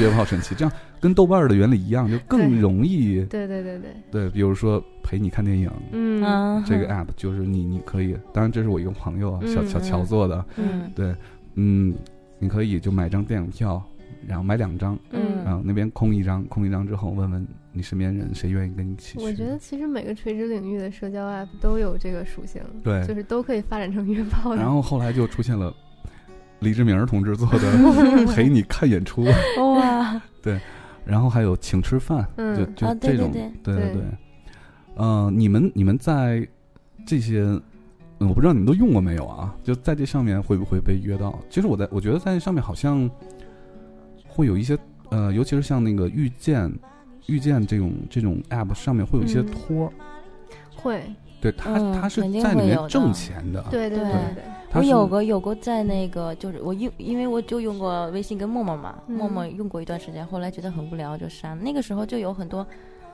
S10: 约炮神器，这样跟豆瓣儿的原理一样，就更
S11: 对
S10: 容易
S11: 对对对对，
S10: 对，比如说陪你看电影，
S11: 嗯啊
S10: 这个 app 就是你你可以，当然这是我一个朋友啊，小小
S11: 嗯
S10: 乔做的，
S11: 嗯
S10: 对，嗯，你可以就买张电影票，然后买两张，
S11: 嗯
S10: 然后那边空一张，空一张之后问问你身边人谁愿意跟你一起
S11: 我
S10: 去，
S11: 觉得其实每个垂直领域的社交 app 都有这个属性，
S10: 对
S11: 就是都可以发展成约炮的。
S10: 然后后来就出现了李志明同志做
S1: <laughs>
S10: 的陪你看演出，
S1: 哇，
S10: <laughs> 对，然后还有请吃饭，
S1: 嗯
S10: 就就
S1: 啊对
S10: 这种，
S1: 对对
S10: 对对
S1: 对
S10: 呃，你们你们在这些，嗯我不知道你们都用过没有啊？就在这上面会不会被约到？其实我在我觉得在这上面好像会有一些，呃，尤其是像那个遇见遇见这种这种 app 上面会有一些
S11: 嗯
S10: 托儿，
S11: 会，
S10: 对它
S1: 嗯
S10: 它是
S1: 肯定
S10: 在里
S1: 会
S10: 面
S1: 有的
S10: 挣钱的，
S11: 对对
S10: 对
S11: 对对
S10: 它
S1: 我
S10: 是
S1: 有过有过在那个就是我用，因为我就用过微信跟陌陌嘛，
S11: 嗯
S1: 陌陌用过一段时间，后来觉得很无聊就删了。那个时候就有很多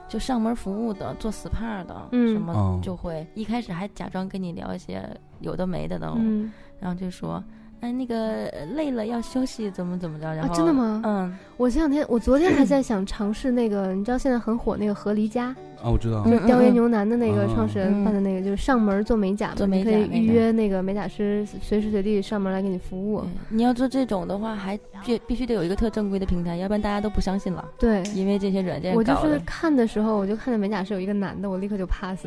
S1: 就上门服务的，做 SPA 的，
S11: 嗯
S1: 什么
S11: 哦
S1: 就会、一开始还假装跟你聊一些有的没的的，
S11: 嗯
S1: 然后就说。哎，那个呃累了要休息，怎么怎么着？然
S11: 啊
S1: 后、，
S11: 真的吗？
S1: 嗯，
S11: 我前两天，我昨天还在想尝试那个，你知道现在很火那个和离家，
S10: 啊，我知道，
S11: 就是雕爷牛腩的那个创始
S1: 嗯
S11: 人办的那个，就是上门做美甲嘛，
S1: 做美
S11: 你
S1: 甲
S11: 可
S1: 那
S11: 以
S1: 个
S11: 预约那个美甲师，随时随地上门来给你服务。
S1: 你要做这种的话，还必必须得有一个特正规的平台，要不然大家都不相信了。
S11: 对
S1: 因为这些软件
S11: 我就
S1: 搞
S11: 是
S1: 的，
S11: 看的时候，我就看见美甲师有一个男的，我立刻就 pass。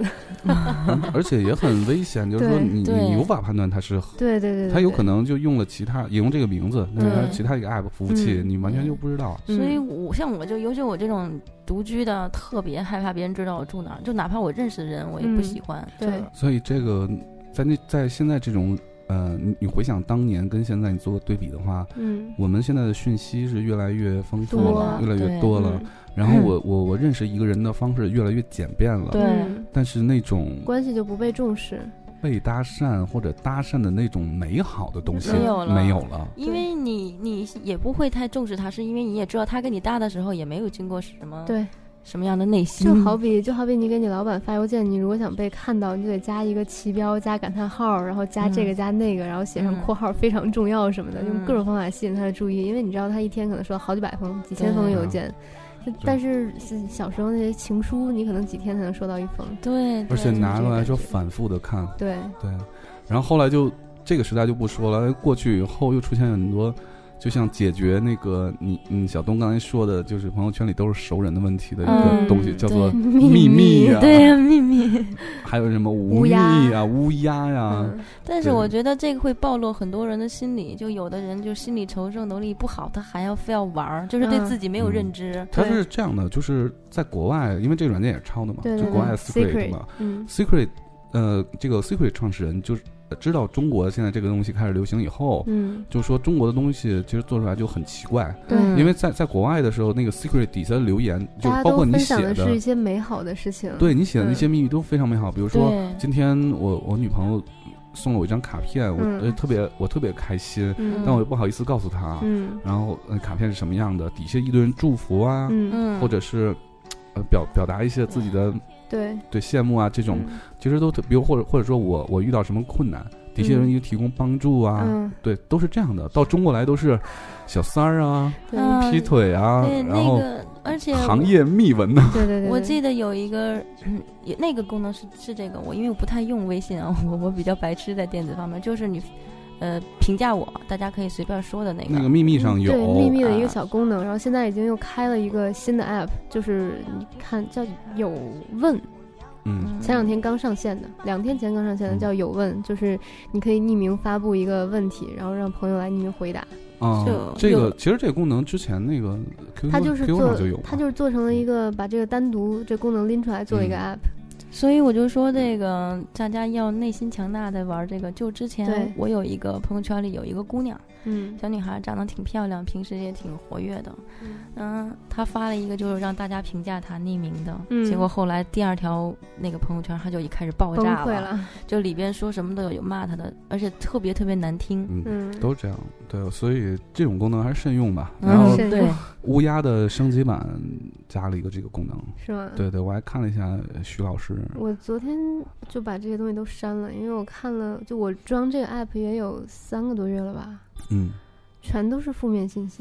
S10: 而且也很危险，就是说
S11: 对
S10: 你
S11: 对
S10: 你无法判断它是
S11: <laughs> 对对对对
S10: 它有可能就用了其他也用这个名字，但是它
S1: 对
S10: 其他一个 app 服务器，
S1: 嗯
S10: 你完全就不知道。
S11: 嗯
S1: 所以我像我就，尤其我这种独居的，特别害怕别人知道我住哪儿，就哪怕我认识的人，我也不
S11: 嗯
S1: 喜欢。
S11: 对
S1: 就是
S10: 所以这个在那在现在这种呃，你你回想当年跟现在你做个对比的话，
S11: 嗯
S10: 我们现在的讯息是越来越丰富
S11: 多
S10: 了，
S11: 了
S10: 越来越
S11: 对
S10: 多了
S11: 嗯。
S10: 然后我我我认识一个人的方式越来越简便了，
S11: 对嗯
S10: 但是那种
S11: 关系就不被重视。
S10: 被搭讪或者搭讪的那种美好的东西
S1: 没有了，
S10: 没有了。
S1: 因为你你也不会太重视他，是因为你也知道他跟你搭的时候也没有经过什么
S11: 对
S1: 什么样的内心，
S11: 就好比就好比你给你老板发邮件，你如果想被看到，你就得加一个旗标、加感叹号，然后加这个
S1: 嗯
S11: 加那个，然后写上括号非常重要什么的，用各种方法吸引他的注意，因为你知道他一天可能收到好几百封、几千封
S1: 对啊
S11: 邮件。就但是是小时候那些情书，你可能几天才能收到一封。
S1: 对
S10: 而且拿过来说反复的看，
S11: 对
S10: 对，然后后来就这个时代就不说了，哎过去以后又出现很多，就像解决那个你嗯小东刚才说的，就是朋友圈里都是熟人的问题的一个
S1: 嗯
S10: 东西，叫做
S1: 对秘
S10: 密啊，
S1: 嗯对呀秘密。
S10: <laughs> 还有什么
S1: 乌
S10: 无密
S1: 鸦嗯
S10: 啊、乌鸦呀、
S1: 但是
S10: 对
S1: 我觉得这个会暴露很多人的心理，就有的人就心理承受能力不好，他还要非要玩儿，就是对
S11: 嗯
S1: 自己没有认知。
S10: 它是这样的，就是在国外，因为这个软件也是抄的嘛，
S1: 对对
S10: 就国外
S1: 对
S10: Secret
S1: Secret，
S10: 嘛、
S1: 嗯
S10: s e c r e t 呃，这个 Secret 创始人就是呃知道中国现在这个东西开始流行以后，
S11: 嗯
S10: 就说中国的东西其实做出来就很奇怪，
S11: 对
S10: 因为在在国外的时候，那个 Secret 底下的留言就
S11: 嗯大家
S10: 包括
S11: 都
S10: 你
S11: 分
S10: 写
S11: 享的是一些美好的事情。
S10: 对你写的那嗯
S11: 嗯
S10: 些秘密都非常美好，比如说
S11: 对
S10: 今天我我女朋友送了我一张卡片，我、
S11: 嗯
S10: 呃特别我特别开心，
S11: 嗯
S10: 但我又不好意思告诉他。
S11: 嗯
S10: 然后、呃、卡片是什么样的？底下一堆人祝福啊，
S11: 嗯嗯
S10: 或者是呃表表达一些自己的
S11: 对
S10: 对羡慕啊这种，
S11: 嗯
S10: 其实都特比如或者或者说我我遇到什么困难，底下有人也提供帮助啊，
S11: 嗯
S10: 对，都是这样的。到中国来都是小三儿啊
S1: 对
S11: 嗯
S1: 啊、
S10: 劈腿啊，
S1: 对
S10: 然后
S1: 那个而且
S10: 行业秘闻呢、
S1: 我记得有一个， <clears throat> 嗯也那个功能是是这个，我因为我不太用微信啊，我我比较白痴在电子方面，就是你，呃，评价我，大家可以随便说的那个。
S10: 那个秘密上有哎
S11: 对秘密的一个
S1: 啊
S11: 小功能，然后现在已经又开了一个新的 app，就是你看叫有问，
S10: 嗯
S11: 前两天刚上线的，两天前刚上线的叫有问，就是你可以匿名发布一个问题，然后让朋友来匿名回答。
S10: 啊
S11: 就，
S10: 这个
S11: 有
S10: 其实这个功能之前那个 QQ
S11: 它就是做
S10: QQ 上就有，啊嗯
S11: 它就是做成了一个把这个单独这功能拎出来做一个 app，
S1: 所以我就说，这个大家要内心强大的玩这个。就之前
S11: 对
S1: 我有一个朋友圈里有一个姑娘，
S11: 嗯
S1: 小女孩长得挺漂亮，平时也挺活跃的，嗯，她发了一个就是让大家评价她匿名的，
S11: 嗯
S1: 结果后来第二条那个朋友圈她就一开始爆炸
S11: 崩溃
S1: 了
S11: 了
S1: 就里边说什么都有，有骂她的，而且特别特别难听，
S10: 嗯，都这样，对，所以这种功能还是慎用吧。
S1: 嗯
S10: 然后
S1: 慎用
S10: 乌鸦的升级版加了一个这个功能，
S11: 是吗
S10: 对对，我还看了一下呃徐老师，
S11: 我昨天就把这些东西都删了，因为我看了，就我装这个 app 也有三个多月了吧，
S10: 嗯，
S11: 全都是负面信息，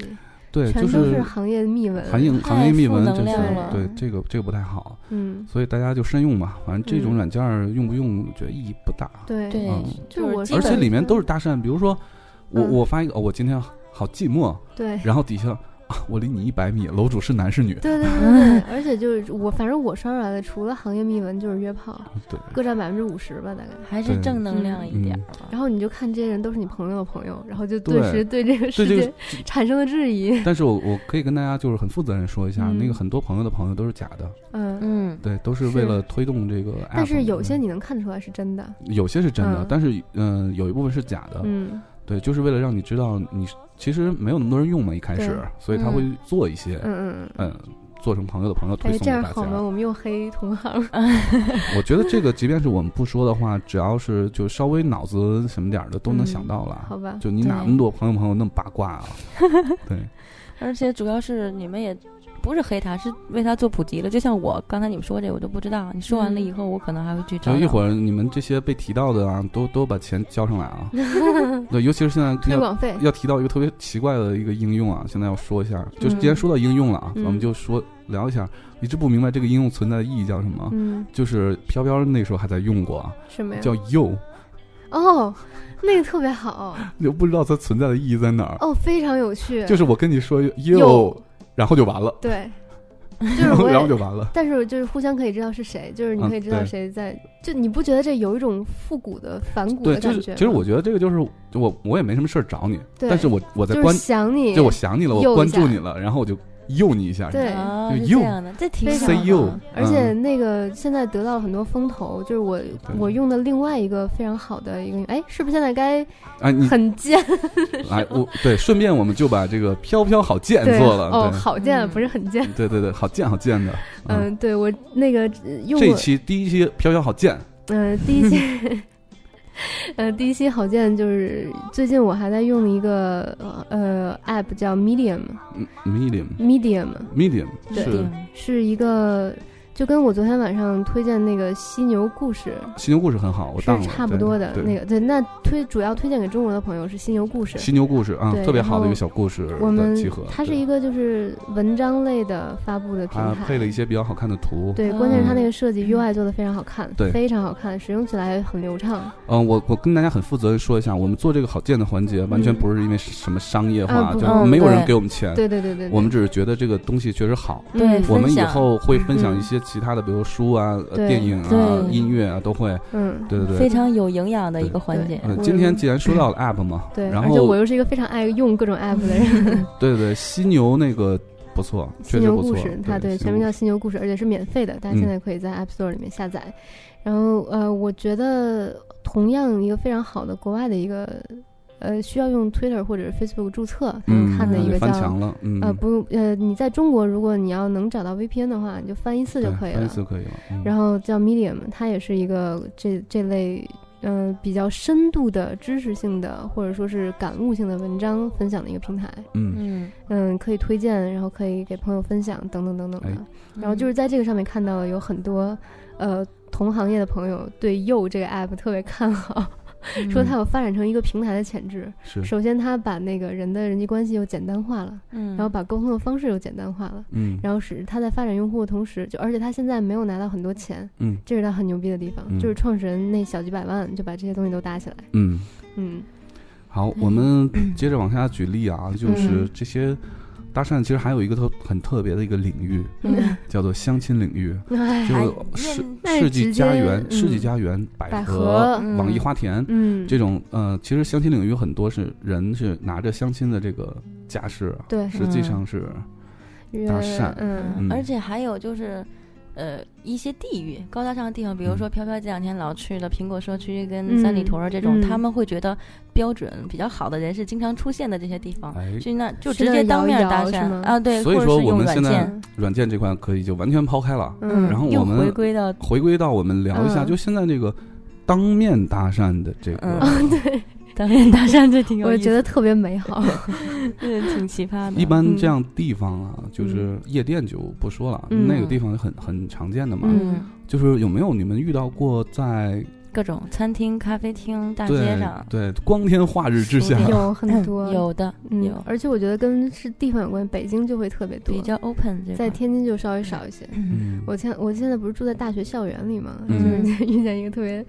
S10: 对，
S11: 全
S10: 就
S11: 都是行业秘闻，
S10: 行业行业秘闻，这是
S11: 对
S10: 对这个这个不太好，
S11: 嗯
S10: 所以大家就慎用吧。反正这种
S11: 嗯
S10: 软件儿用不用，我觉得意义不大。
S11: 对对
S10: 嗯
S11: 就是我
S10: 而且里面
S11: 是
S10: 都是搭讪，比如说我
S11: 嗯
S10: 我发一个，哦我今天好寂寞，
S11: 对
S10: 然后底下啊，我离你一百米，楼主是男是女， <laughs>
S11: 对对对对，对，而且就是我，反正我刷出来的，除了行业秘闻就是约炮，
S10: 对，
S11: 各占百分之五十吧，大概
S1: 还是正能量一点
S10: 嗯
S1: 儿。啊
S11: 然后你就看这些人都是你朋友的朋友，然后就
S10: 对
S11: 顿时对这个
S10: 对
S11: 世
S10: 这个
S11: 界 <laughs> 产生了质疑。
S10: 但是我我可以跟大家就是很负责任说一下，
S11: 嗯
S10: 那个很多朋友的朋友都是假的，
S11: 嗯嗯，
S10: 对，都是为了推动这个 app。
S11: 但是有些你能看出来是真的，
S10: 有些是真的，
S11: 嗯
S10: 但是嗯、有一部分是假的。
S11: 嗯，
S10: 对，就是为了让你知道你是其实没有那么多人用嘛，一开始
S11: 对，
S10: 所以他会做一些，
S11: 嗯嗯
S10: 嗯，做成朋友的朋友推
S11: 哎，
S10: 送
S11: 这样
S10: 给大
S11: 好
S10: 家。
S11: 吗？我们又黑同行。
S10: 我觉得这个，即便是我们不说的话，只要是就稍微脑子什么点儿 <laughs> 的，都能想到了。
S1: 嗯好吧
S10: 就你哪
S1: 对
S10: 那么多朋友朋友那么八卦啊？对，
S1: 而且主要是你们也不是黑他，是为他做普及了。就像我刚才你们说这，我都不知道。你说完了以后，
S11: 嗯
S1: 我可能还会去找找。
S10: 就一会儿你们这些被提到的啊，都都把钱交上来
S11: <laughs>
S10: 啊。对，尤其是现在
S11: 推
S10: 要
S11: 广费
S10: 要提到一个特别奇怪的一个应用啊，现在要说一下，就是
S11: 嗯
S10: 既然说到应用了啊，
S11: 嗯
S10: 咱们就说聊一下，一直不明白这个应用存在的意义叫什么。
S11: 嗯
S10: 就是飘飘那时候还在用过啊，
S11: 什么呀
S10: 叫 you，
S11: 哦，那个特别好，
S10: <laughs> 就不知道它存在的意义在哪儿。
S11: 哦，非常有趣。
S10: 就是我跟你说 you，
S11: you
S10: 然后就完了， <laughs>
S11: 对，就是
S10: 然后
S11: 我也
S10: 然后就完了。
S11: 但是就是互相可以知道是谁，就是你
S10: 嗯
S11: 可以知道
S10: 对
S11: 谁在，就你不觉得这有一种复古的反骨
S10: 对，
S11: 的
S10: 就
S11: 感
S10: 是
S11: 觉吗？
S10: 其实我觉得这个就是就我我也没什么事儿找你，
S11: 对
S10: 但是我我在
S11: 就是
S10: 关
S11: 想你
S10: 就我想你了，我
S11: 又一
S10: 关注
S11: 下
S10: 你了，然后我就诱你一下，
S11: 对
S1: 哦
S10: 就是诱
S1: 这样的这挺
S11: 非常
S10: say you，
S11: 而且
S10: 嗯
S11: 那个现在得到了很多风投，就是我我用的另外一个非常好的一个，哎，是不是现在该
S10: 啊你
S11: 很贱？
S10: 来我对，顺便我们就把这个飘飘好贱
S11: 对
S10: 做了，
S11: 哦，
S10: 对
S11: 好贱不是很贱。
S10: 对对对，好贱好贱的，啊
S11: 嗯，对我那个呃用
S10: 这一
S11: 我
S10: 期第一期飘飘好贱，
S11: 呃，第一期，
S10: <laughs>
S11: 呃，第一期好见就是最近我还在用的一个呃呃 app 叫 Medium，
S10: 嗯，medium
S11: Medium，
S10: medium
S11: 对
S10: 是，
S11: 是一个就跟我昨天晚上推荐那个犀牛故事
S10: 犀牛故事很好，我当
S11: 是
S10: 了
S11: 差不
S10: 对
S11: 多的
S10: 对
S11: 那个。对，那推主要推荐给中国的朋友是犀牛故事。
S10: 犀牛故事啊
S11: 对，
S10: 特别
S11: 然
S10: 好的一
S11: 后
S10: 个小故事
S11: 我
S10: 的
S11: 们
S10: 集合，
S11: 它是
S10: 对
S11: 一个就是文章类的发布的平
S10: 还
S11: 台，
S10: 配了一些比较好看的图，
S11: 对，关键是它那个设计 UI 做的非常好看，
S10: 对
S11: 非常好看，使用起来很流畅。
S10: 嗯，我我跟大家很负责任说一下，我们做这个好见的环节，完全不是因为什么商业化，
S11: 啊不
S10: 就
S11: 嗯
S10: 没有人
S11: 对
S10: 给我们钱，
S11: 对对对对对嗯
S10: 我们只是觉得这个东西确实好，
S11: 对
S10: 我们
S11: 分
S10: 以
S11: 享
S10: 后会分享
S1: 嗯
S10: 一些其他的，比如书啊、呃
S1: 对
S10: 电影
S1: 对
S10: 啊、音乐啊，都会，
S11: 嗯
S10: 对对对，
S1: 非常有营养的一个环节。
S10: 呃，今天既然说到了 app 嘛，
S11: 对，
S10: 然
S11: 而且我
S10: 后
S11: 又是一个非常爱用各种 app 的人。
S10: 对对对，犀牛那个不错，
S11: 犀
S10: 确实
S11: 牛
S10: 不
S11: 故
S10: 错
S11: 事，，它对
S10: 对，
S11: 全名叫犀牛故事，而且是免费的，大家
S10: 嗯
S11: 现在可以在 App Store 里面下载。然后呃，我觉得同样一个非常好的国外的一个。呃，需要用 Twitter 或者 Facebook 注册才
S10: 嗯
S11: 能看的
S10: 那
S11: 一
S10: 得
S11: 个叫
S10: 翻墙了嗯
S11: 呃不用呃，你在中国如果你要能找到 VPN 的话，你就翻一次就
S10: 对
S11: 可以
S10: 翻
S11: 了
S10: 一。次可以了，嗯
S11: 然后叫 Medium，它也是一个这这类嗯、比较深度的知识性的或者说是感悟性的文章分享的一个平台。
S10: 嗯
S11: 嗯可以推荐，然后可以给朋友分享等等等等的。
S10: 哎
S11: 然后
S1: 嗯
S11: 就是在这个上面看到了有很多呃同行业的朋友对右这个 app 特别看好。说它有发展成一个平台的潜质。
S10: 嗯是
S11: 首先它把那个人的人际关系又简单化了，
S1: 嗯
S11: 然后把沟通的方式又简单化了，
S10: 嗯
S11: 然后使它在发展用户的同时，就而且它现在没有拿到很多钱，
S10: 嗯
S11: 这是它很牛逼的地方，
S10: 嗯
S11: 就是创始人那小几百万就把这些东西都搭起来，
S10: 嗯，
S11: 嗯，
S10: 好，我们接着往下举例
S1: 嗯
S10: 啊，就是这些搭讪，其实还有一个特很特别的一个领域
S11: 嗯，
S10: 叫做相亲领域，
S11: <laughs> 哎
S10: 就是世
S11: 那
S10: 世纪佳园、
S11: 直接嗯
S10: 世纪佳园、
S11: 百
S10: 合
S11: 合、嗯
S10: 网易花田，
S11: 嗯
S10: 这种呃，其实相亲领域很多是人是拿着相亲的这个架势啊，
S11: 对
S10: 实际上是
S1: 约
S10: 搭讪，
S1: 嗯，而且还有就是，呃，一些地域高大上的地方，比如
S10: 嗯
S1: 说飘飘这两天老去的苹果社区跟
S11: 嗯
S1: 三里屯儿这种，
S11: 嗯
S1: 他们会觉得标准比较好的人是经常出现的这些地方
S10: 哎，
S1: 去那就
S11: 去
S1: 直
S11: 嗯那
S1: 接
S11: 摇
S1: 当
S11: 一
S1: 面
S11: 摇
S1: 搭
S11: 是
S1: 讪
S11: 吗
S1: 啊，
S11: <laughs>
S1: 对，
S10: 所以
S1: 或者
S10: 说
S1: 是
S10: 我
S1: 用
S10: 们
S1: 软
S10: 现在
S1: 件，
S10: 软件这块可以就完全抛开了，
S1: 嗯
S10: 然后
S1: 又
S10: 我们
S1: 回归到
S10: 回归到我们聊一下，
S1: 嗯
S10: 就现在这个当面搭讪的这个，
S1: 嗯，对，当面搭讪这挺有
S11: 我
S1: 意思，
S11: 觉得特别美好，
S1: 对，挺奇葩的。
S10: 一般这
S1: 样，
S10: 样地方啊，就是夜店就不说了，
S1: 嗯
S10: 那个地方很很常见的嘛，
S1: 嗯
S10: 就是有没有你们遇到过在
S1: 各种餐厅、咖啡厅、大街
S10: 对
S1: 上，嗯
S10: 对光天化日之下，
S11: 有很多，
S1: 有的
S11: 嗯
S1: 有
S11: 而且我觉得跟是地方有关，北京就会特别多，
S1: 比较 open 这块
S11: 在天津就稍微少一些。
S10: 嗯
S11: 我现我现在不是住在大学校园里嘛，
S1: 嗯
S11: 就是 <laughs> 遇见一个特别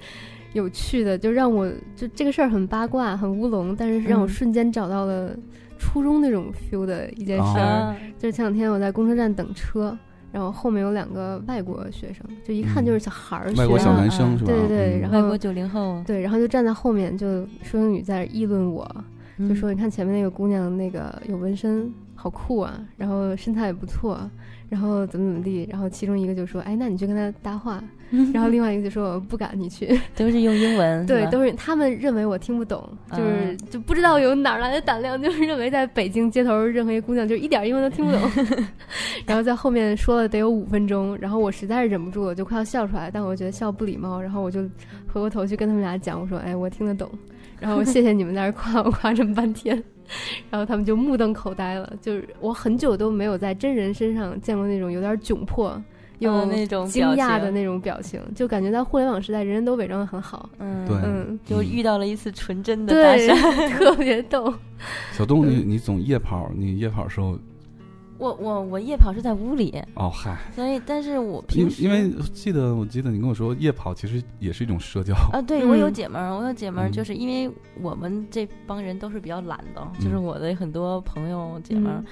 S11: 有趣的，就让我就这个事儿很八卦、很乌龙，但是是让我
S1: 嗯
S11: 瞬间找到了初中那种 feel 的一件事
S1: 哦
S11: 儿。就是前两天我在公车站等车。然后后面有两个外国学生，就一看就是小孩儿、
S10: 嗯
S11: 学
S10: <laughs> 外国小男生
S11: 的
S10: 是吧
S11: 对对对，
S10: 嗯
S11: 然后
S1: 外国九零后，
S11: 对，然后就站在后面就说英语在议论我，就说你看前面那个姑娘那个有纹身，好酷啊，然后身材也不错，然后怎么怎么地，然后其中一个就说，哎，那你去跟她搭话，然后另外一个就说不敢你去，
S1: 都是用英文，
S11: 对，
S1: 吧
S11: 都是他们认为我听不懂，就是、
S1: 啊
S11: 就不知道有哪儿来的胆量， <laughs> 就是认为在北京街头任何一个姑娘就是一点儿英文都听
S1: <laughs>
S11: 不懂，然后在后面说了得有五分钟，然后我实在是忍不住了，我就快要笑出来，但我觉得笑不礼貌，然后我就回过头去跟他们俩讲，我说哎我听得懂，然后谢谢你们在这儿夸 <laughs> 我夸这么半天。然后他们就目瞪口呆了，就是我很久都没有在真人身上见过那种有点窘迫又
S1: 嗯那种
S11: 惊
S1: 表
S11: 讶
S1: 情
S11: 的那种表情，就感觉在互联网时代，人人都伪装的很好。
S1: 嗯
S10: 对
S11: 嗯，
S1: 就遇到了一次纯真的搭
S11: 对
S1: 讪，，
S11: <laughs> 特别逗。
S10: 小东你你总夜跑，你夜跑时候
S1: 我我我夜跑是在屋里，
S10: 哦嗨。
S1: 所以但是我
S10: 因
S1: 平时
S10: 因为记得我记得你跟我说夜跑其实也是一种社交
S1: 啊，对我有姐们儿，我有姐们儿，
S10: 嗯
S1: 就是因为我们这帮人都是比较懒的，
S10: 嗯
S1: 就是我的很多朋友姐们儿。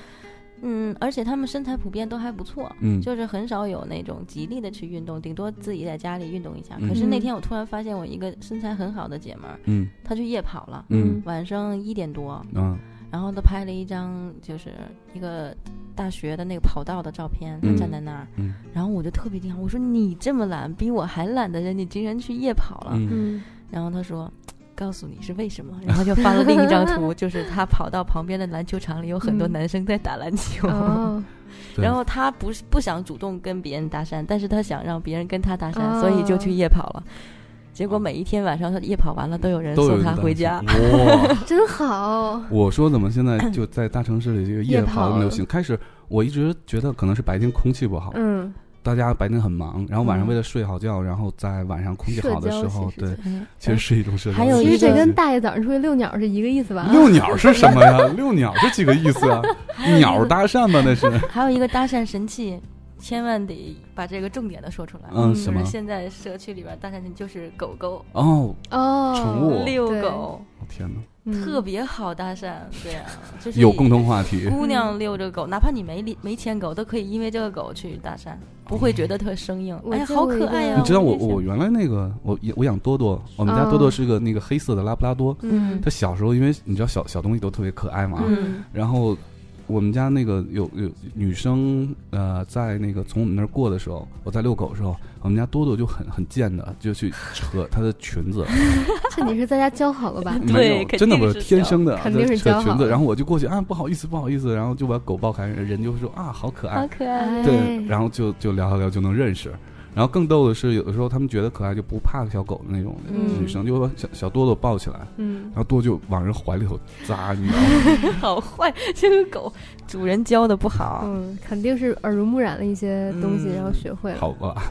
S1: 嗯，而且他们身材普遍都还不错，
S10: 嗯
S1: 就是很少有那种极力的去运动，顶多自己在家里运动一下。
S10: 嗯
S1: 可是那天我突然发现，我一个身材很好的姐们儿，
S10: 嗯
S1: 她去夜跑了，
S10: 嗯
S1: 晚上一点多，
S10: 嗯
S1: 然后她拍了一张就是一个大学的那个跑道的照片，她
S10: 嗯
S1: 站在那儿，
S10: 嗯
S1: 然后我就特别惊讶，我说你这么懒，比我还懒的人，你竟然去夜跑了，
S10: 嗯
S1: 然后她说。告诉你是为什么，然后就发了另一张
S10: <laughs>
S1: 图，就是她跑到旁边的篮球场里，有很多
S11: 嗯
S1: 男生在打篮球，
S11: 哦
S1: <laughs>
S10: 对
S1: 然后她不是不想主动跟别人搭讪，但是她想让别人跟她搭讪，
S11: 哦
S1: 所以就去夜跑了。结果每一天晚上她夜跑完了，都有人
S10: 都有
S1: 送
S10: 人
S1: 她
S10: 搭
S1: 回
S10: 讪
S1: 家。 <laughs>
S10: 哇
S11: 真好。
S10: 我说怎么现在就在大城市里这个夜跑那么流行？开始我一直觉得可能是白天空气不好，
S11: 嗯，
S10: 大家白天很忙，然后晚上
S1: 嗯
S10: 为了睡好觉，然后在晚上空气好的时候，
S11: 社交
S10: 对
S11: 其实就是嗯，
S10: 其实是一种社交。
S1: 哎
S10: 啊
S1: 还有
S11: 其实
S1: 一
S11: 这
S1: 个
S11: 跟大爷早上出去遛鸟是一个意思吧？
S10: 遛鸟是什么呀？遛鸟是几个意思啊？鸟搭讪吧，那是。
S1: 还有一个搭讪神器，千万得把这个重点的说出来。
S10: 嗯
S1: 就
S10: 什么
S1: 是现在社区里边搭讪神器就是狗狗
S10: 哦
S11: 哦嗯
S10: 宠物
S1: 嗯遛狗，
S10: 我天哪！
S1: 特别好搭讪，对啊，就是
S10: 有共同话题
S1: 姑娘遛着狗，哪怕你没理没牵狗，都可以因为这个狗去搭讪，不会觉得特生硬。
S11: 我
S1: 哎呀，
S11: 见
S1: 好
S11: 过一
S1: 可
S11: 个
S1: 爱呀！
S10: 你知道我
S1: 就想
S10: 我原来那个我我养多多，我们家
S1: 哦
S10: 多多是个那个黑色的拉布拉多，
S1: 嗯
S10: 它小时候因为你知道小小东西都特别可爱嘛，
S1: 嗯
S10: 然后我们家那个有有女生呃在那个从我们那儿过的时候，我在遛狗的时候，我们家多多就很很贱的就去扯她的裙子，
S11: 这你是在家教好了
S1: <laughs>
S11: 吧？
S10: 没有真的不是天生的，啊
S11: 肯定
S10: 就是扯
S11: 教
S10: 裙
S11: 好
S10: 子，
S11: 了。
S10: 然后我就过去啊不好意思不好意思，然后就把狗抱开，人就说啊好可爱，
S11: 好可爱
S10: 对
S11: 哎，
S10: 然后就就聊一聊就能认识。然后更逗的是，有的时候他们觉得可爱就不怕小狗的那种
S1: 嗯
S10: 女生，就把小小多多抱起来，
S1: 嗯
S10: 然后多就往人怀里头扎，你知道吗？
S1: 好坏，这个狗主人教的不好。
S11: 嗯，肯定是耳濡目染了一些
S1: 嗯
S11: 东西，然后学会了。
S10: 好吧，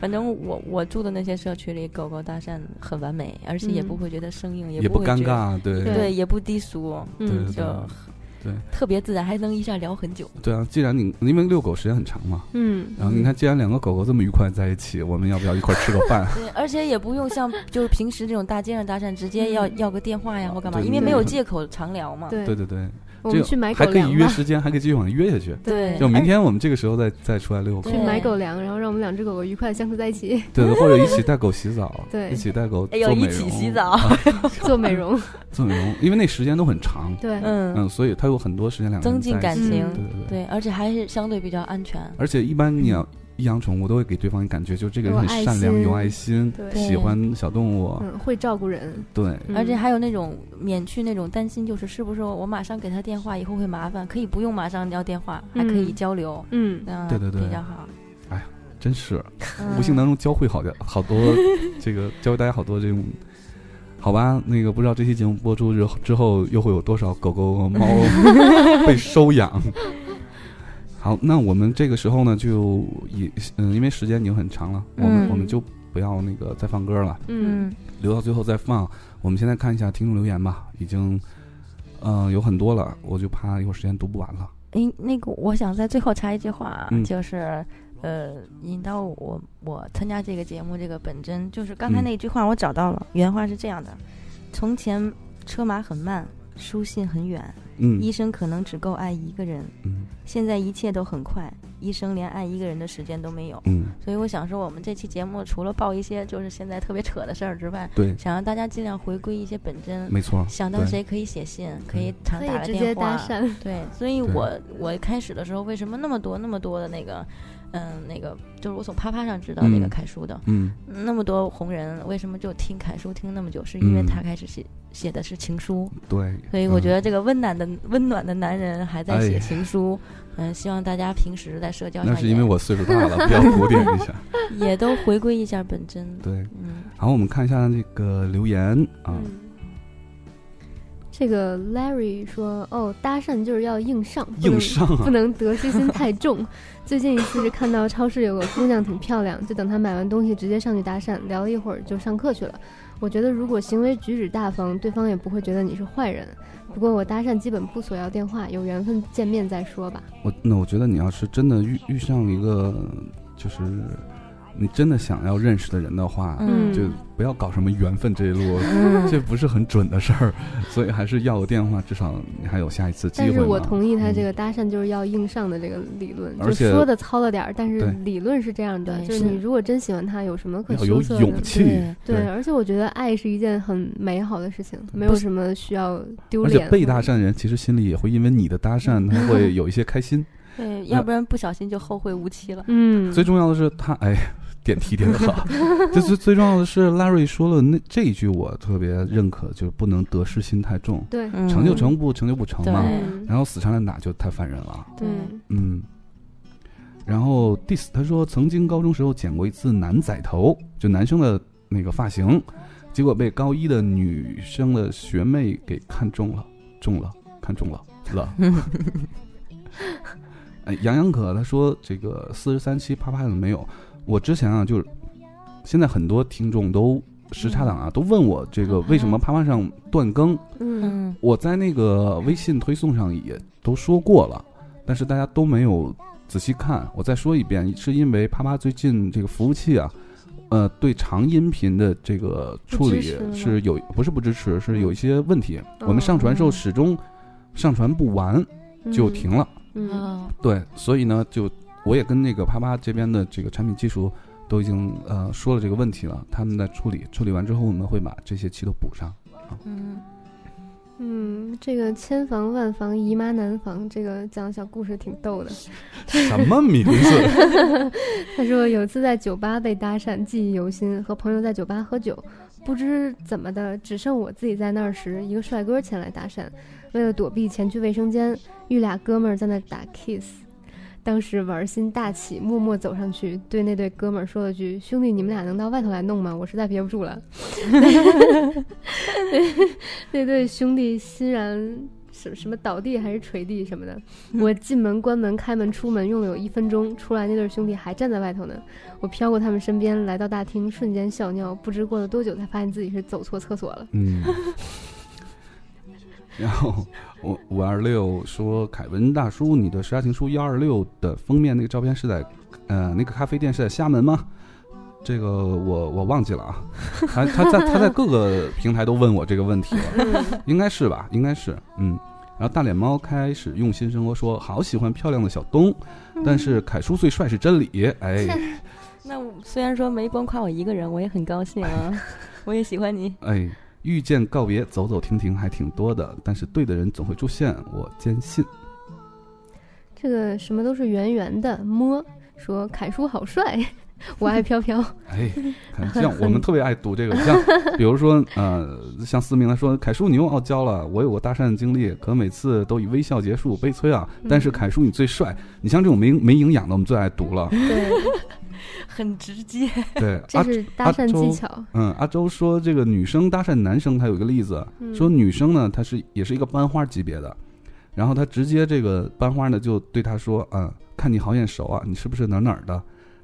S1: 反正我我住的那些社区里，狗狗搭讪很完美，而且 <laughs> 也不会觉得生硬，
S10: 嗯也
S1: 不
S10: 不
S1: 会
S10: 尴
S1: 觉得
S10: 尬啊对
S1: 对，也不低俗，
S10: 对
S1: 嗯，
S10: 对
S1: 就
S10: 对
S1: 特别自然，还能一下聊很久。
S10: 对啊，既然你因为遛狗时间很长嘛，
S1: 嗯
S10: 然后你看，既然两个狗狗这么愉快在一起，我们要不要一块儿吃个
S1: <laughs>
S10: 饭？
S1: 对，而且也不用像就是平时这种大街上搭讪，直接
S11: 嗯
S1: 要要个电话呀或干嘛，
S10: 对
S1: 因为没有
S10: 对
S1: 借口常聊嘛。
S10: 对对对，
S1: 我
S10: 这
S1: 们
S10: 个
S1: 去买
S10: 还
S1: 狗
S10: 可以
S1: 粮
S10: 约
S1: 吧
S10: 时间，还可以继续往下约下去。
S11: 对
S10: 就明天我们这个时候再再出来遛狗
S11: 去，买狗粮，然后让我们两只狗狗愉快的相处在
S1: <laughs>
S11: 一起。
S10: 对对，或者一起带狗洗澡，
S11: 对
S10: 一起带狗
S11: 哎呦
S10: 做美
S11: 一起
S10: 容
S11: 洗澡
S10: 啊
S11: 做
S1: <laughs>
S11: 美容。
S10: 做美容，因为那时间都很长，
S1: 对嗯
S10: 嗯，所以它有很多时间两个
S1: 增
S10: 人
S1: 进
S10: 在
S1: 感
S10: 一起
S1: 情，
S10: 对对对。
S1: 而且还是相对比较安全。
S10: 而且一般你养一养宠物，都会给对方感觉就这个人
S1: 有
S10: 很
S1: 爱
S10: 善良、
S1: 心
S10: 有爱心，
S1: 对
S10: 喜欢小动物，
S11: 嗯，会照顾人。嗯
S10: 对，
S1: 嗯而且还有那种免去那种担心，就是是不是我马上给他电话以后会麻烦，可以不用马上要电话，还可以交流，
S11: 嗯，
S1: 那
S10: 对对对
S1: 比较好。
S10: 哎呀，真是
S1: 嗯
S10: 无形当中教会好的好多这个教会大家好多这种。好吧，那个不知道这期节目播出之后之后又会有多少狗狗和
S1: <laughs>
S10: 猫被收养。好，那我们这个时候呢，就也嗯，因为时间已经很长了，我们、
S1: 嗯
S10: 我们就不要那个再放歌了，
S1: 嗯，
S10: 留到最后再放。我们现在看一下听众留言吧，已经嗯、呃有很多了，我就怕一会儿时间读不完了。
S1: 诶，那个我想在最后插一句话啊，
S10: 嗯
S1: 就是呃，引到我我参加这个节目这个本真，就是刚才
S10: 嗯
S1: 那句话我找到了，原话是这样的：从前车马很慢，书信很远，
S10: 嗯
S1: 医生可能只够爱一个人，现在一切都很快，医生连爱一个人的时间都没有，
S10: 嗯
S1: 所以我想说，我们这期节目除了报一些就是现在特别扯的事儿之外，
S10: 对
S1: 想让大家尽量回归一些本真，
S10: 没错
S1: 想到
S10: 对
S1: 谁可以写信，可以常
S11: 可以
S1: 打个
S11: 直
S1: 电
S11: 接
S1: 话，
S11: 搭讪
S1: 嗯对，所以
S11: 对
S1: 我我开始的时候为什么那么多那么多的那个，嗯，那个就是我从啪啪上知道那个
S10: 嗯
S1: 凯叔的，
S10: 嗯
S1: 那么多红人为什么就听凯叔听那么久，是因为
S10: 嗯
S1: 他开始写、写的是情书，
S10: 对
S1: 所以我
S10: 嗯
S1: 觉得这个温暖的温暖的男人还在
S10: 哎
S1: 写情书，嗯，希望大家平时在社交上
S10: 那
S1: 也，
S10: 是因为我岁数大
S1: <laughs>
S10: 了，比较古典一下。
S1: 也都回归一下本真。
S10: 对，
S1: 嗯
S10: 然后我们看一下这个留言啊，
S11: 嗯这个 Larry 说：“哦，搭讪就是要硬上，不
S10: 硬
S11: 能
S10: 上啊
S11: 不能得失心太重。 <laughs> 最近一次是看到超市有个姑娘挺漂亮，就等她买完东西直接上去搭讪，聊了一会儿就上课去了。我觉得如果行为举止大方，对方也不会觉得你是坏人。不过我搭讪基本不索要电话，有缘分见面再说吧。
S10: 我那我觉得你要是真的遇遇上一个就是你真的想要认识的人的话，
S11: 嗯
S10: 就不要搞什么缘分这一路，
S11: 嗯
S10: 这不是很准的事儿， <laughs> 所以还是要个电话，至少你还有下一次机
S11: 但
S10: 会
S11: 是
S10: 嘛。嗯
S11: 我同意他这个搭讪就是要硬上的这个理论，
S10: 而且
S11: 就说的糙了点儿，但是
S10: 对
S11: 理论是这样的，
S1: 对
S11: 就是
S1: 是
S11: 你如果真喜欢他，有什么可
S10: 要
S11: 羞
S10: 有
S11: 涩的？
S10: 勇气
S11: 对，
S10: 对
S11: 而且我觉得爱是一件很美好的事情，没有
S10: 不是
S11: 什么需要丢
S10: 而且
S11: 脸或者。
S10: 被搭讪的人其实心里也会因为你的搭
S11: <laughs>
S10: 讪，他会有一些开心。
S1: 对，
S10: 那
S1: 要不然不小心就后会无期了。
S11: 嗯
S10: 最重要的是他，哎，点题点的
S11: <laughs>
S10: 好。这最最重要的是，Larry 说了那这一句，我特别认可，就是不能得失心太重。
S11: 对嗯
S10: 成就成不成就不成嘛
S11: 对。
S10: 然后死缠烂打就太烦人了。
S11: 对
S10: 嗯。然后 Dis 他说，曾经高中时候剪过一次男仔头，就男生的那个发型，结果被高一的女生的学妹给看中了，中了，看中了
S11: <laughs>
S10: 了。哎，杨洋可他说这个四十三期啪啪的没有，我之前啊就是，现在很多听众都时差党啊、都问我这个为什么啪啪上断更，
S11: 嗯
S10: 我在那个微信推送上也都说过了，但是大家都没有仔细看。我再说一遍，是因为啪啪最近这个服务器啊，呃，对长音频的这个处
S3: 不支
S10: 理嗯
S3: 持了吗
S10: 是有不是不支持，是有一些问题。
S3: 哦
S10: 我们上传时候始终上传不完就停了。
S1: 嗯，
S10: 对，所以呢，就我也跟那个啪啪这边的这个产品技术都已经呃说了这个问题了，他们在处理，处理完之后我们会把这些期都补 <laughs> 上。
S1: 嗯
S11: 嗯，这个千防万防，姨妈难防，这个讲的小故事挺逗的。
S10: 什么名字？
S11: <laughs> 他说有次在酒吧被搭讪，记忆犹新，和朋友在酒吧喝酒，不知怎么的，只剩我自己在那儿时，一个帅哥前来搭讪，为了躲避，前去卫生间，遇俩哥们儿在那打 kiss。当时玩心大起，默默走上去，对那对哥们儿说了句：“兄弟，你们俩能到外头来弄吗？我实在憋不住了。” <laughs> 那对兄弟欣然什什么倒地还是垂地什么的。我进门、关门、开门、出门用了有一分钟，出来那对兄弟还站在外头呢。我飘过他们身边，来到大厅，瞬间笑尿。不知过了多久，才发现自己是走错厕所了。
S10: 嗯 <laughs> 然后我五二六说：“凯文大叔，你的《十大情书》幺二六的封面那个照片是在，呃，那个咖啡店是在厦门吗？”这个我我忘记了啊，他他在他在各个平台都问我这个问题了，应该是吧？应该是，嗯。然后大脸猫开始用心生活说：“好喜欢漂亮的小东，但是凯叔最帅是真理。”哎，
S1: 那我虽然说没光夸我一个人，我也很高兴 <laughs> 啊，我也喜欢你。
S10: 哎，遇见告别，走走停停还挺多的，但是对的人总会出现，我坚信。
S11: 这个什么都是圆圆的摸，说凯叔好帅， <laughs> 我爱飘飘。
S10: 哎，看像我们特别爱读这个，
S11: <laughs>
S10: 像比如说呃，像思明他说凯叔你又傲娇了，我有过搭讪的经历，可每次都以微笑结束，悲催啊。
S11: 嗯
S10: 但是凯叔你最帅，你像这种没营没营养的，我们最爱读了。
S1: <laughs> 很直接。
S10: 对，
S11: <laughs> 这是
S10: 阿
S11: 搭讪技。
S10: 阿
S11: 巧
S10: 周。嗯，阿周说这个女生搭讪男生，他有一个例子，
S11: 嗯
S10: 说女生呢，她是也是一个班花级别的，然后她直接这个班花呢就对她说，啊，看你好眼熟啊，你是不是哪儿哪儿的？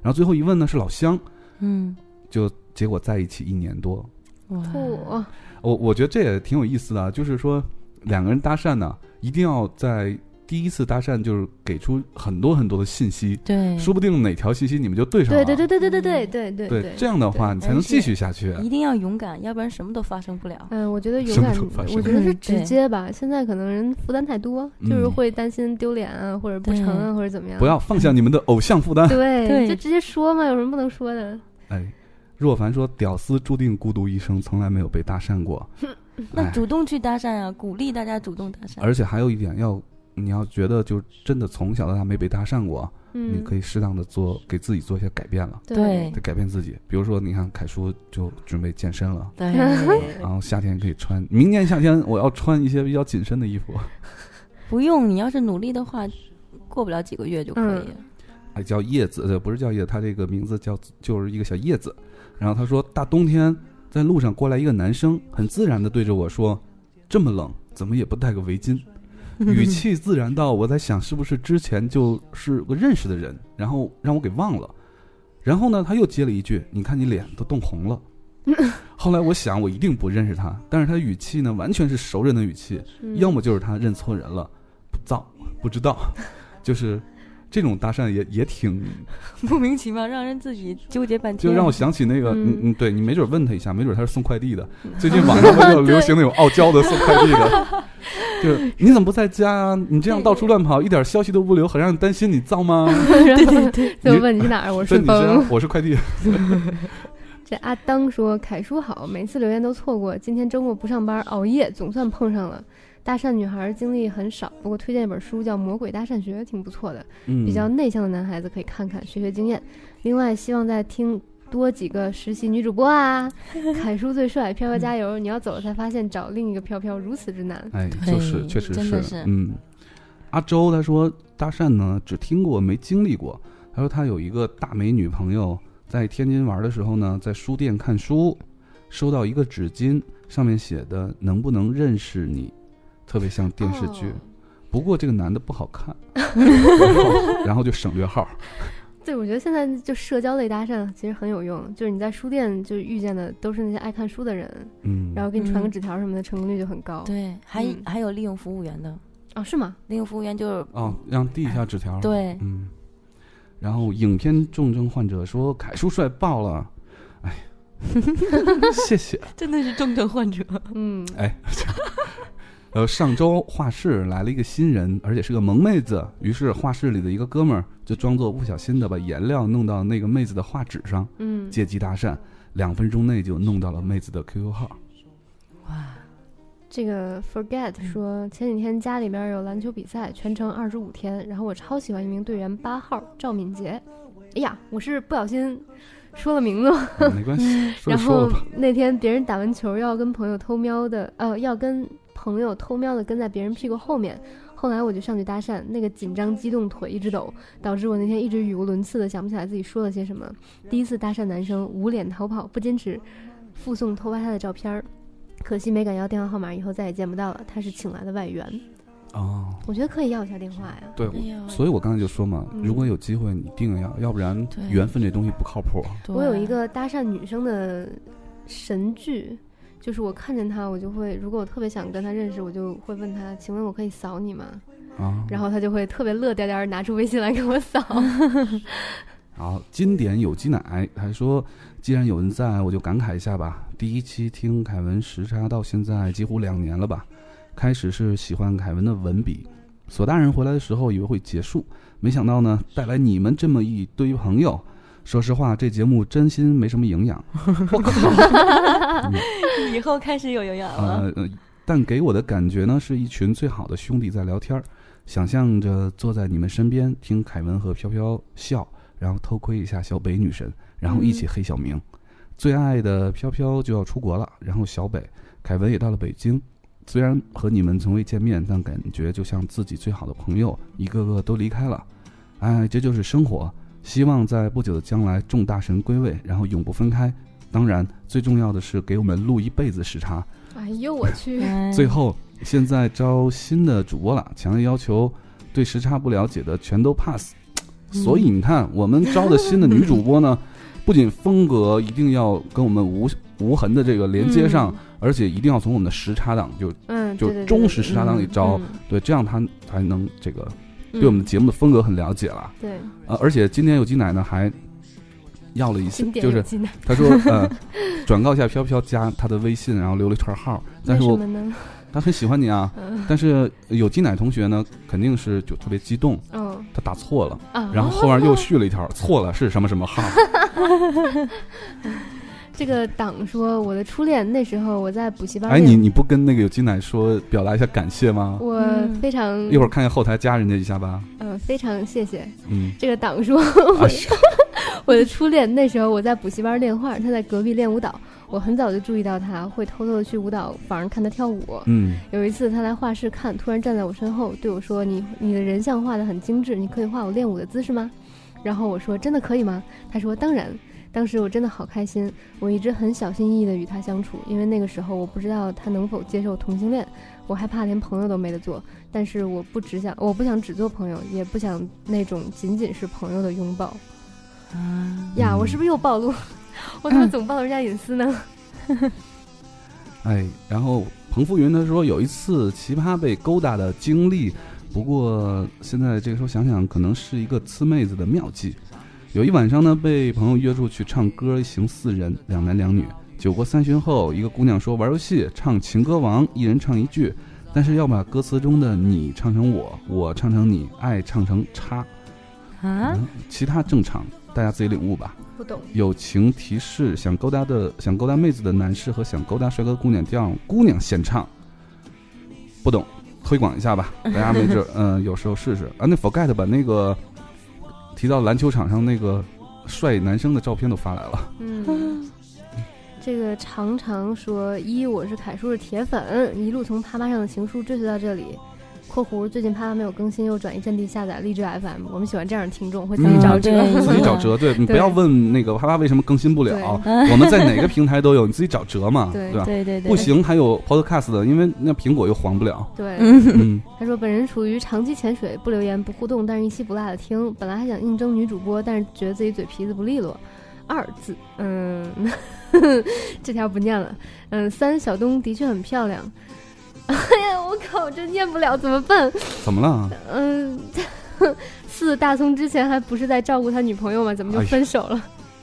S10: 然后最后一问呢是老乡，
S1: 嗯，
S10: 就结果在一起一年多。
S11: 哇，
S10: 我我觉得这也挺有意思的啊，就是说两个人搭讪呢，一定要在。第一次搭讪就是给出很多很多的信息，
S1: 对
S10: 说不定哪条信息你们就对上了，
S11: 嗯
S10: 啊
S11: 对对对对对对对对对
S10: 对这样的话你才能继续下去。
S1: 一定要勇敢，要不然什么都发生不了。
S11: 嗯，我觉得勇
S10: 什么
S11: 敢
S10: 时候发，生
S11: 我觉得是
S1: 嗯
S11: 直
S1: 对
S11: 接吧。现在可能人负担太多，就是
S10: 嗯
S11: 会担心丢脸啊，或者不成啊，或者怎么样。
S10: 不要放下你们的偶像负担。
S11: 对，就直接说嘛，有什么不能说的？
S10: 哎，若凡说：“屌丝注定孤独一生，从来没有被搭讪过。哎
S1: 那主动去搭讪啊，鼓励大家主动搭讪。
S10: 而且还有一点要，你要觉得就真的从小到大没被搭讪过，
S1: 嗯
S10: 你可以适当的做给自己做一些改变了。
S1: 对
S10: 得改变自己。比如说，你看凯叔就准备健身了，
S1: 对
S10: 然后夏天可以穿，明年夏天我要穿一些比较紧身的衣服。
S1: 不用，你要是努力的话，过不了几个月就可
S11: 嗯
S1: 以了。
S10: 哎，叫叶子，呃，不是叫叶子，他这个名字叫就是一个小叶子。然后他说，大冬天在路上过来一个男生，很自然的对着我说：“这么冷，怎么也不戴个围巾？”语气自然到我在想，是不是之前就是个认识的人，然后让我给忘了。然后呢，他又接了一句：“你看你脸都冻红了。”后来我想，我一定不认识他，但是他语气呢，完全是熟人的语气，
S11: 嗯
S10: 要
S11: <laughs>
S10: 么就是他认错人了，不造不知道，就是这种搭讪也也
S11: 嗯
S10: 挺，
S1: <laughs> 莫名其妙让人自己纠结半天。
S10: 就让我想起那个，
S1: 嗯
S10: 嗯嗯，对你没准问他一下，没准他是送快递的。
S11: <laughs>
S10: 最近网上不就流行那种傲娇的送快递的， <laughs> 就是你怎么不在家啊？你这样到处乱跑，一点消息都不留，很让人担心，你造
S11: <laughs>
S10: 吗？
S11: 对对对，
S10: 你
S11: 就问你去哪儿，我
S10: 对
S11: 顺
S10: 你是
S11: 丰。
S10: 我是快递。
S11: 这阿当说：“凯叔好，每次留言都错过，今天周末不上班，熬夜总算碰上了。搭讪女孩经历很少，不过推荐一本书叫《魔鬼搭讪学》，挺不错的。
S10: 嗯
S11: 比较内向的男孩子可以看看，学学经验。另外，希望再听多几个实习女主播啊。凯叔最帅，飘飘加
S10: 嗯
S11: 油！你要走了才发现找另一个飘飘如此之难。
S10: 哎，就是确实
S11: 真的是
S10: 嗯。阿周他说搭讪呢，只听过没经历过。他说他有一个大美女朋友，在天津玩的时候呢，在书店看书，收到一个纸巾，上面写的“能不能认识你”，特别像电视剧。
S11: 哦
S10: 不过这个男的不好
S11: <laughs>
S10: 看，然后然后就省略号。
S11: 对，我觉得现在就社交类搭讪其实很有用，就是你在书店就遇见的都是那些爱看书的人，
S10: 嗯
S11: 然后给你传个
S1: 嗯
S11: 纸条什么的，成功率就很高。
S1: 对，还、
S11: 嗯
S1: 还有利啊用服务员的
S11: 哦，是吗？
S1: 利用服务员就是
S10: 哦，让递一下纸条。
S1: 对
S10: 嗯。然后影片重症患者说：“凯叔帅爆了，
S11: <laughs>
S10: 哎，谢谢。”
S1: <laughs> 真的是重症患者。
S11: 嗯，
S10: 哎， <laughs> 呃，上周画室来了一个新人，而且是个萌妹子。于是画室里的一个哥们儿就装作不小心的把颜料弄到那个妹子的画纸上，
S11: 嗯
S10: 借机搭讪，两分钟内就弄到了妹子的 QQ 号。
S11: 这个 forget
S1: 嗯
S11: 说，前几天家里边有篮球比赛，全程二十五天，然后我超喜欢一名队员八号赵敏杰。哎呀，我是不小心说了名字，
S10: 嗯没关
S11: <laughs>
S10: 系说着
S11: 然
S10: 说
S11: 后
S10: 着吧
S11: 那天别人打完球要跟朋友偷瞄的，呃，要跟朋友偷瞄的跟在别人屁股后面，后来我就上去搭讪，那个紧张激动腿一直抖，导致我那天一直语无伦次的想不起来自己说了些什么。第一次搭讪男生，捂脸逃跑，不坚持，附送偷拍他的照片儿，可惜没敢要电话号码，以后再也见不到了。他是请来的外援，
S10: 哦，
S11: 我觉得可以要一下电话呀。
S10: 对，我所以我刚才就说嘛，
S11: 哎嗯
S10: 如果有机会，你一定要，要不然
S11: 对
S10: 缘分这东西不靠谱。
S11: 我有一个搭讪女生的神剧，就是我看见她，我就会，如果我特别想跟她认识，我就会问她，请问我可以扫你吗？
S10: 啊
S11: 然后她就会特别乐颠颠儿拿出微信来给我扫。 <laughs>
S10: 好，经典有机奶还说，既然有人在，我就感慨一下吧。第一期听凯文时差到现在几乎两年了吧，开始是喜欢凯文的文笔，索大人回来的时候以为会结束，没想到呢带来你们这么一堆朋友。说实话，这节目真心没什么营养， <laughs>
S1: 以后开始有营养了。
S10: 呃，呃但给我的感觉呢，是一群最好的兄弟在聊天儿。想象着坐在你们身边，听凯文和飘飘笑，然后偷窥一下小北女神，然后一起黑小明。最爱的飘飘就要出国了，然后小北、凯文也到了北京。虽然和你们从未见面，但感觉就像自己最好的朋友，一个个都离开了。哎，这就是生活。希望在不久的将来，众大神归位，然后永不分开。当然，最重要的是给我们录一辈子时差，
S11: 哎呦我去！
S1: <laughs>
S10: 最后，现在招新的主播了，强烈要求对时差不了解的全都 pass。所
S11: 嗯
S10: 以你看，我们招的新的女主播
S11: <laughs>
S10: 呢，不仅风格一定要跟我们无无痕的这个连接上，而且一定要从我们的时差党就
S11: 嗯
S10: 就
S11: 对对对
S10: 忠实时差党里招
S11: 嗯，
S10: 对，这样她才能这个
S11: 嗯
S10: 对我们节目的风格很了解了。
S11: 对
S10: 呃，而且今天有机奶呢还要了一些
S11: 经，典
S10: 就
S11: 有
S10: 是
S11: 机奶
S10: 他说呃，转告一下飘飘加他的微信，然后留了一串
S11: <laughs>
S10: 号，但是
S11: 为什
S10: 我
S11: 么呢
S10: 他很喜欢你啊
S11: 嗯，
S10: <laughs> 但是有机奶同学呢肯定是就特别激动，
S11: 嗯
S10: 他打错了
S11: 啊，
S10: 然后后面又续了一条，错了是什么什么号，
S11: <laughs> 这个党说我的初恋，那时候我在补习班
S10: 哎，
S11: 练。
S10: 你你不跟那个有机奶说表达一下感谢吗？
S11: 我
S1: 嗯
S11: 非常、
S10: 一会儿看见后台加人家一下吧，
S11: 嗯，非常谢谢。
S10: 嗯
S11: 这个党说，我、 <laughs> 我的初恋那时候我在补习班练画，他在隔壁练舞蹈。我很早就注意到他，会偷偷的去舞蹈房看他跳舞。
S10: 嗯
S11: 有一次他来画室看，突然站在我身后对我说：“你你的人像画的很精致，你可以画我练舞的姿势吗？”然后我说：“真的可以吗？”他说：“当然。”当时我真的好开心，我一直很小心翼翼的与他相处，因为那个时候我不知道他能否接受同性恋，我害怕连朋友都没得做。但是我不只想，我不想只做朋友，也不想那种仅仅是朋友的拥抱。
S1: 啊
S11: 呀，我是不是又暴露？我怎么总暴露人家隐私呢？
S10: 哎，然后彭富云他说有一次奇葩被勾搭的经历，不过现在这个时候想想，可能是一个呲妹子的妙计。有一晚上呢，被朋友约出去唱歌，一行四人，两男两女。酒过三巡后，一个姑娘说玩游戏唱情歌王，一人唱一句，但是要把歌词中的你唱成我，我唱成你，爱唱成叉，
S1: 啊，
S10: 其他正常，大家自己领悟吧。
S11: 不懂。
S10: 友情提示：想勾搭的、想勾搭妹子的男士和想勾搭帅哥姑娘，调姑娘献唱。不懂，推广一下
S11: <laughs>
S10: 吧，大家没准儿嗯、有时候试试啊。那 forget 把那个提到篮球场上那个帅男生的照片都发来了，
S11: 嗯， <laughs> 这个常常说一我是凯叔是铁粉，一路从啪啪上的情书追随到这里。（括弧最近啪啪没有更新，又转移阵地下载荔枝 FM）。我们喜欢这样的听众，会自
S10: 嗯 <laughs>
S11: 己找辙，
S10: 自己找辙。对你不要问那个啪啪为什么更新不了，
S11: 对
S10: <laughs> 我们在哪个平台都有，你自己找辙嘛，
S11: 对
S10: 吧？
S11: 对对对
S10: 不行，还有 podcast 的，因为那苹果又黄不
S11: <laughs>
S10: 了。
S11: 对，
S10: 嗯，
S11: 他说本人属于长期潜水，不留言不互动，但是一期不落的听。本来还想应征女主播，但是觉得自己嘴皮子不利落。二字，嗯， <laughs> 这条不念了。嗯，三小东的确很漂亮。哎呀，我靠，我真念不了，怎么办？
S10: 怎么了？
S11: 嗯， <laughs> 四大葱之前还不是在照顾他女朋友吗？怎么
S10: 哎
S11: 就分手了？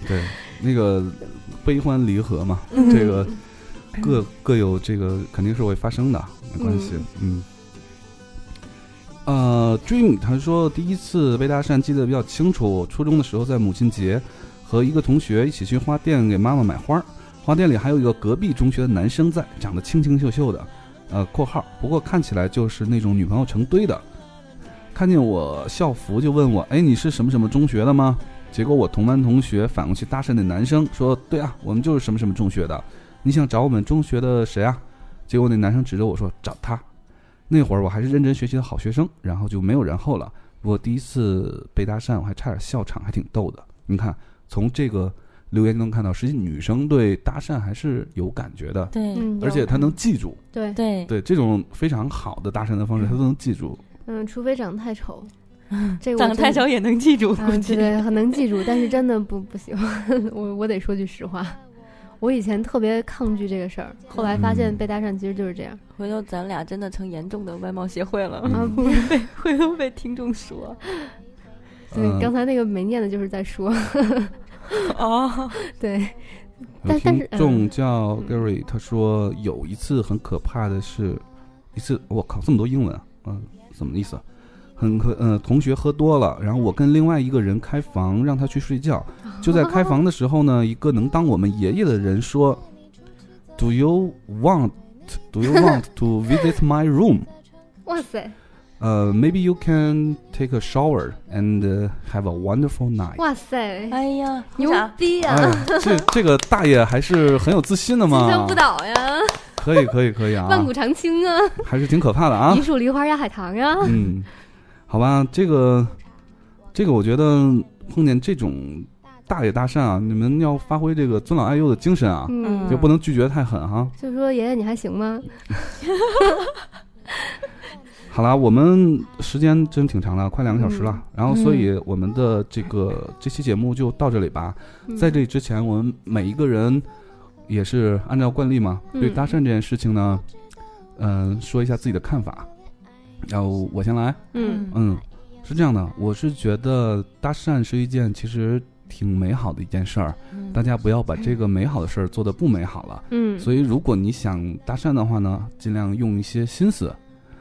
S10: 对，那个悲欢离合嘛，
S11: 嗯
S10: 这个各各有这个肯定是会发生的，没关系，嗯。呃，Dream 他说第一次被搭讪记得比较清楚，初中的时候在母亲节和一个同学一起去花店给妈妈买花儿，花店里还有一个隔壁中学的男生在，长得清清秀秀的，呃（括号）不过看起来就是那种女朋友成堆的，看见我校服就问我：“哎，你是什么什么中学的吗？”结果我同班同学反过去搭讪那男生说：“对啊，我们就是什么什么中学的，你想找我们中学的谁啊？”结果那男生指着我说：“找他。”那会儿我还是认真学习的好学生，然后就没有然后了。我第一次被搭讪，我还差点笑场，还挺逗的。你看，从这个留言就能看到，实际女生对搭讪还是有感觉的，
S1: 对嗯
S10: 而且她能记住，
S11: 对
S1: 对
S10: 对这种非常好的搭讪的方式，她都能记住。
S11: 嗯，除非长得太丑，这
S1: 嗯
S11: 我
S1: 长得
S11: 真
S1: 太丑也能记住，
S11: 啊
S1: 估计。
S11: 对，很能记住，但是真的不不喜欢。我我得说句实话，我以前特别抗拒这个事儿，后来发
S10: 嗯
S11: 现被搭讪其实就是这样。
S1: 回头咱俩真的成严重的外貌协会了，
S10: 嗯
S11: 啊不
S1: 会被回头被听众说。
S11: 对，
S1: 嗯
S11: 刚才那个没念的就是在说。
S1: 哦，
S11: 对，
S10: 有
S11: 但但
S10: 听
S11: 是嗯
S10: 众叫 Gary，他说有一次很可怕的是，一次我靠这么多英文啊，嗯、什么意思啊？很可呃，同学喝多了，然后我跟另外一个人开房，让他去睡觉。 <laughs> 就在开房的时候呢，一个能当我们爷爷的人说，Do you want Do you want to visit my room？
S11: 哇塞，
S10: 呃、m a y b e you can take a shower and uh, have a wonderful night。
S11: 哇塞，
S1: 哎呀，
S11: 牛逼啊！
S10: 哎，这这个大爷还是很有自信的嘛。
S11: 金枪不倒呀，
S10: 啊可以可以可以啊，
S11: 万古长青啊，
S10: 还是挺可怕的啊
S11: 一。树梨花压海棠啊。
S10: 嗯，好吧，这个这个我觉得碰见这种大爷搭讪啊，你们要发挥这个尊老爱幼的精神啊，
S11: 嗯
S10: 就不能拒绝太狠啊哈、
S11: 就说爷爷你还行吗？
S10: 好啦，我们时间真挺长的，快两个小时了。
S11: 嗯
S10: 然后，所以我们的这个、这期节目就到这里吧。
S11: 嗯
S10: 在这之前，我们每一个人也是按照惯例嘛，
S11: 嗯
S10: 对搭讪这件事情呢，嗯、说一下自己的看法。要我先来，
S11: 嗯
S10: 嗯，是这样的，我是觉得搭讪是一件其实挺美好的一件事儿，
S11: 嗯
S10: 大家不要把这个美好的事儿做得不美好了。
S11: 嗯
S10: 所以如果你想搭讪的话呢，尽量用一些心思，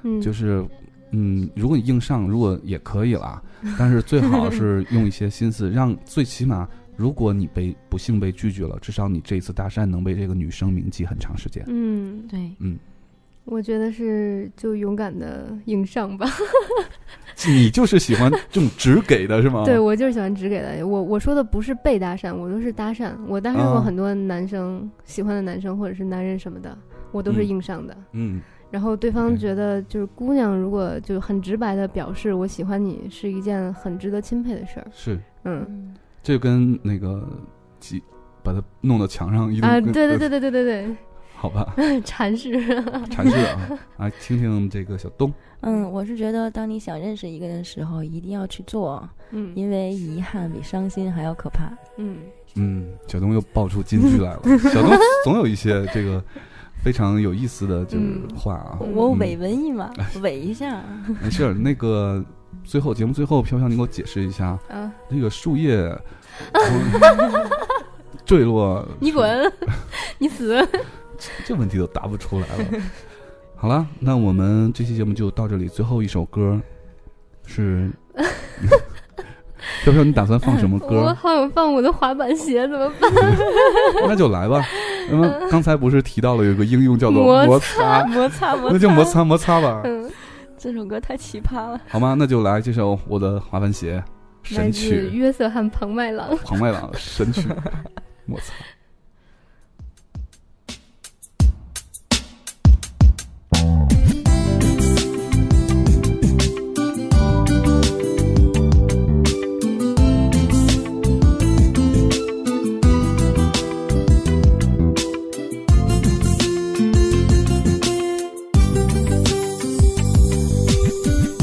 S11: 嗯
S10: 就是嗯，如果你硬上，如果也可以
S11: <laughs>
S10: 啦，但是最好是用一些心思，让最起码。如果你被不幸被拒绝了，至少你这一次搭讪能被这个女生铭记很长时间。
S11: 嗯，对，
S10: 嗯，
S11: 我觉得是就勇敢的硬上吧。
S10: 你就是喜欢这种直给的是吗？
S11: 对，我就是喜欢直给的。我我说的不是被搭讪，我都是搭讪。我搭讪过
S10: 啊
S11: 很多男生、喜欢的男生或者是男人什么的，我都是
S10: 嗯
S11: 硬上的。
S10: 嗯
S11: 然后对方觉得，就是姑娘如果就很直白的表示我喜欢你，是一件很值得钦佩的事儿。
S10: 是，
S11: 嗯
S10: 这就跟那个几把它弄到墙上一定
S11: 啊，
S10: 跟
S11: 对对对，对对对
S10: 好吧，
S11: 对，禅师，
S10: 禅师啊，来听听这个小东，
S1: 嗯，我是觉得，当你想认识一个人的时候，一定要去做，
S11: 嗯，
S1: 因为遗憾比伤心还要可怕。
S11: 嗯，
S10: 嗯，小东又爆出金句来了，小东总有一些这个非常有意思的就是话啊，
S1: 我
S10: 嗯
S1: 伪文艺嘛，伪一下。
S10: 没事儿，那个最后节目最后，飘飘，你给我解释一下，
S1: 嗯
S10: 这个树
S11: <laughs>
S10: 叶坠落，
S11: 你
S10: <laughs>
S11: 滚，你死。
S10: 这问题都答不出来了。好了，那我们这期节目就到这里，最后一首歌
S11: <laughs>
S10: 是飘飘，你打算放什么
S11: 我
S10: 歌？
S11: 好想放我的滑板鞋，怎么办？
S10: 那就来吧。那
S11: 嗯
S10: 么刚才不是提到了有一个应用叫做
S1: 摩
S10: 摩
S1: 擦摩
S10: <laughs>
S1: 擦摩擦
S10: 那就摩擦摩擦吧，
S1: 嗯，这首歌太奇葩了。
S10: 好吗？那就来这首我的滑板鞋
S11: 来
S10: 神
S11: 自
S10: 曲，
S11: 约瑟翰庞麦郎。
S10: 庞麦郎神曲，摩擦。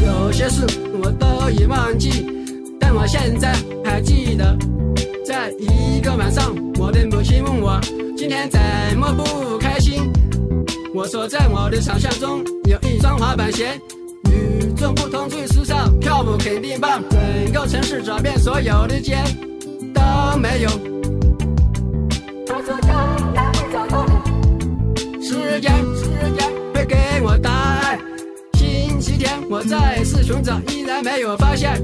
S9: 有些事我都已忘记，但我现在还记得。在一个晚上，我的母亲问我今天怎么不开心，我说在我的想象中有一双滑板鞋，与众不同最时尚，跳舞肯定棒，整个城市找遍所有的街都没有。时间，时间会给我答案。星期天我再次寻找，依然没有发现。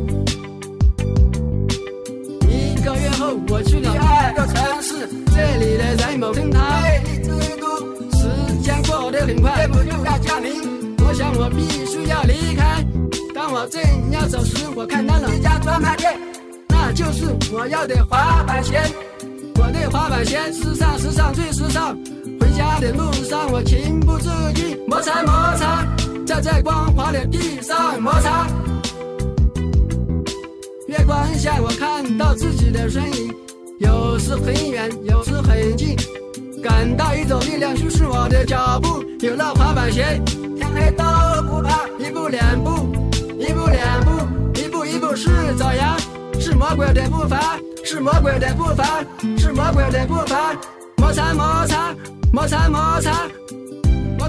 S9: 一个月后我去了第二个城市，这里的人某称它魅力之都。时间过得很快，不久要降临。我想我必须要离开。当我正要走时，我看到了一家专卖店，那就是我要的滑板鞋。我的滑板鞋时尚，时尚最时尚。回家的路上，我情不自禁摩擦摩擦，在这光滑的地上摩擦。月光下，我看到自己的身影，有时很远，有时很近，感到一种力量驱使我的脚步。有了滑板鞋，天黑都不怕，一步两步，一步两步，一步一步是爪牙，是魔鬼的步伐，是魔鬼的步伐，是魔鬼的步伐，摩擦摩擦，摩擦摩擦，我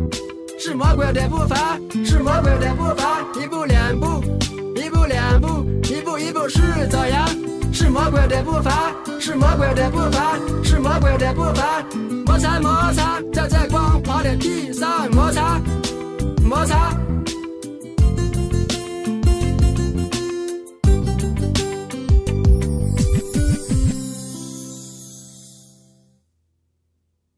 S9: 是魔鬼的步伐，是魔鬼的步伐。一步两步，一步两步，一步一步是爪牙，是魔鬼的步伐，是魔鬼的步伐，是魔鬼的步伐。摩擦摩擦，在这光滑的地上摩擦摩擦，